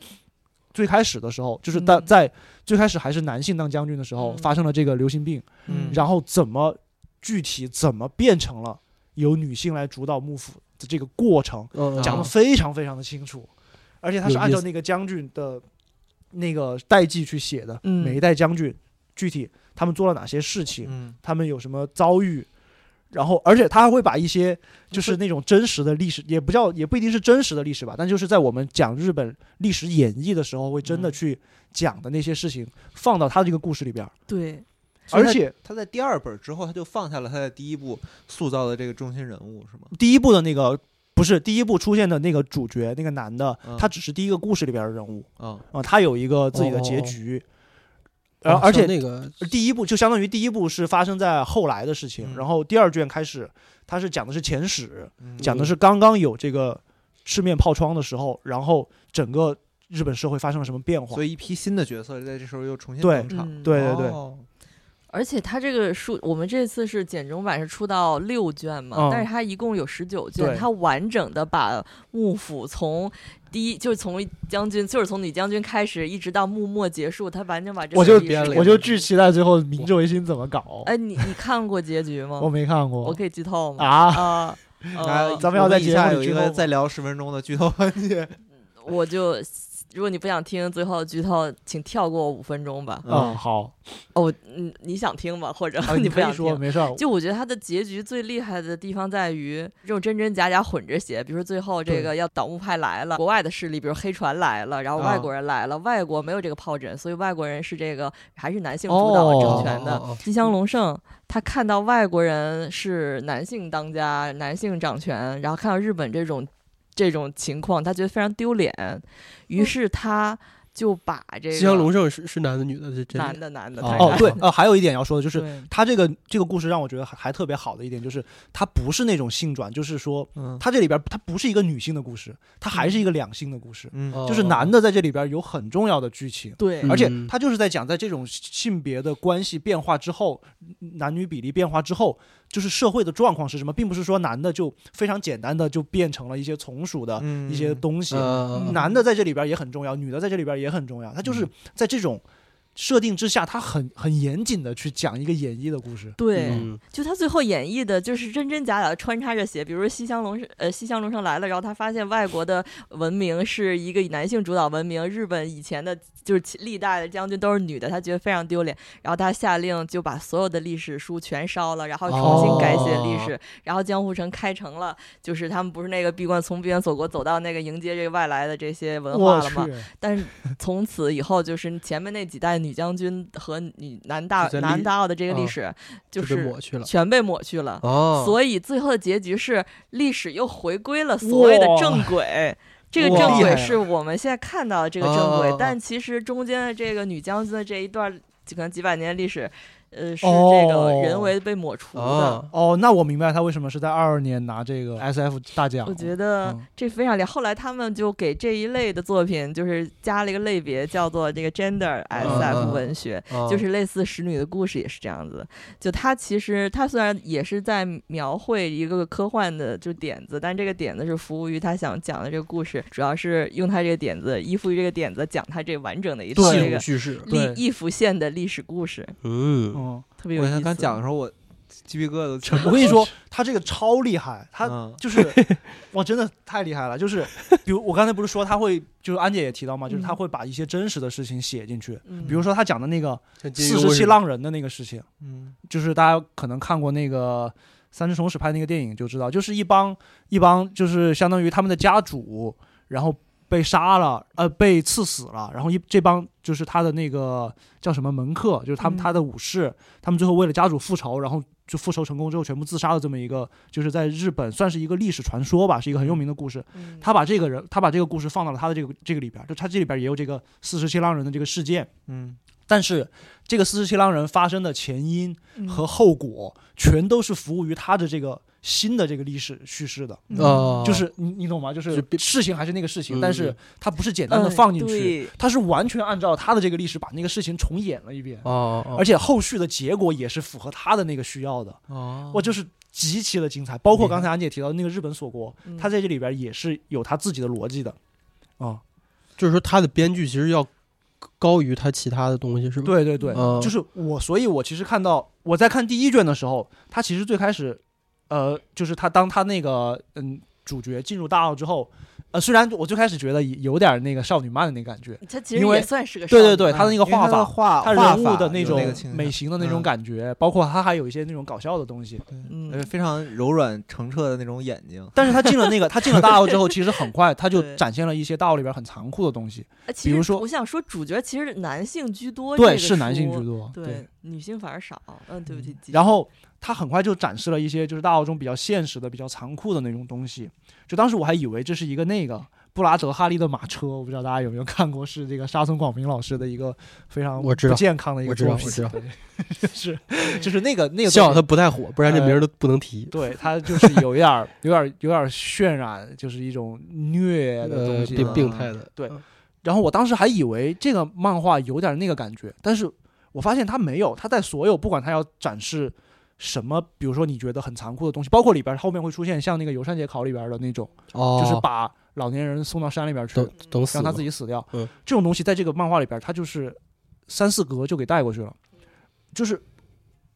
C: 最开始的时候，就是当
A: 嗯
C: 在最开始还是男性当将军的时候，
A: 嗯
C: 发生了这个流行病，
B: 嗯
C: 然后怎么具体怎么变成了由女性来主导幕府的这个过程，
D: 嗯
C: 讲的非常非常的清楚，而且他是
D: 有意
C: 按照
D: 思
C: 那个将军的那个代际去写的，
A: 嗯
C: 每一代将军具体他们做了哪些事情，
B: 嗯
C: 他们有什么遭遇，然后而且他还会把一些
B: 嗯
C: 就是那种真实的历史，也不叫也不一定是真实的历史吧，但就是在我们讲日本历史演绎的时候，会真的
B: 嗯
C: 去讲的那些事情，放到他这个故事里边儿，
A: 对，
B: 所以
C: 而
B: 他
C: 且
B: 他在第二本之后，他就放下了他在第一部塑造的这个中心人物，是吗？
C: 第一部的那个。不是第一部出现的那个主角，那个男的，
B: 嗯
C: 他只是第一个故事里边的人物
B: 啊，
C: 啊、他有一个自己的结局，
B: 哦
C: 然后而
D: 嗯
C: 且
D: 那个
C: 第一部就相当于第一部是发生在后来的事情，
B: 嗯
C: 然后第二卷开始，他是讲的是前史，
B: 嗯
C: 讲的是刚刚有这个赤面炮窗的时候，然后整个日本社会发生了什么变化
B: 所。以一批新的角色在这时候又重新
C: 对
B: 登场。
A: 嗯，
C: 对对对，
B: 哦
A: 而且它这个书，我们这次是简中版是出到六卷嘛，
C: 嗯
A: 但是它一共有十九卷，
C: 对
A: 它完整的把幕府从第一就是从将军，就是从女将军开始，一直到幕末结束，它完整把这
C: 我
A: 个
C: 就
A: 历史
D: 编了一
C: 我
D: 个
C: 就巨期待最后明治维新怎么搞。
A: 哎，你你看过结局吗？
C: 我没看过
A: 我可以剧透吗？
C: 啊，
A: 啊，呃
B: 来，
C: 咱们要在
B: 我们以下
C: 节目
B: 有
C: 里
B: 一
C: 剧透
B: 个
C: 吗
B: 再聊十分钟的剧透环节。
A: 我就如果你不想听最后的剧透，请跳过五分钟吧。
C: 嗯，好，
A: 哦，嗯，你想听吗？或者、
C: 啊
A: 你不
C: 可以
A: 想
C: 说
A: 听？
C: 没事儿。
A: 就我觉得它的结局最厉害的地方在于这种真真假假混着写，比如说最后这
C: 对
A: 个要倒幕派来了，国外的势力，比如黑船来了，然后外
B: 啊
A: 国人来了，外国没有这个炮阵，所以外国人是这个还是男性主导
C: 哦
A: 政权的。
D: 哦
A: 吉祥龙胜他看到外国人是男性当家、男性掌权，然后看到日本这种这种情况，他觉得非常丢脸，于是他就把这个
D: 吉祥龙胜是是男的女的？这这
A: 男的男的
D: 哦
A: 他
C: 哦，
A: 看
C: 对，呃，还有一点要说的就是，
A: 对
C: 他这个这个故事让我觉得还还特别好的一点就是，他不是那种性转，就是说
B: 嗯
C: 他这里边儿他不是一个女性的故事，他还是一个两性的故事，
B: 嗯
D: 哦
C: 就是男的在这里边儿有很重要的剧情。
A: 对
D: 嗯
C: 而且他就是在讲，在这种性别的关系变化之后，嗯男女比例变化之后，就是社会的状况是什么，并不是说男的就非常简单的就变成了一些从属的
B: 嗯
C: 一些东西，
D: 呃
C: 男的在这里边也很重要，女的在这里边也很重要，他
B: 嗯
C: 就是在这种设定之下，他很很严谨的去讲一个演绎的故事。
A: 对。
D: 嗯
A: 就他最后演绎的，就是真真假假的穿插着写，比如说西乡隆是呃西乡隆盛来了，然后他发现外国的文明是一个以男性主导文明，日本以前的就是其历代的将军都是女的，他觉得非常丢脸，然后他下令就把所有的历史书全烧了，然后重新改写历
D: 哦
A: 史，然后江户城开城了，就是他们不是那个闭关从闭关锁国走到那个迎接这个外来的这些文化
C: 我
A: 了
C: 去
A: 吗？，但是从此以后，就是前面那几代女将军和女南大
D: 就在历
A: 南大奥的这个历
D: 啊
A: 史，
D: 就
A: 就
D: 被
A: 是
D: 抹去了
A: 全被抹去了。
D: 哦，
A: 所以最后的结局是历史又回归了所谓的正轨。这个
D: 哇
A: 正
D: 厉害
A: 轨
D: 啊
A: 是我们现在看到的这个正轨，
D: 哦
A: 但其实中间的这个女将军的这一段，就可能几百年的历史，呃，是
C: 哦
A: 这个人为被抹除的。
D: 啊，
C: 哦，那我明白他为什么是在二二年拿这个 S F 大奖了。
A: 我觉得
C: 嗯
A: 这非常厉害。后来他们就给这一类的作品，就是加了一个类别，叫做这个 gender
D: 嗯
A: SF
D: 嗯
A: 文学。
D: 啊
B: 哦
A: 就是类似《使女的故事》也是这样子。就它其实它虽然也是在描绘一个科幻的就点子，但这个点子是服务于他想讲的这个故事，主要是用他这个点子依附于这个点子讲他这完整的一套
C: 对
A: 这
D: 系统
A: 个
D: 叙事，
A: 历
C: 对
A: 易服线的历史故事，
D: 嗯，
C: 嗯，
A: 特别有
B: 我
A: 意思。
B: 刚刚讲的时候，我鸡皮疙瘩都起
C: 我跟你说，他这个超厉害，他
B: 嗯
C: 就是，哇，真的太厉害了！就是，比如我刚才不是说他会，就是安姐也提到嘛，就是他
A: 嗯
C: 会把一些真实的事情写进去，
A: 嗯
C: 比如说他讲的那个
D: 像金
C: 四
D: 庸
C: 十
D: 似
C: 七
D: 的，
C: 浪人的那个事情，
B: 嗯
C: 就是大家可能看过那个三只虫史拍那个电影就知道，就是一帮一帮就是相当于他们的家主，然后被杀了，呃，被刺死了，然后一这帮就是他的那个叫什么门客，就是他
A: 嗯
C: 们、他的武士，他们最后为了家主复仇，然后就复仇成功之后全部自杀的这么一个，就是在日本算是一个历史传说吧，是一个很有名的故事。
A: 嗯
C: 他把这个人，他把这个故事放到了他的这个这个里边儿，就他这里边儿也有这个四十七浪人的这个事件。
B: 嗯
C: 但是这个四十七浪人发生的前因
A: 嗯
C: 和后果，全都是服务于他的这个新的这个历史叙事的，
A: 嗯
D: 哦
C: 就是你你懂吗？就是
D: 就变
C: 事情还是那个事情，
D: 嗯
C: 但是他不是简单的放进去，
A: 嗯
C: 他是完全按照他的这个历史把那个事情重演了一遍，
D: 哦哦，
C: 而且后续的结果也是符合他的那个需要的，
B: 哦
C: 哇，就是极其的精彩。包括
B: 厉害
C: 刚才安姐提到那个日本锁国，
A: 嗯
C: 他在这里边也是有他自己的逻辑的，啊。
D: 就是说他的编剧其实要高于他其他的东 西，是吧？
C: 对对对，
D: 嗯
C: 就是我，所以我其实看到我在看第一卷的时候，他其实最开始，呃，就是他当他那个嗯主角进入大奥之后，呃，虽然我最开始觉得有点那个少女漫的那感觉，
A: 他其实
C: 因为
A: 也算是个
C: 对对
A: 少
C: 对，
A: 女
C: 他的那个
B: 因为
C: 画
B: 的
C: 法。
B: 画
C: 他
B: 画
C: 人物
B: 法
C: 的
B: 有
C: 那
B: 那
C: 种
B: 个倾向
C: 美型的那
B: 嗯
C: 种感觉，包括他还有一些那种搞笑的东西。
A: 嗯
B: 呃非常柔软澄澈的那种眼睛，
C: 但是他进了那个，他进了大奥之后，其实很快他 就
A: 对
C: 展现了一些大奥里边很残酷的东西。
A: 呃其
C: 比如
A: 实
C: 说
A: 我想说，主角其实男性居多，这
C: 对，
A: 个
C: 是男性
A: 书
C: 居多。对
A: 对，，女性反而少。嗯，对不起。继续
C: 然后他很快就展示了一些就是大澳中比较现实的、比较残酷的那种东西。就当时我还以为这是一个那个布拉德哈利的马车，我不知道大家有没有看过，是这个沙村广平老师的一个非常
D: 我知道
C: 不健康的一个
D: 我知道
C: 作
D: 我知
C: 品，
D: 道
C: 对是就是那个那个
D: 幸好
C: 作
D: 他
C: 品。
D: 不太火，不然这名儿都不能提。
C: 对他就是有一点儿、有点儿、有点儿渲染，就是一种虐的
D: 呃，
C: 东西。
D: 病
B: 啊
D: 病态的，
C: 对然后我当时还以为这个漫画有点那个感觉，但是我发现它没有，它在所有不管它要展示什么，比如说你觉得很残酷的东西，包括里边后面会出现像那个《游山节考》里边的那种，
D: 哦，
C: 就是把老年人送到山里边去，
D: 等等死
C: 让他
D: 了
C: 自，己死掉，
D: 嗯
C: 这种东西在这个漫画里边，它就是三四格就给带过去了，就是。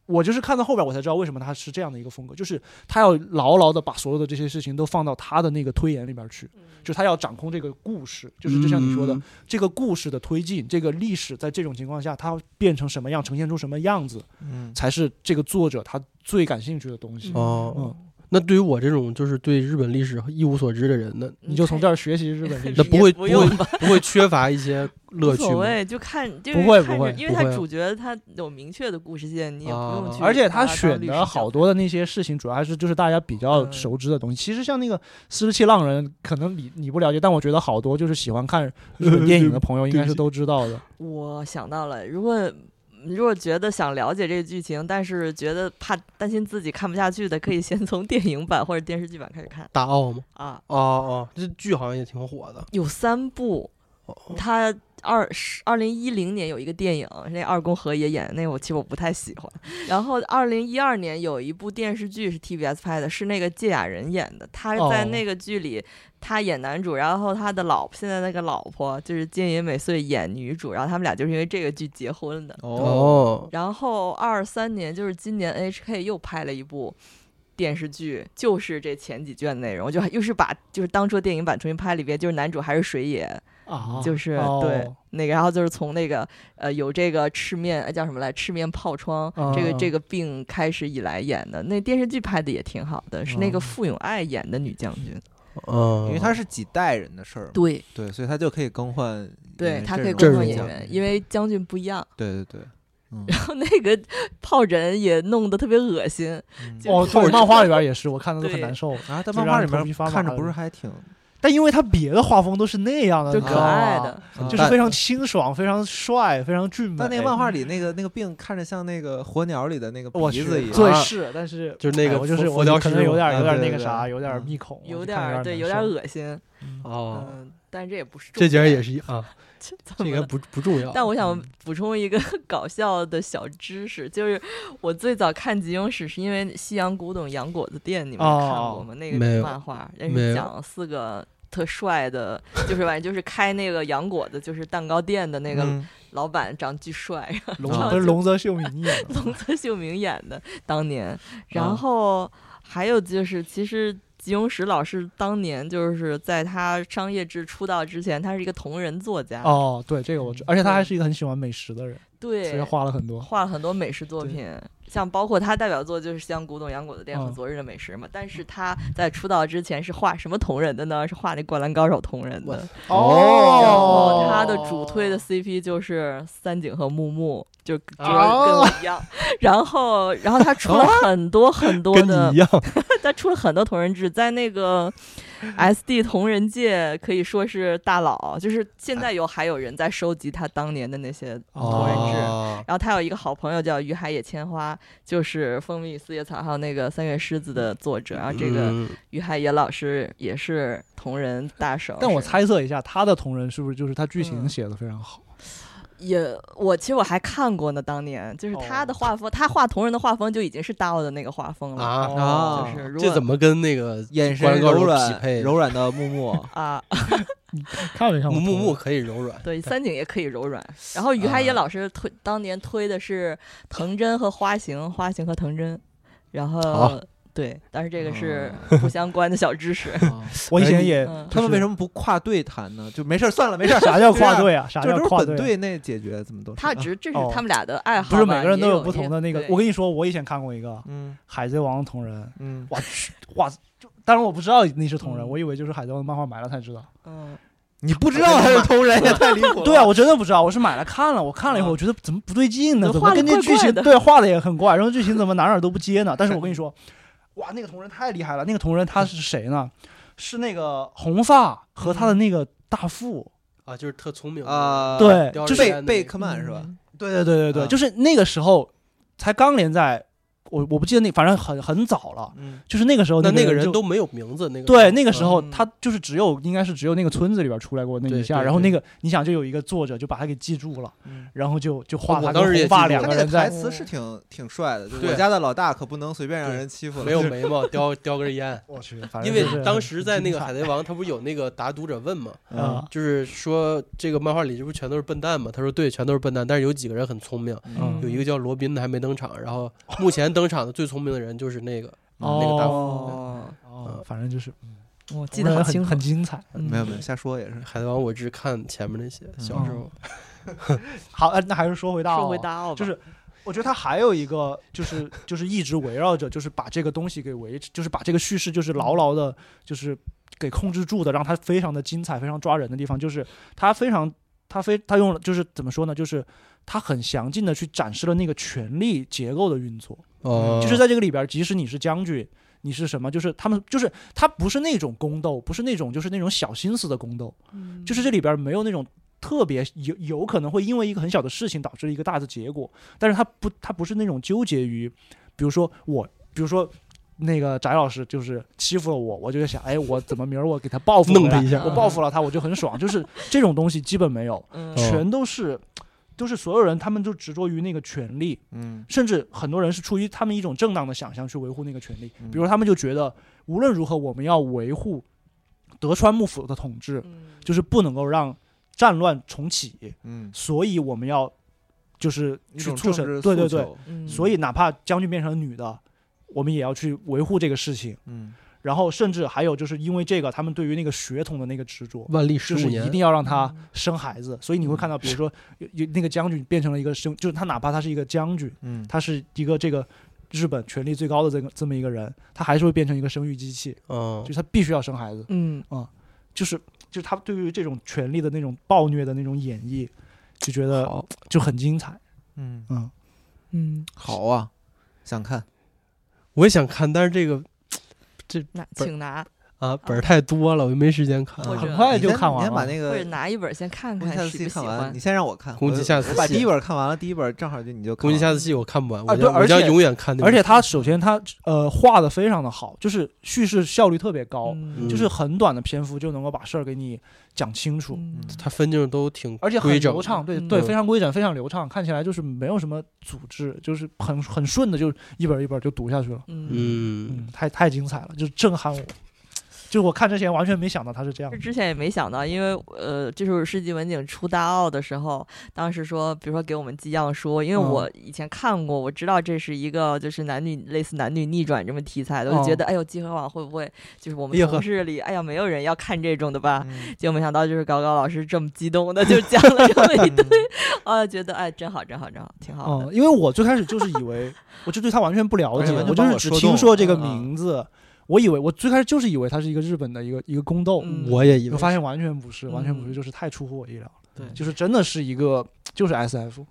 C: 我就是看到后边，我才知道为什么他是这样的一个风格，就是他要牢牢的把所有的这些事情都放到他的那个推演里边去，就他要掌控这个故事，就是就像你说的，
D: 嗯，
C: 这个故事的推进，这个历史在这种情况下，它变成什么样，呈现出什么样子，
B: 嗯
C: 才是这个作者他最感兴趣的东西。
A: 嗯
D: 哦
C: 嗯，
D: 那对于我这种就是对日本历史一无所知的人呢，
A: 嗯
C: 你就从这儿学习日本历
D: 那
C: 史。
D: 不会
A: 也
D: 不
A: 不用
D: 会不会缺乏一些 乐
A: 无
D: 趣
A: 所
D: 吗？
A: 谓，就看就是
C: 不会
A: 看
C: 不会
A: 着因
D: 不
A: 为他
D: 会啊
A: 主角他有明确的故事线，你也不用
D: 啊
A: 去。
C: 而且他选的好，多的那些事情，主要还是就是大家比较
A: 嗯
C: 熟知的东西。其实像那个《四十七浪人》，可能你你不了解，但我觉得好多就是喜欢看日本电影的朋友应该是都知道的。
A: 我想到了，如果如果觉得想了解这个剧情，但是觉得怕担心自己看不下去的，可以先从电影版或者电视剧版开始看
D: 大奥吗？
A: 啊。
D: 哦哦，这剧好像也挺火的。
A: 有三部，
D: 哦
A: 他二十二零一零年有一个电影，那二宫和也演的，那我其实我不太喜欢。然后二零一二年有一部电视剧是 TBS 拍的，是那个芥雅人演的，他在
C: 哦
A: 那个剧里。他演男主，然后他的老婆现在那个老婆就是金银美穗演女主，然后他们俩就是因为这个剧结婚的。
B: 哦
D: 哦，
A: 然后二三年就是今年 HK 又拍了一部电视剧，就是这前几卷内容，就又是把就是当初电影版重新拍了一遍，就是男主还是水野，
C: 啊
A: 就是、 对那个，然后就是从那个呃有这个赤面呃叫什么来赤面疱疮、这个这
C: 个
A: 个病开始以来演的，那电视剧拍的也挺好的，是那个
C: 哦
A: 傅永爱演的女将军，
D: 嗯，
B: 因为它是几代人的事儿嘛，啊
A: 对
B: 对，所以它就可以更换，
A: 对，她可以
D: 阵
A: 更换
D: 容
A: 演员，因为将军不一样，
B: 对对对，嗯
A: 然后那个疱疹也弄得特别恶心，
B: 嗯
A: 就
C: 哦，对，漫画里边也是，我看的都很
A: 对
C: 难受。
B: 啊，
C: 就
B: 在漫画
C: 让
B: 里
C: 你头皮
B: 面
C: 发麻
B: 看着
C: 了
B: 不是还挺
C: 但因为他别的画风都是那样的，
A: 就
C: 你知
A: 可
C: 道
A: 爱
C: 吗
A: 的。
B: 很
C: 就是
B: 淡
C: 非常哎清爽、非常帅、非常俊美。
B: 啊但那个漫画里那个那个病看着像那个火鸟里的那个
C: 哦我
B: 鼻子一样，
C: 对
D: 啊
C: 是，但是
D: 就是那
C: 哎
D: 个
C: 我就是
D: 佛
C: 我
D: 佛雕
C: 可
D: 师
C: 能有
D: 傅
C: 点
B: 啊
C: 有点
B: 对
C: 那个
B: 对
C: 啥，
B: 对
C: 有点
B: 嗯
C: 密孔，我
A: 有
C: 就
A: 点
C: 看着
A: 儿对，有
C: 难
A: 点
C: 受
A: 恶心，
D: 哦，
A: 嗯，但这也不是重
D: 这竟然
A: 点
D: 也是一 啊，
A: 怎
D: 这
A: 么
D: 个
A: 了
D: 不不重要。
A: 但我想补充一个 搞笑的小知识，就是我最早看金庸史是因为《西洋古董洋果子店》，你们
C: 哦
A: 看过吗？那个
D: 没有
A: 漫画，那
D: 没有
A: 是讲四个特帅的，就是反正就是开那个洋果子，就是蛋糕店的那个
B: 嗯
A: 老板长巨帅，
C: 龙
B: 啊
C: 不是龙泽秀明演的，
A: 龙泽秀明演的当年，然后还有就是，其实吉永石老师当年就是在他商业志出道之前，他是一个同人作家，
C: 哦，对这个我知，而且他还是一个很喜欢美食的人，其实
A: 嗯对，
C: 画了很多。
A: 画了很多美食作品，像包括他代表作就是像《古董洋果子店》和
C: 嗯
A: 《昨日的美食》嘛。但是他在出道之前是画什么同人的呢？是画那《灌篮高手》同人的。然后
B: 哦
A: 他的主推的 CP 就是三井和木木，就就是跟
C: 哦
A: 我一 样。然后，然后他出了很多很多
C: 跟
A: 的
C: 你一，样，
A: 他出了很多同人志，在那 个 SD 同人界可以说是大佬，就是
C: 哎
A: 现在有还有人在收集他当年的那些同人志。
D: 哦，
A: 然后他有一个好朋友叫于海野千花，就是《蜂蜜与四叶草》还有那个《三月狮子》的作者。然后这个
D: 嗯
A: 于海野老师也是同人大手，
C: 但我
A: 是
C: 猜测一下，他的同人是不是就是他剧情
A: 嗯
C: 写的非常好？
A: 也我其实我还看过呢，当年就是他
C: 哦
A: 的画风，他画同人的画风就已经是大奥的那个画
C: 嗯
A: 风了
D: 啊，
B: 啊
A: 哦就是如果，
D: 这怎么跟那个
B: 眼
D: 灌
B: 神
D: 篮高手
B: 柔
D: 匹
B: 软
D: 配
B: 柔软的木木
A: 啊。
C: 看没看过
D: 木
C: 同人？
D: 木木可以柔软？
A: 对，三井也可以柔 软。然后于海野
D: 啊
A: 老师推、当年推的是藤真和花形，花形和藤真，然后、
D: 好啊
A: 对，但是这个是不相关的小知 识。
B: 啊
C: 我以
D: 哎
C: 前
D: 你
C: 也
A: 嗯
B: 他们为什
C: 么
B: 么不跨队谈呢？就没事儿算了，没事儿，
C: 啥叫
B: 就这样
C: 跨？队啊？啥
B: 就
C: 叫
B: 都是
C: 跨
B: 本
C: 队啊？
B: 队内解决，怎么都是
A: 他
B: 啊
A: 只是这是
C: 哦
A: 他们俩的爱好
C: 不
A: 吧，
C: 是每个人都
A: 也
C: 有
A: 有
C: 不同的那个
A: 也。
C: 我跟你说，我以前看过一个《
B: 嗯
C: 海贼王》的同人，
B: 嗯
C: 哇哇，就当然我不知道那是同人，
A: 嗯
C: 我以为就是《海贼王》的漫画买了才知道。
A: 嗯，
B: 你不知道他是同人也太离谱了。
C: 对啊，，我真的不知道，我是买了看了，我看了以后，我觉得怎么不对劲呢？
A: 怎
C: 怎
A: 么
C: 么
A: 画得
C: 跟这
A: 怪
C: 剧
A: 怪
C: 情
A: 的
C: 对画的也很怪，然后剧情怎么哪哪都不接呢？但是我跟你说，哇，那个同人太厉害了，那个同人他是谁呢？是那个红发和他的那个大副，
D: 啊，就是特聪明
B: 啊，
C: 对，
D: 雕
C: 就是
D: 人
B: 贝贝
A: 嗯
B: 克曼是吧？
C: 对对对对对，
B: 啊
C: 就是那个时候才刚连载，我我不记得那，反正很很早了，
B: 嗯，
C: 就是那个时候
D: 那那
C: 个
D: 个人
C: 人就
D: 都没有名字，那个
C: 对
D: 人
C: 那个时候
A: 嗯
C: 他就是只有应该是只有那个村子里边出来过那一
D: 对
C: 下，
D: 对
C: 然后
D: 对
C: 那个你想就有一个作者就把他给记住了，
B: 嗯
C: 然后就就画
D: 我
C: 他
D: 当
C: 跟
D: 时也
C: 红发
D: 记住
C: 两
B: 他
D: 了
C: 个
B: 那个
C: 人在
B: 台词是挺挺帅的，就是
D: 对
B: 我家的老大可不能随便让人欺负了。
D: 嗯没有
B: 就是
D: 眉 毛，叼叼根烟。
C: 我去，反
D: 因
C: 正
D: 为
C: 就是
D: 当时在那个《海
C: 很
D: 贼王》，他不是有那个答读者问嘛，
C: 精彩啊，
D: 就是说这个漫画里这不全都是笨蛋嘛？他说对，全都是笨蛋，但是有几个人很聪明，
C: 嗯
D: 有一个叫罗宾的还没登场，然后目前登场的最聪明的人就是那个，那个大夫
C: 哦
A: 哦，
C: 哦，反正就是
A: 我记得
C: 很
A: 好清楚
C: 很。精彩。
A: 嗯
B: 没有没有，瞎说也是
D: 《海贼王》，我只看前面那些，小时候
C: 好，呃那还是说回到
A: 说回大奥吧，
C: 就是我觉得他还有一个就是就是一直围绕着，就是把这个东西给维持，就是把这个叙事就是牢牢的，就是给控制住的，让它非常的精彩，非常抓人的地方，就是他非常他非他用了就是怎么说呢，就是他很详尽的去展示了那个权力结构的运作。
D: 哦
C: 就是在这个里边儿，即使你是将军，你是什么，就是他们就是他不是那种宫斗，不是那种就是那种小心思的宫斗，
A: 嗯
C: 就是这里边儿没有那种特别有有可能会因为一个很小的事情导致一个大的结果，但是他不他不是那种纠结于，比如说我，比如说。那个翟老师就是欺负了我，我就在想，哎，我怎么明儿我给他报复
D: 弄
C: 回
D: 他
C: 来
D: 一下
C: 我报复了他，我就很爽，就是这种东西基本没有，
A: 嗯
D: 哦
C: 全都是，都是所有人他们就执着于那个权利，
B: 嗯
C: 甚至很多人是出于他们一种正当的想象去维护那个权利，
B: 嗯
C: 比如他们就觉得无论如何我们要维护德川幕府的统治，
A: 嗯
C: 就是不能够让战乱重启，
B: 嗯，
C: 所以我们要就是
B: 一
C: 去
B: 种
C: 促成
B: 政治
C: 对
B: 诉
C: 对对，
B: 求，
A: 嗯
C: 所以哪怕将军变成了女的，我们也要去维护这个事情。
B: 嗯
C: 然后甚至还有就是因为这个，他们对于那个血统的那个执着，
D: 万历
C: 就是一定要让他
A: 嗯
C: 生孩子，所以你会看到，比如说有有那个将军变成了一个生，就是他哪怕他是一个将军。
B: 嗯，
C: 他是一个这个日本权力最高的这个这么一个人，他还是会变成一个生育机器，
D: 嗯
B: 哦
C: 就是他必须要生孩子，
A: 嗯
C: 就是就是他对于这种权力的那种暴虐的那种演绎，就觉得
D: 好，
C: 就很精彩，
B: 嗯
C: 嗯，
A: 嗯，
B: 好啊，想看
D: 我也想看，但是这个
A: 那
D: 不是
A: 请拿
D: 啊本儿太多了，我就没时间看。
A: 或者
C: 很快
B: 嗯你
C: 就
B: 先
C: 看
B: 你
C: 完
B: 先把
C: 了。
B: 那
A: 或
B: 个
A: 者拿一本先看
B: 攻
A: 看
B: 击下的
A: 喜
B: 戏
A: 不喜
B: 看完，
A: 欢
B: 你。先让我看
D: 攻击
B: 我
D: 下
B: 我
D: 次
B: 把
D: 戏
B: 第一本看完了，第一本正好就你就看
D: 攻击
B: 完
D: 下
B: 了
D: 次戏我看不完，
C: 啊
D: 我
C: 对
D: 将我
C: 而且
D: 将永远看那个。
C: 而且他首先他呃画的非常的好，就是叙事效率特别高，
A: 嗯
C: 就是很短的篇幅就能够把事儿给你讲清楚，
A: 嗯
D: 他分镜都挺
C: 而且很
D: 规整
C: 流畅，对
A: 嗯
C: 对，非常规整，非常流畅，看起来就是没有什么组织，就是很很顺的，就一本一本就读下去了。
A: 嗯
D: 嗯，
C: 嗯，太太精彩了，就是震撼我。就是我看之前完全没想到它是这样
A: 这。之前也没想到，因为呃，这是世纪文景出大奥的时候，当时说，比如说给我们寄样书，因为
C: 嗯
A: 我以前看过，我知道这是一个就是男女类似男女逆转这么题材的，我
C: 哦
A: 就觉得，哎呦，集合网会不会就是我们
C: 哎呦呵
A: 同事里，哎呀，没有人要看这种的吧？
B: 嗯，
A: 结果没想到就是高高老师这么激动的就讲了这么一堆啊，觉得哎，真好，真好，真好，挺好的。
C: 嗯，因为我最开始就是以为，我就对他完全不了
B: 而
C: 解，
B: 且
C: 我
B: 完全
C: 就
B: 把
C: 是
B: 我
C: 只
B: 说
C: 听
B: 动
C: 说这个
B: 了嗯嗯
C: 名字，我以为我最开始就是以为它是一个日本的一个一个宫斗，
A: 嗯
D: 我也以为
C: 我发现完全不是，完全不
A: 嗯
C: 是，就是太出乎我意料了，嗯
D: 对
C: 就是真的是一个就是 S F，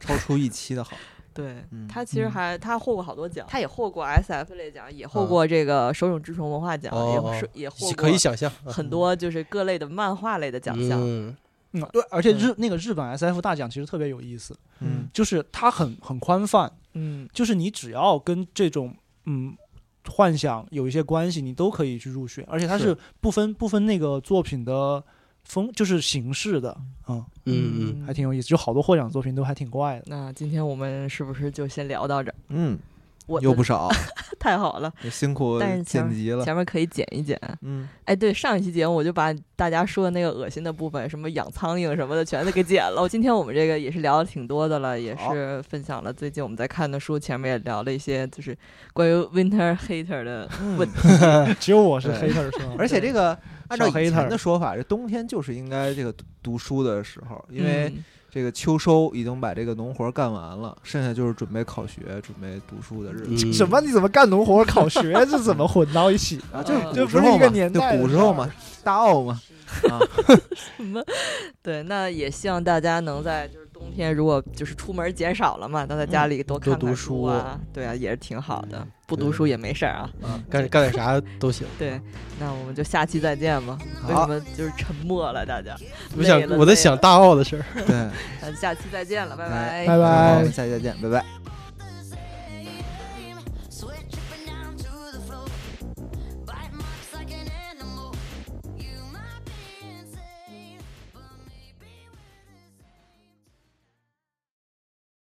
B: 超出预期 的好，
A: 对
B: 嗯
A: 他其实
C: 嗯
A: 还他获过好多奖，他也获过 SF 类奖，也获
D: 啊
A: 过这个手冢治虫文化奖，也
D: 哦
A: 获也获过
D: 可以想象啊
A: 很多就是各类的漫画类的奖项。
D: 嗯
C: 嗯，对，而且日那个日本 S F 大奖其实特别有意思，
B: 嗯
C: 就是它很很宽泛，
A: 嗯
C: 就是你只要跟这种嗯幻想有一些关系，你都可以去入选，而且它是
D: 是
C: 不分不分那个作品的风，就是形式的，嗯，
D: 嗯嗯，
C: 还挺有意思，就好多获奖作品都还挺怪的。
A: 那今天我们是不是就先聊到这儿？
B: 嗯，
A: 我
B: 又不
A: 是
B: 少，
A: 太好了，
B: 也辛苦
A: 但是前
B: 剪
A: 面
B: 辑了，
A: 前面可以剪一剪。
B: 嗯，
A: 哎，对，上一期节目我就把大家说的那个恶心的部分，什么养苍蝇什么的，全都给剪了。今天我们这个也是聊的挺多的了，也
B: 好
A: 是分享了最近我们在看的书，前面也聊了一些就是关于 Winter Hater 的问题。
C: 只有我是
B: 对
C: hater 是 吗？
B: 而且这个按照
C: 小
B: 以
C: hater
B: 前的说法，这冬天就是应该这个读读书的时候，因 为
A: 嗯
B: 这个秋收已经把这个农活干完了，剩下就是准备考学、准备读书的日子。
D: 嗯
C: 什么？你怎么干农活考学？这怎么混到一起？
B: 啊，就是
A: 嗯
B: 古时
C: 这不是
B: 候
C: 一个
B: 嘛，
C: 年
B: 就
C: 代的
B: 古
C: 事
B: 时候
C: 儿
B: 嘛，大奥嘛，啊，
A: 什么？ 对，那也希望大家能在就是冬天，如果就是出门减少了嘛，那在家里多
D: 嗯多
A: 看看
D: 读嗯
A: 书啊，对啊，也是挺好的。不读
D: 对
A: 书也没事儿啊。
D: 干干点啥都行。
A: 对，那我们就下期再见吧。为什
B: 好
A: 么就是沉默了？大家，
D: 我想
A: 累了
D: 我在
A: 累
D: 想嗯
A: 了嗯
D: 大奥的事儿。
B: 对，
A: 咱下期再见了，拜拜
C: 拜
B: 拜好，我
C: 拜
B: 们。下期再见，拜拜。